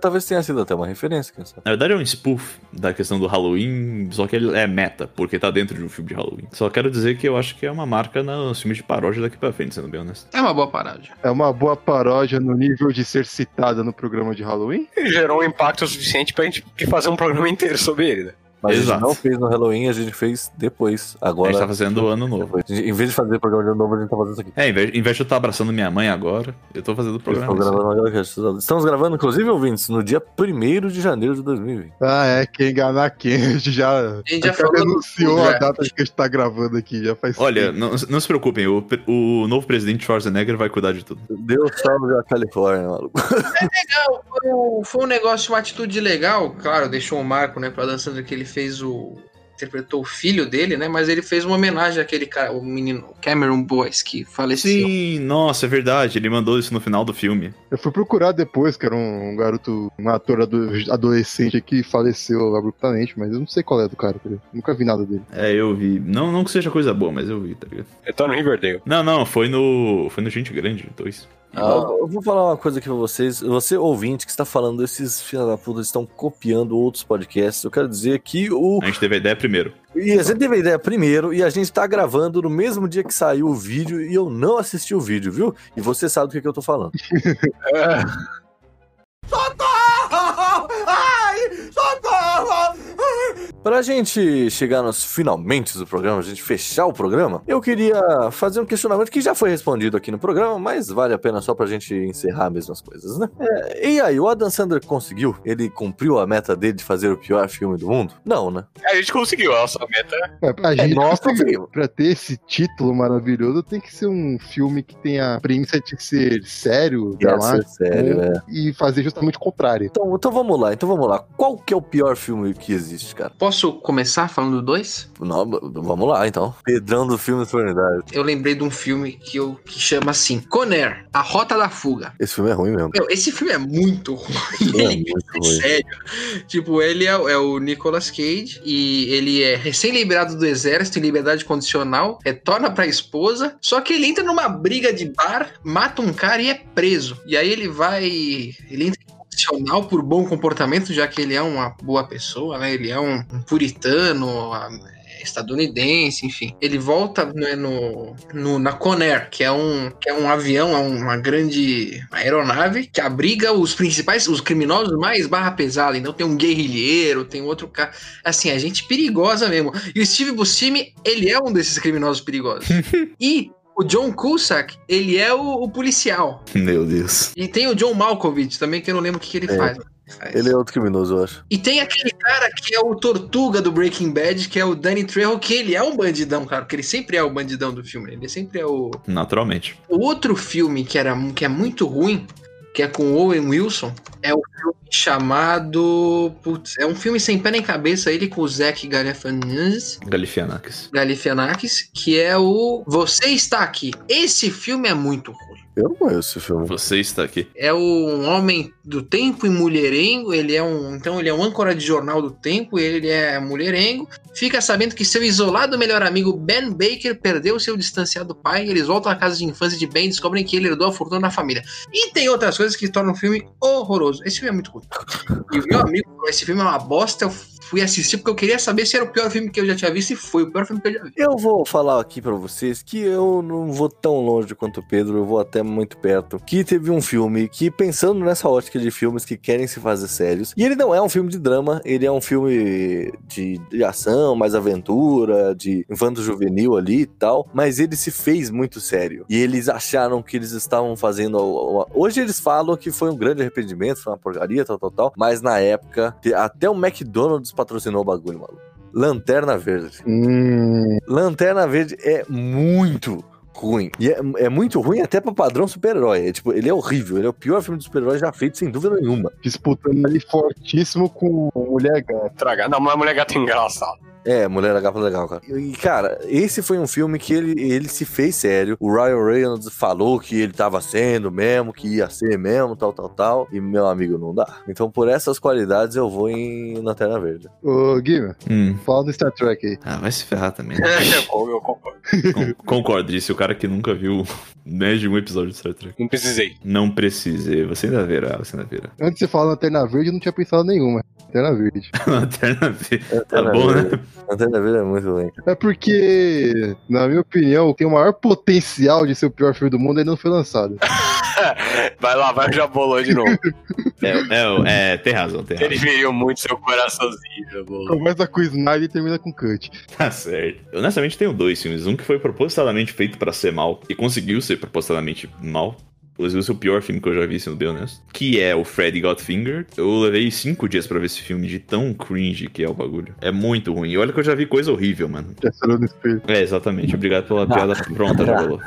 [SPEAKER 2] Talvez tenha sido até uma referência, quem sabe.
[SPEAKER 3] Na verdade é um spoof da questão do Halloween, só que ele é meta, porque tá dentro de um filme de Halloween. Só quero dizer que eu acho que é uma marca nos filmes de paródia daqui pra frente, sendo bem honesto.
[SPEAKER 5] É uma boa paródia.
[SPEAKER 1] É uma boa paródia no nível de ser citada no programa de Halloween?
[SPEAKER 4] E gerou um impacto suficiente pra gente fazer um programa inteiro sobre ele, né?
[SPEAKER 2] Mas a
[SPEAKER 3] Exato.
[SPEAKER 2] gente não fez no Halloween, a gente fez depois. Agora.
[SPEAKER 3] A gente tá fazendo o ano novo.
[SPEAKER 2] depois. A gente- Em vez de fazer programa de ano novo, a gente tá fazendo isso aqui.
[SPEAKER 3] É, em vez, em vez de eu estar abraçando minha mãe agora, eu tô fazendo o
[SPEAKER 2] Eu
[SPEAKER 3] programa. é
[SPEAKER 2] estou gravando agora, que eu estou- Estamos gravando, inclusive, ouvintes, no dia 1 de janeiro de 2020.
[SPEAKER 1] Ah, é, quem enganar quem? [LAUGHS] A gente já.
[SPEAKER 5] A gente já
[SPEAKER 1] a gente
[SPEAKER 5] falou do- né?
[SPEAKER 1] anunciou
[SPEAKER 5] do
[SPEAKER 1] a
[SPEAKER 5] draft.
[SPEAKER 1] data que a gente tá gravando aqui, já faz
[SPEAKER 3] Olha, não, não se preocupem, o, pre- o novo presidente Schwarzenegger vai cuidar de tudo.
[SPEAKER 2] Deus salve a Califórnia, maluco.
[SPEAKER 5] Não, foi um, foi um negócio, uma atitude legal, claro, deixou um marco, né, pra Dan Sandler, que ele fez o... interpretou o filho dele, né, mas ele fez uma homenagem àquele cara, o menino Cameron Boyce, que faleceu.
[SPEAKER 3] Sim, nossa, é verdade, ele mandou isso no final do filme.
[SPEAKER 1] Eu fui procurar depois, que era um garoto, um ator ado- adolescente que faleceu abruptamente, mas eu não sei qual é do cara, cara. nunca vi nada dele.
[SPEAKER 3] É, eu vi. Não, não que seja coisa boa, mas eu vi, tá ligado?
[SPEAKER 4] Eu tô no Riverdale.
[SPEAKER 3] Não, não, foi no. Foi no Gente Grande, dois.
[SPEAKER 2] Ah, Eu, eu vou falar uma coisa aqui pra vocês. Você, ouvinte, que está falando, esses filhos da puta estão copiando outros podcasts. Eu quero dizer que o.
[SPEAKER 3] A gente teve a ideia primeiro.
[SPEAKER 2] E a gente teve a ideia primeiro e a gente tá gravando no mesmo dia que saiu o vídeo e eu não assisti o vídeo, viu? E você sabe do que, que eu tô falando. Pra gente chegar nos finalmente do programa, a gente fechar o programa, eu queria fazer um questionamento que já foi respondido aqui no programa, mas vale a pena só pra gente encerrar mesmo as coisas, né? É, e aí, o Adam Sandler conseguiu? Ele cumpriu a meta dele de fazer o pior filme do mundo? Não, né?
[SPEAKER 4] A gente conseguiu, a nossa meta.
[SPEAKER 1] É, pra gente,
[SPEAKER 2] nosso
[SPEAKER 1] pra-
[SPEAKER 2] filme.
[SPEAKER 1] [LAUGHS] pra ter esse título maravilhoso, tem que ser um filme que tenha a premissa de ser sério,
[SPEAKER 2] Ia
[SPEAKER 1] dramático,
[SPEAKER 2] ser sério, é.
[SPEAKER 1] e fazer justamente o contrário.
[SPEAKER 2] Então, então vamos lá, então vamos lá. Qual que é o pior filme que existe, cara?
[SPEAKER 5] Posso começar falando do dois?
[SPEAKER 2] Não, b- vamos lá, então. Pedrão do filme da Eternidade.
[SPEAKER 5] Eu lembrei de um filme que, eu, que chama assim, Conair, A Rota da Fuga.
[SPEAKER 2] Esse filme é ruim mesmo.
[SPEAKER 5] Meu, esse filme é muito ruim,
[SPEAKER 2] É
[SPEAKER 5] ele
[SPEAKER 2] muito ruim.
[SPEAKER 5] Sério. Tipo, ele é, é o Nicolas Cage e ele é recém-liberado do exército em liberdade condicional, retorna pra esposa, só que ele entra numa briga de bar, mata um cara e é preso. E aí ele vai. Ele entra em profissional por bom comportamento, já que ele é uma boa pessoa, né? Ele é um, um puritano, a- é estadunidense, enfim. Ele volta né, no, no- na Conair, que é um que é um avião, é uma grande aeronave que abriga os principais, os criminosos mais barra pesada. Então tem um guerrilheiro, tem outro cara, assim, é gente perigosa mesmo. E o Steve Buscemi, ele é um desses criminosos perigosos. e o John Cusack, ele é o- o policial.
[SPEAKER 2] Meu Deus.
[SPEAKER 5] E tem o John Malkovich também, que eu não lembro o que, que ele
[SPEAKER 2] É.
[SPEAKER 5] faz.
[SPEAKER 2] Ele é outro criminoso, eu acho.
[SPEAKER 5] E tem aquele cara que é o Tortuga do Breaking Bad, que é o Danny Trejo, que ele é um bandidão, cara, porque ele sempre é o bandidão do filme. Ele sempre é o.
[SPEAKER 3] Naturalmente.
[SPEAKER 5] O outro filme que, era, que é muito ruim, que é com o Owen Wilson, é o filme chamado. Putz, é um filme sem pé nem cabeça, ele com o Zac Galifianakis.
[SPEAKER 3] Galifianakis.
[SPEAKER 5] Galifianakis, que é o Você Está Aqui. Esse filme é muito ruim.
[SPEAKER 12] Eu não conheço esse filme.
[SPEAKER 3] Você está aqui.
[SPEAKER 5] é um homem do tempo e mulherengo, ele é um, então ele é um âncora de jornal do tempo, ele é mulherengo, fica sabendo que seu isolado melhor amigo Ben Baker perdeu seu distanciado pai, eles voltam à casa de infância de Ben e descobrem que ele herdou a fortuna da família. E tem outras coisas que tornam o filme horroroso. Esse filme é muito ruim. E o meu amigo falou, esse filme é uma bosta, eu fui assistir porque eu queria saber se era o pior filme que eu já tinha visto e foi o pior filme que eu já vi.
[SPEAKER 2] Eu vou falar aqui pra vocês que eu não vou tão longe quanto o Pedro, eu vou até muito perto. Que teve um filme que, pensando nessa ótica de filmes que querem se fazer sérios, e ele não é um filme de drama, ele é um filme de, de ação, mais aventura, de infanto juvenil ali e tal, mas ele se fez muito sério. E eles acharam que eles estavam fazendo. a- a- Hoje eles falam que foi um grande arrependimento, foi uma porcaria, tal, tal, tal, mas na época, te- até o McDonald's patrocinou o bagulho, maluco. Lanterna Verde.
[SPEAKER 1] Um
[SPEAKER 2] Lanterna Verde é muito ruim. E é, é muito ruim até pro padrão super-herói. É, tipo, ele é horrível. Ele é o pior filme de super-herói já feito, sem dúvida nenhuma.
[SPEAKER 8] Disputando ali fortíssimo com o Mulher Gata.
[SPEAKER 4] Tragar. Não, mas a mulher gata é engraçada.
[SPEAKER 2] É, Mulher H foi legal, cara. E, cara, esse foi um filme que ele, ele se fez sério. O Ryan Reynolds falou que ele tava sendo mesmo, que ia ser mesmo, tal, tal, tal. E, meu amigo, não dá. Então, por essas qualidades, eu vou em Lanterna Verde.
[SPEAKER 8] Ô, Guilherme,
[SPEAKER 3] Hum.
[SPEAKER 8] fala do Star Trek aí.
[SPEAKER 3] Ah, vai se ferrar também. [LAUGHS]
[SPEAKER 4] É, bom, eu concordo.
[SPEAKER 3] Con- Concordo, disse o cara que nunca viu mais de um episódio de Star Trek.
[SPEAKER 4] Não precisei.
[SPEAKER 3] Não precisei, você ainda verá, você ainda verá. [LAUGHS]
[SPEAKER 8] Antes de você falar Lanterna Verde, eu não tinha pensado nenhuma. Lanterna Verde.
[SPEAKER 3] Lanterna Verde. Tá bom, né?
[SPEAKER 2] Lanterna Verde é muito ruim.
[SPEAKER 8] É porque, na minha opinião, tem o maior potencial de ser o pior filme do mundo e ele não foi lançado.
[SPEAKER 4] Vai lá, vai o Jabolão de novo.
[SPEAKER 3] É, é, é, tem razão, tem
[SPEAKER 4] Ele
[SPEAKER 3] razão.
[SPEAKER 4] feriu muito seu coraçãozinho, Jabolão.
[SPEAKER 8] Começa com o Snyder e termina com o Cut.
[SPEAKER 3] Tá certo. Eu, honestamente, tenho dois filmes. Um que foi propositadamente feito pra ser mal e conseguiu ser propositadamente mal. Inclusive, o pior filme que eu já vi, se não deu honesto. Que é o Freddy Got Fingered. Eu levei cinco dias pra ver esse filme de tão cringe que é o bagulho. É muito ruim. E olha que eu já vi coisa horrível, mano.
[SPEAKER 8] Já saiu no espelho.
[SPEAKER 3] É, exatamente. Obrigado pela piada pronta, Jabolo.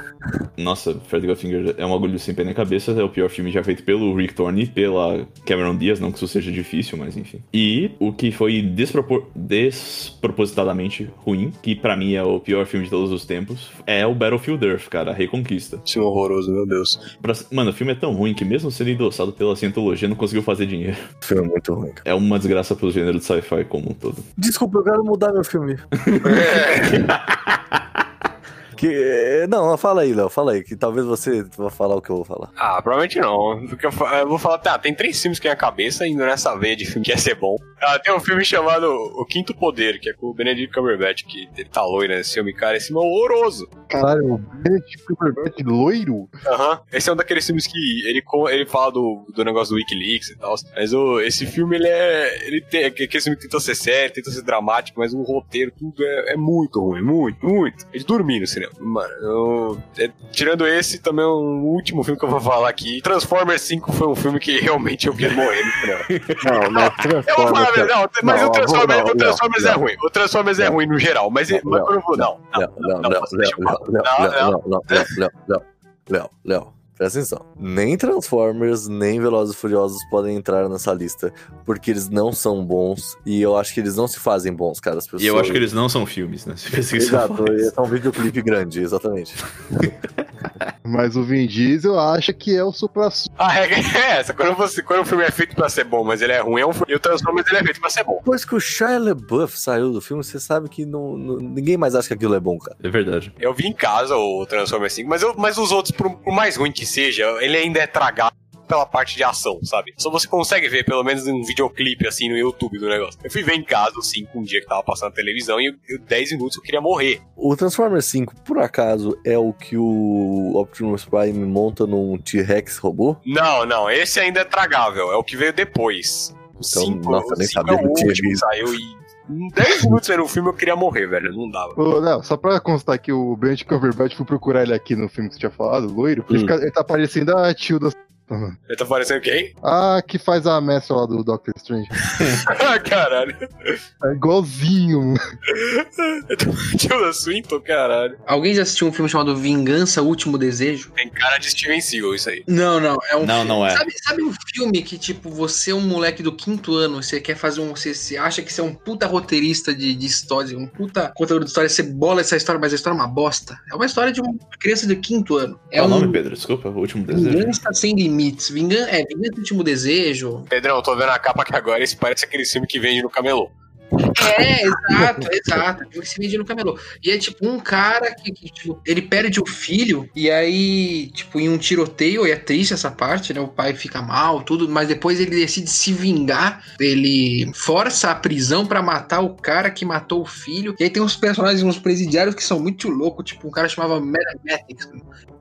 [SPEAKER 3] Nossa, Freddy Got Fingered é um bagulho sem pé nem cabeça. É o pior filme já feito pelo Rick Thorne e pela Cameron Diaz. Não que isso seja difícil, mas enfim. E o que foi despropor- despropositadamente ruim, que pra mim é o pior filme de todos os tempos, é o Battlefield Earth, cara. A Reconquista.
[SPEAKER 4] Esse filme um horroroso, meu Deus.
[SPEAKER 3] Pra- Mano, o filme é tão ruim que mesmo sendo endossado pela cientologia, não conseguiu fazer dinheiro. [LAUGHS]
[SPEAKER 2] O filme é muito ruim, cara.
[SPEAKER 3] É uma desgraça pro gênero de sci-fi como um todo.
[SPEAKER 2] Desculpa, eu quero mudar meu filme. [LAUGHS] que, é, não, fala aí, Léo, fala aí, que talvez você vá falar o que eu vou falar.
[SPEAKER 4] Ah, provavelmente não. Porque eu, fa- eu vou falar, tá, tem três filmes que na cabeça, indo nessa veia de filme que ia ser bom. Ah, tem um filme chamado O Quinto Poder, que é com o Benedict Cumberbatch, que ele tá loiro nesse filme, cara. Esse filme é horroroso.
[SPEAKER 8] Caralho, é o Benedict Cumberbatch loiro?
[SPEAKER 4] Aham. Esse é um daqueles filmes que ele, co- ele fala do, do negócio do Wikileaks e tal. Mas o, esse filme, ele é. Ele tem, aquele filme que tenta ser sério, tenta ser dramático, mas o roteiro, tudo é, é muito ruim, muito, muito. Eu dormi no cinema. Mano, eu- é, tirando esse, também o último filme que eu vou falar aqui. Transformers 5 foi um filme que realmente eu quis morrer no cinema.
[SPEAKER 12] [LAUGHS] Não, não,
[SPEAKER 4] Eu vou falar,
[SPEAKER 12] Transformers.
[SPEAKER 4] velho,
[SPEAKER 12] cara.
[SPEAKER 4] não, mas
[SPEAKER 12] Não,
[SPEAKER 4] o Transformers,
[SPEAKER 12] não,
[SPEAKER 4] o Transformers
[SPEAKER 12] não,
[SPEAKER 4] é ruim. O Transformers é
[SPEAKER 12] não.
[SPEAKER 4] ruim no geral, mas,
[SPEAKER 12] Não,
[SPEAKER 4] mas
[SPEAKER 12] não,
[SPEAKER 4] quando eu vou. Não,
[SPEAKER 2] Léo, Léo, Léo, Léo, Léo, Léo,
[SPEAKER 4] Não,
[SPEAKER 2] Léo, Léo, Léo, Léo, Léo, Léo, Léo, presta atenção. Nem Transformers, nem Velozes e Furiosos podem entrar nessa lista, porque eles não são bons, e eu acho que eles não se fazem bons, cara, as pessoas...
[SPEAKER 3] E eu acho que eles não são filmes, né? [LAUGHS] Se pensa que são
[SPEAKER 2] Exato, é um videoclipe grande, exatamente.
[SPEAKER 8] Mas o Vin Diesel acha que é o supra
[SPEAKER 4] A regra é [LAUGHS] essa. Quando, você, quando o filme é feito pra ser bom, mas ele é ruim, é um, filme- e o Transformers ele é feito pra ser bom.
[SPEAKER 2] Depois que o Shia LaBeouf saiu do filme, você sabe que não- não- ninguém mais acha que aquilo é bom, cara.
[SPEAKER 3] É verdade.
[SPEAKER 4] Eu vi em casa o Transformers 5, mas, eu, mas os outros, por, por mais ruim que seja, ele ainda é tragado. pela parte de ação, sabe? Só você consegue ver, pelo menos, um videoclipe assim no YouTube do negócio. Eu fui ver em casa, assim, com um dia que tava passando na televisão e eu, 10 minutos eu queria morrer.
[SPEAKER 2] O Transformers 5, por acaso, é o que o Optimus Prime monta num T-Rex robô?
[SPEAKER 4] Não, não, esse ainda é tragável, é o que veio depois. O
[SPEAKER 2] Então,
[SPEAKER 4] cinco-
[SPEAKER 2] nossa,
[SPEAKER 4] o
[SPEAKER 2] nem
[SPEAKER 4] cinco
[SPEAKER 2] sabia
[SPEAKER 4] é
[SPEAKER 2] que
[SPEAKER 4] o
[SPEAKER 2] tinha
[SPEAKER 4] último que
[SPEAKER 2] visto.
[SPEAKER 4] saiu e em 10 minutos era o filme eu queria morrer, velho. Não dava.
[SPEAKER 8] Ô, Léo, só pra constar que o Benedict Cumberbatch, fui procurar ele aqui no filme que você tinha falado, loiro, porque
[SPEAKER 4] Hum.
[SPEAKER 8] ele, fica- ele tá parecendo a Tilda... Swinton.
[SPEAKER 4] Ele tá parecendo quem? [LAUGHS]
[SPEAKER 8] Ah, que faz a mestra lá do Doctor Strange.
[SPEAKER 4] caralho.
[SPEAKER 8] É igualzinho.
[SPEAKER 4] [LAUGHS] Tilda Swinton, caralho.
[SPEAKER 5] Alguém já assistiu um filme chamado Vingança, Último Desejo?
[SPEAKER 4] Tem cara de Steven Seagal isso aí.
[SPEAKER 5] Não, não, é um
[SPEAKER 3] Não,
[SPEAKER 5] filme-
[SPEAKER 3] não é.
[SPEAKER 5] Sabe, sabe um filme que, tipo, você é um moleque do quinto ano, você quer fazer um. Você, você acha que você é um puta roteirista de, de história, um puta contador de história, você bola essa história, mas a história é uma bosta. É uma história de uma criança do quinto ano. É
[SPEAKER 3] Qual
[SPEAKER 5] um
[SPEAKER 3] o nome, Pedro? Desculpa, o último desejo.
[SPEAKER 5] Vingança sem limites. Vingança, é, Vingança Último Desejo.
[SPEAKER 4] Pedrão, tô vendo a capa aqui agora, esse parece aquele filme que vende no camelô.
[SPEAKER 5] É, exato, exato. Filme que se vende no camelô. E é tipo um cara que, que, tipo, ele perde o filho e aí, tipo, em um tiroteio, e é triste essa parte, né? O pai fica mal, tudo, mas depois ele decide se vingar. Ele força a prisão pra matar o cara que matou o filho. E aí tem uns personagens, uns presidiários que são muito loucos, tipo, um cara chamava Mathematics.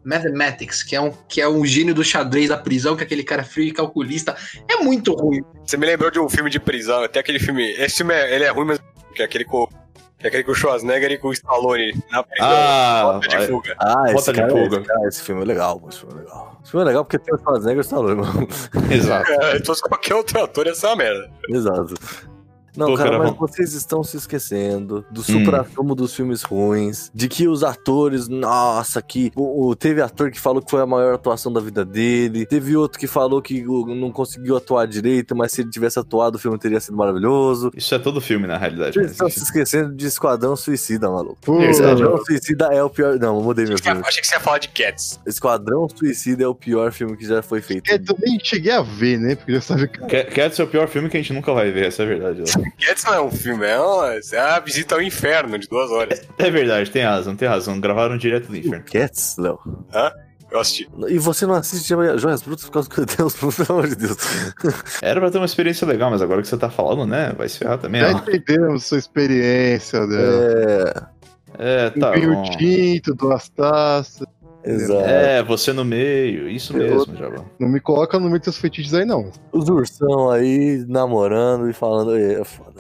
[SPEAKER 5] Mathematics, que é um que é um gênio do xadrez da prisão, que é aquele cara frio e calculista. É muito ruim.
[SPEAKER 4] Você me lembrou de um filme de prisão, até aquele filme. Esse filme é, ele é ruim, mas. Que é aquele com. Que é aquele com o Schwarzenegger e com o Stallone na prisão.
[SPEAKER 3] Ah,
[SPEAKER 4] Rota de
[SPEAKER 3] vai.
[SPEAKER 4] fuga.
[SPEAKER 2] Ah, esse,
[SPEAKER 3] Rota de
[SPEAKER 2] cara,
[SPEAKER 3] fuga.
[SPEAKER 2] esse, cara, esse filme é legal, esse filme é legal. Esse filme é legal porque tem o Schwarzenegger e o Stallone, mano.
[SPEAKER 3] Exato.
[SPEAKER 4] [LAUGHS] É, se fosse qualquer outro ator, ia ser uma merda.
[SPEAKER 2] [LAUGHS] Exato. Não,
[SPEAKER 3] Pô,
[SPEAKER 2] cara,
[SPEAKER 3] cara,
[SPEAKER 2] mas
[SPEAKER 3] bom. Hum.
[SPEAKER 2] vocês estão se esquecendo do supra-sumo dos filmes ruins, de que os atores, nossa, que o, o- teve ator que falou que foi a maior atuação da vida dele, teve outro que falou que o- não conseguiu atuar direito, mas se ele tivesse atuado, o filme teria sido maravilhoso.
[SPEAKER 3] Isso é todo filme, na realidade.
[SPEAKER 2] Vocês
[SPEAKER 3] Mas,
[SPEAKER 2] estão se
[SPEAKER 3] enfim.
[SPEAKER 2] esquecendo de Esquadrão Suicida, maluco.
[SPEAKER 8] Pô,
[SPEAKER 3] É
[SPEAKER 2] Esquadrão Suicida é o pior. Não, eu mudei meu
[SPEAKER 4] Achei que
[SPEAKER 2] filme.
[SPEAKER 4] você ia- Achei que você ia falar de Cats.
[SPEAKER 2] Esquadrão Suicida é o pior filme que já foi feito.
[SPEAKER 8] eu também cheguei a ver, né? Porque eu sabia que
[SPEAKER 3] Quer, quer ser o pior filme que a gente nunca vai ver, essa é a verdade. Léo.
[SPEAKER 4] Cats não é um filme, é uma, é uma visita ao inferno de duas horas.
[SPEAKER 3] É verdade, tem razão, tem razão. Gravaram direto do inferno.
[SPEAKER 2] Cats, Léo.
[SPEAKER 4] Eu assisti.
[SPEAKER 2] E você não assiste Joias Brutas por causa que Deus, pelo amor de Deus.
[SPEAKER 3] Era pra ter uma experiência legal, mas agora que você tá falando, né? Vai se ferrar também.
[SPEAKER 8] já
[SPEAKER 3] ó.
[SPEAKER 8] entendemos sua experiência, né?
[SPEAKER 2] É,
[SPEAKER 3] É, tá
[SPEAKER 8] Um vinho
[SPEAKER 3] bom.
[SPEAKER 8] tinto, duas taças.
[SPEAKER 2] exato.
[SPEAKER 3] É, você no meio, isso mesmo, Jabão.
[SPEAKER 8] Não me coloca no meio dos seus feitiços aí, não.
[SPEAKER 2] Os ursão aí namorando e falando. É, é foda.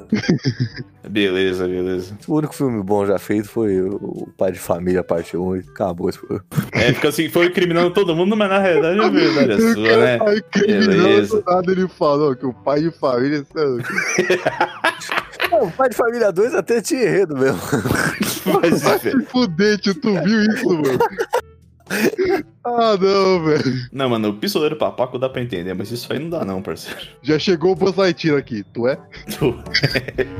[SPEAKER 3] Beleza, beleza.
[SPEAKER 2] O único filme bom já feito foi o Pai de Família, parte 1, e acabou esse filme.
[SPEAKER 3] É, fica assim, foi incriminando todo mundo, mas na realidade a verdade é sua, né?
[SPEAKER 8] Aí,
[SPEAKER 3] Beleza.
[SPEAKER 8] criminal, do nada ele falou que o pai de família. é sabe?
[SPEAKER 2] Não, Pai de Família 2 até tinha enredo mesmo.
[SPEAKER 3] Vai se ferrar.
[SPEAKER 8] Se fuder, tio, tu viu isso, mano? [LAUGHS] Ah, não, velho.
[SPEAKER 3] Não, mano, o pistoleiro papaco dá pra entender, mas isso aí não dá, não, parceiro.
[SPEAKER 8] Já chegou o Buzz Lightyear aqui, tu é?
[SPEAKER 3] Tu-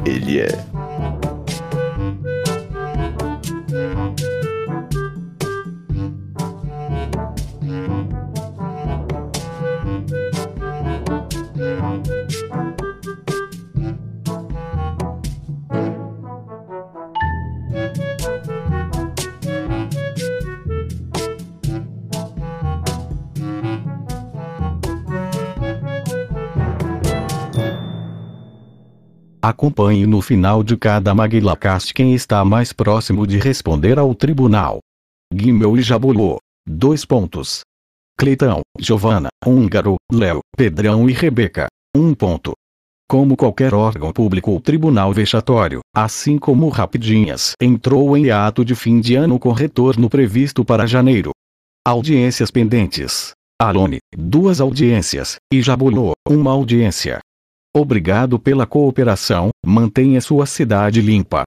[SPEAKER 3] Ele é.
[SPEAKER 10] Acompanhe no final de cada Maguilacast quem está mais próximo de responder ao tribunal. Guimel e Jabulô. Dois pontos. Cleitão, Giovana, Húngaro, Léo, Pedrão e Rebeca. Um ponto. Como qualquer órgão público ou tribunal vexatório, assim como o Rapidinhas, entrou em ato de fim de ano com retorno previsto para janeiro. Audiências pendentes. Alone, duas audiências, e Jabulô, uma audiência. Obrigado pela cooperação, mantenha sua cidade limpa.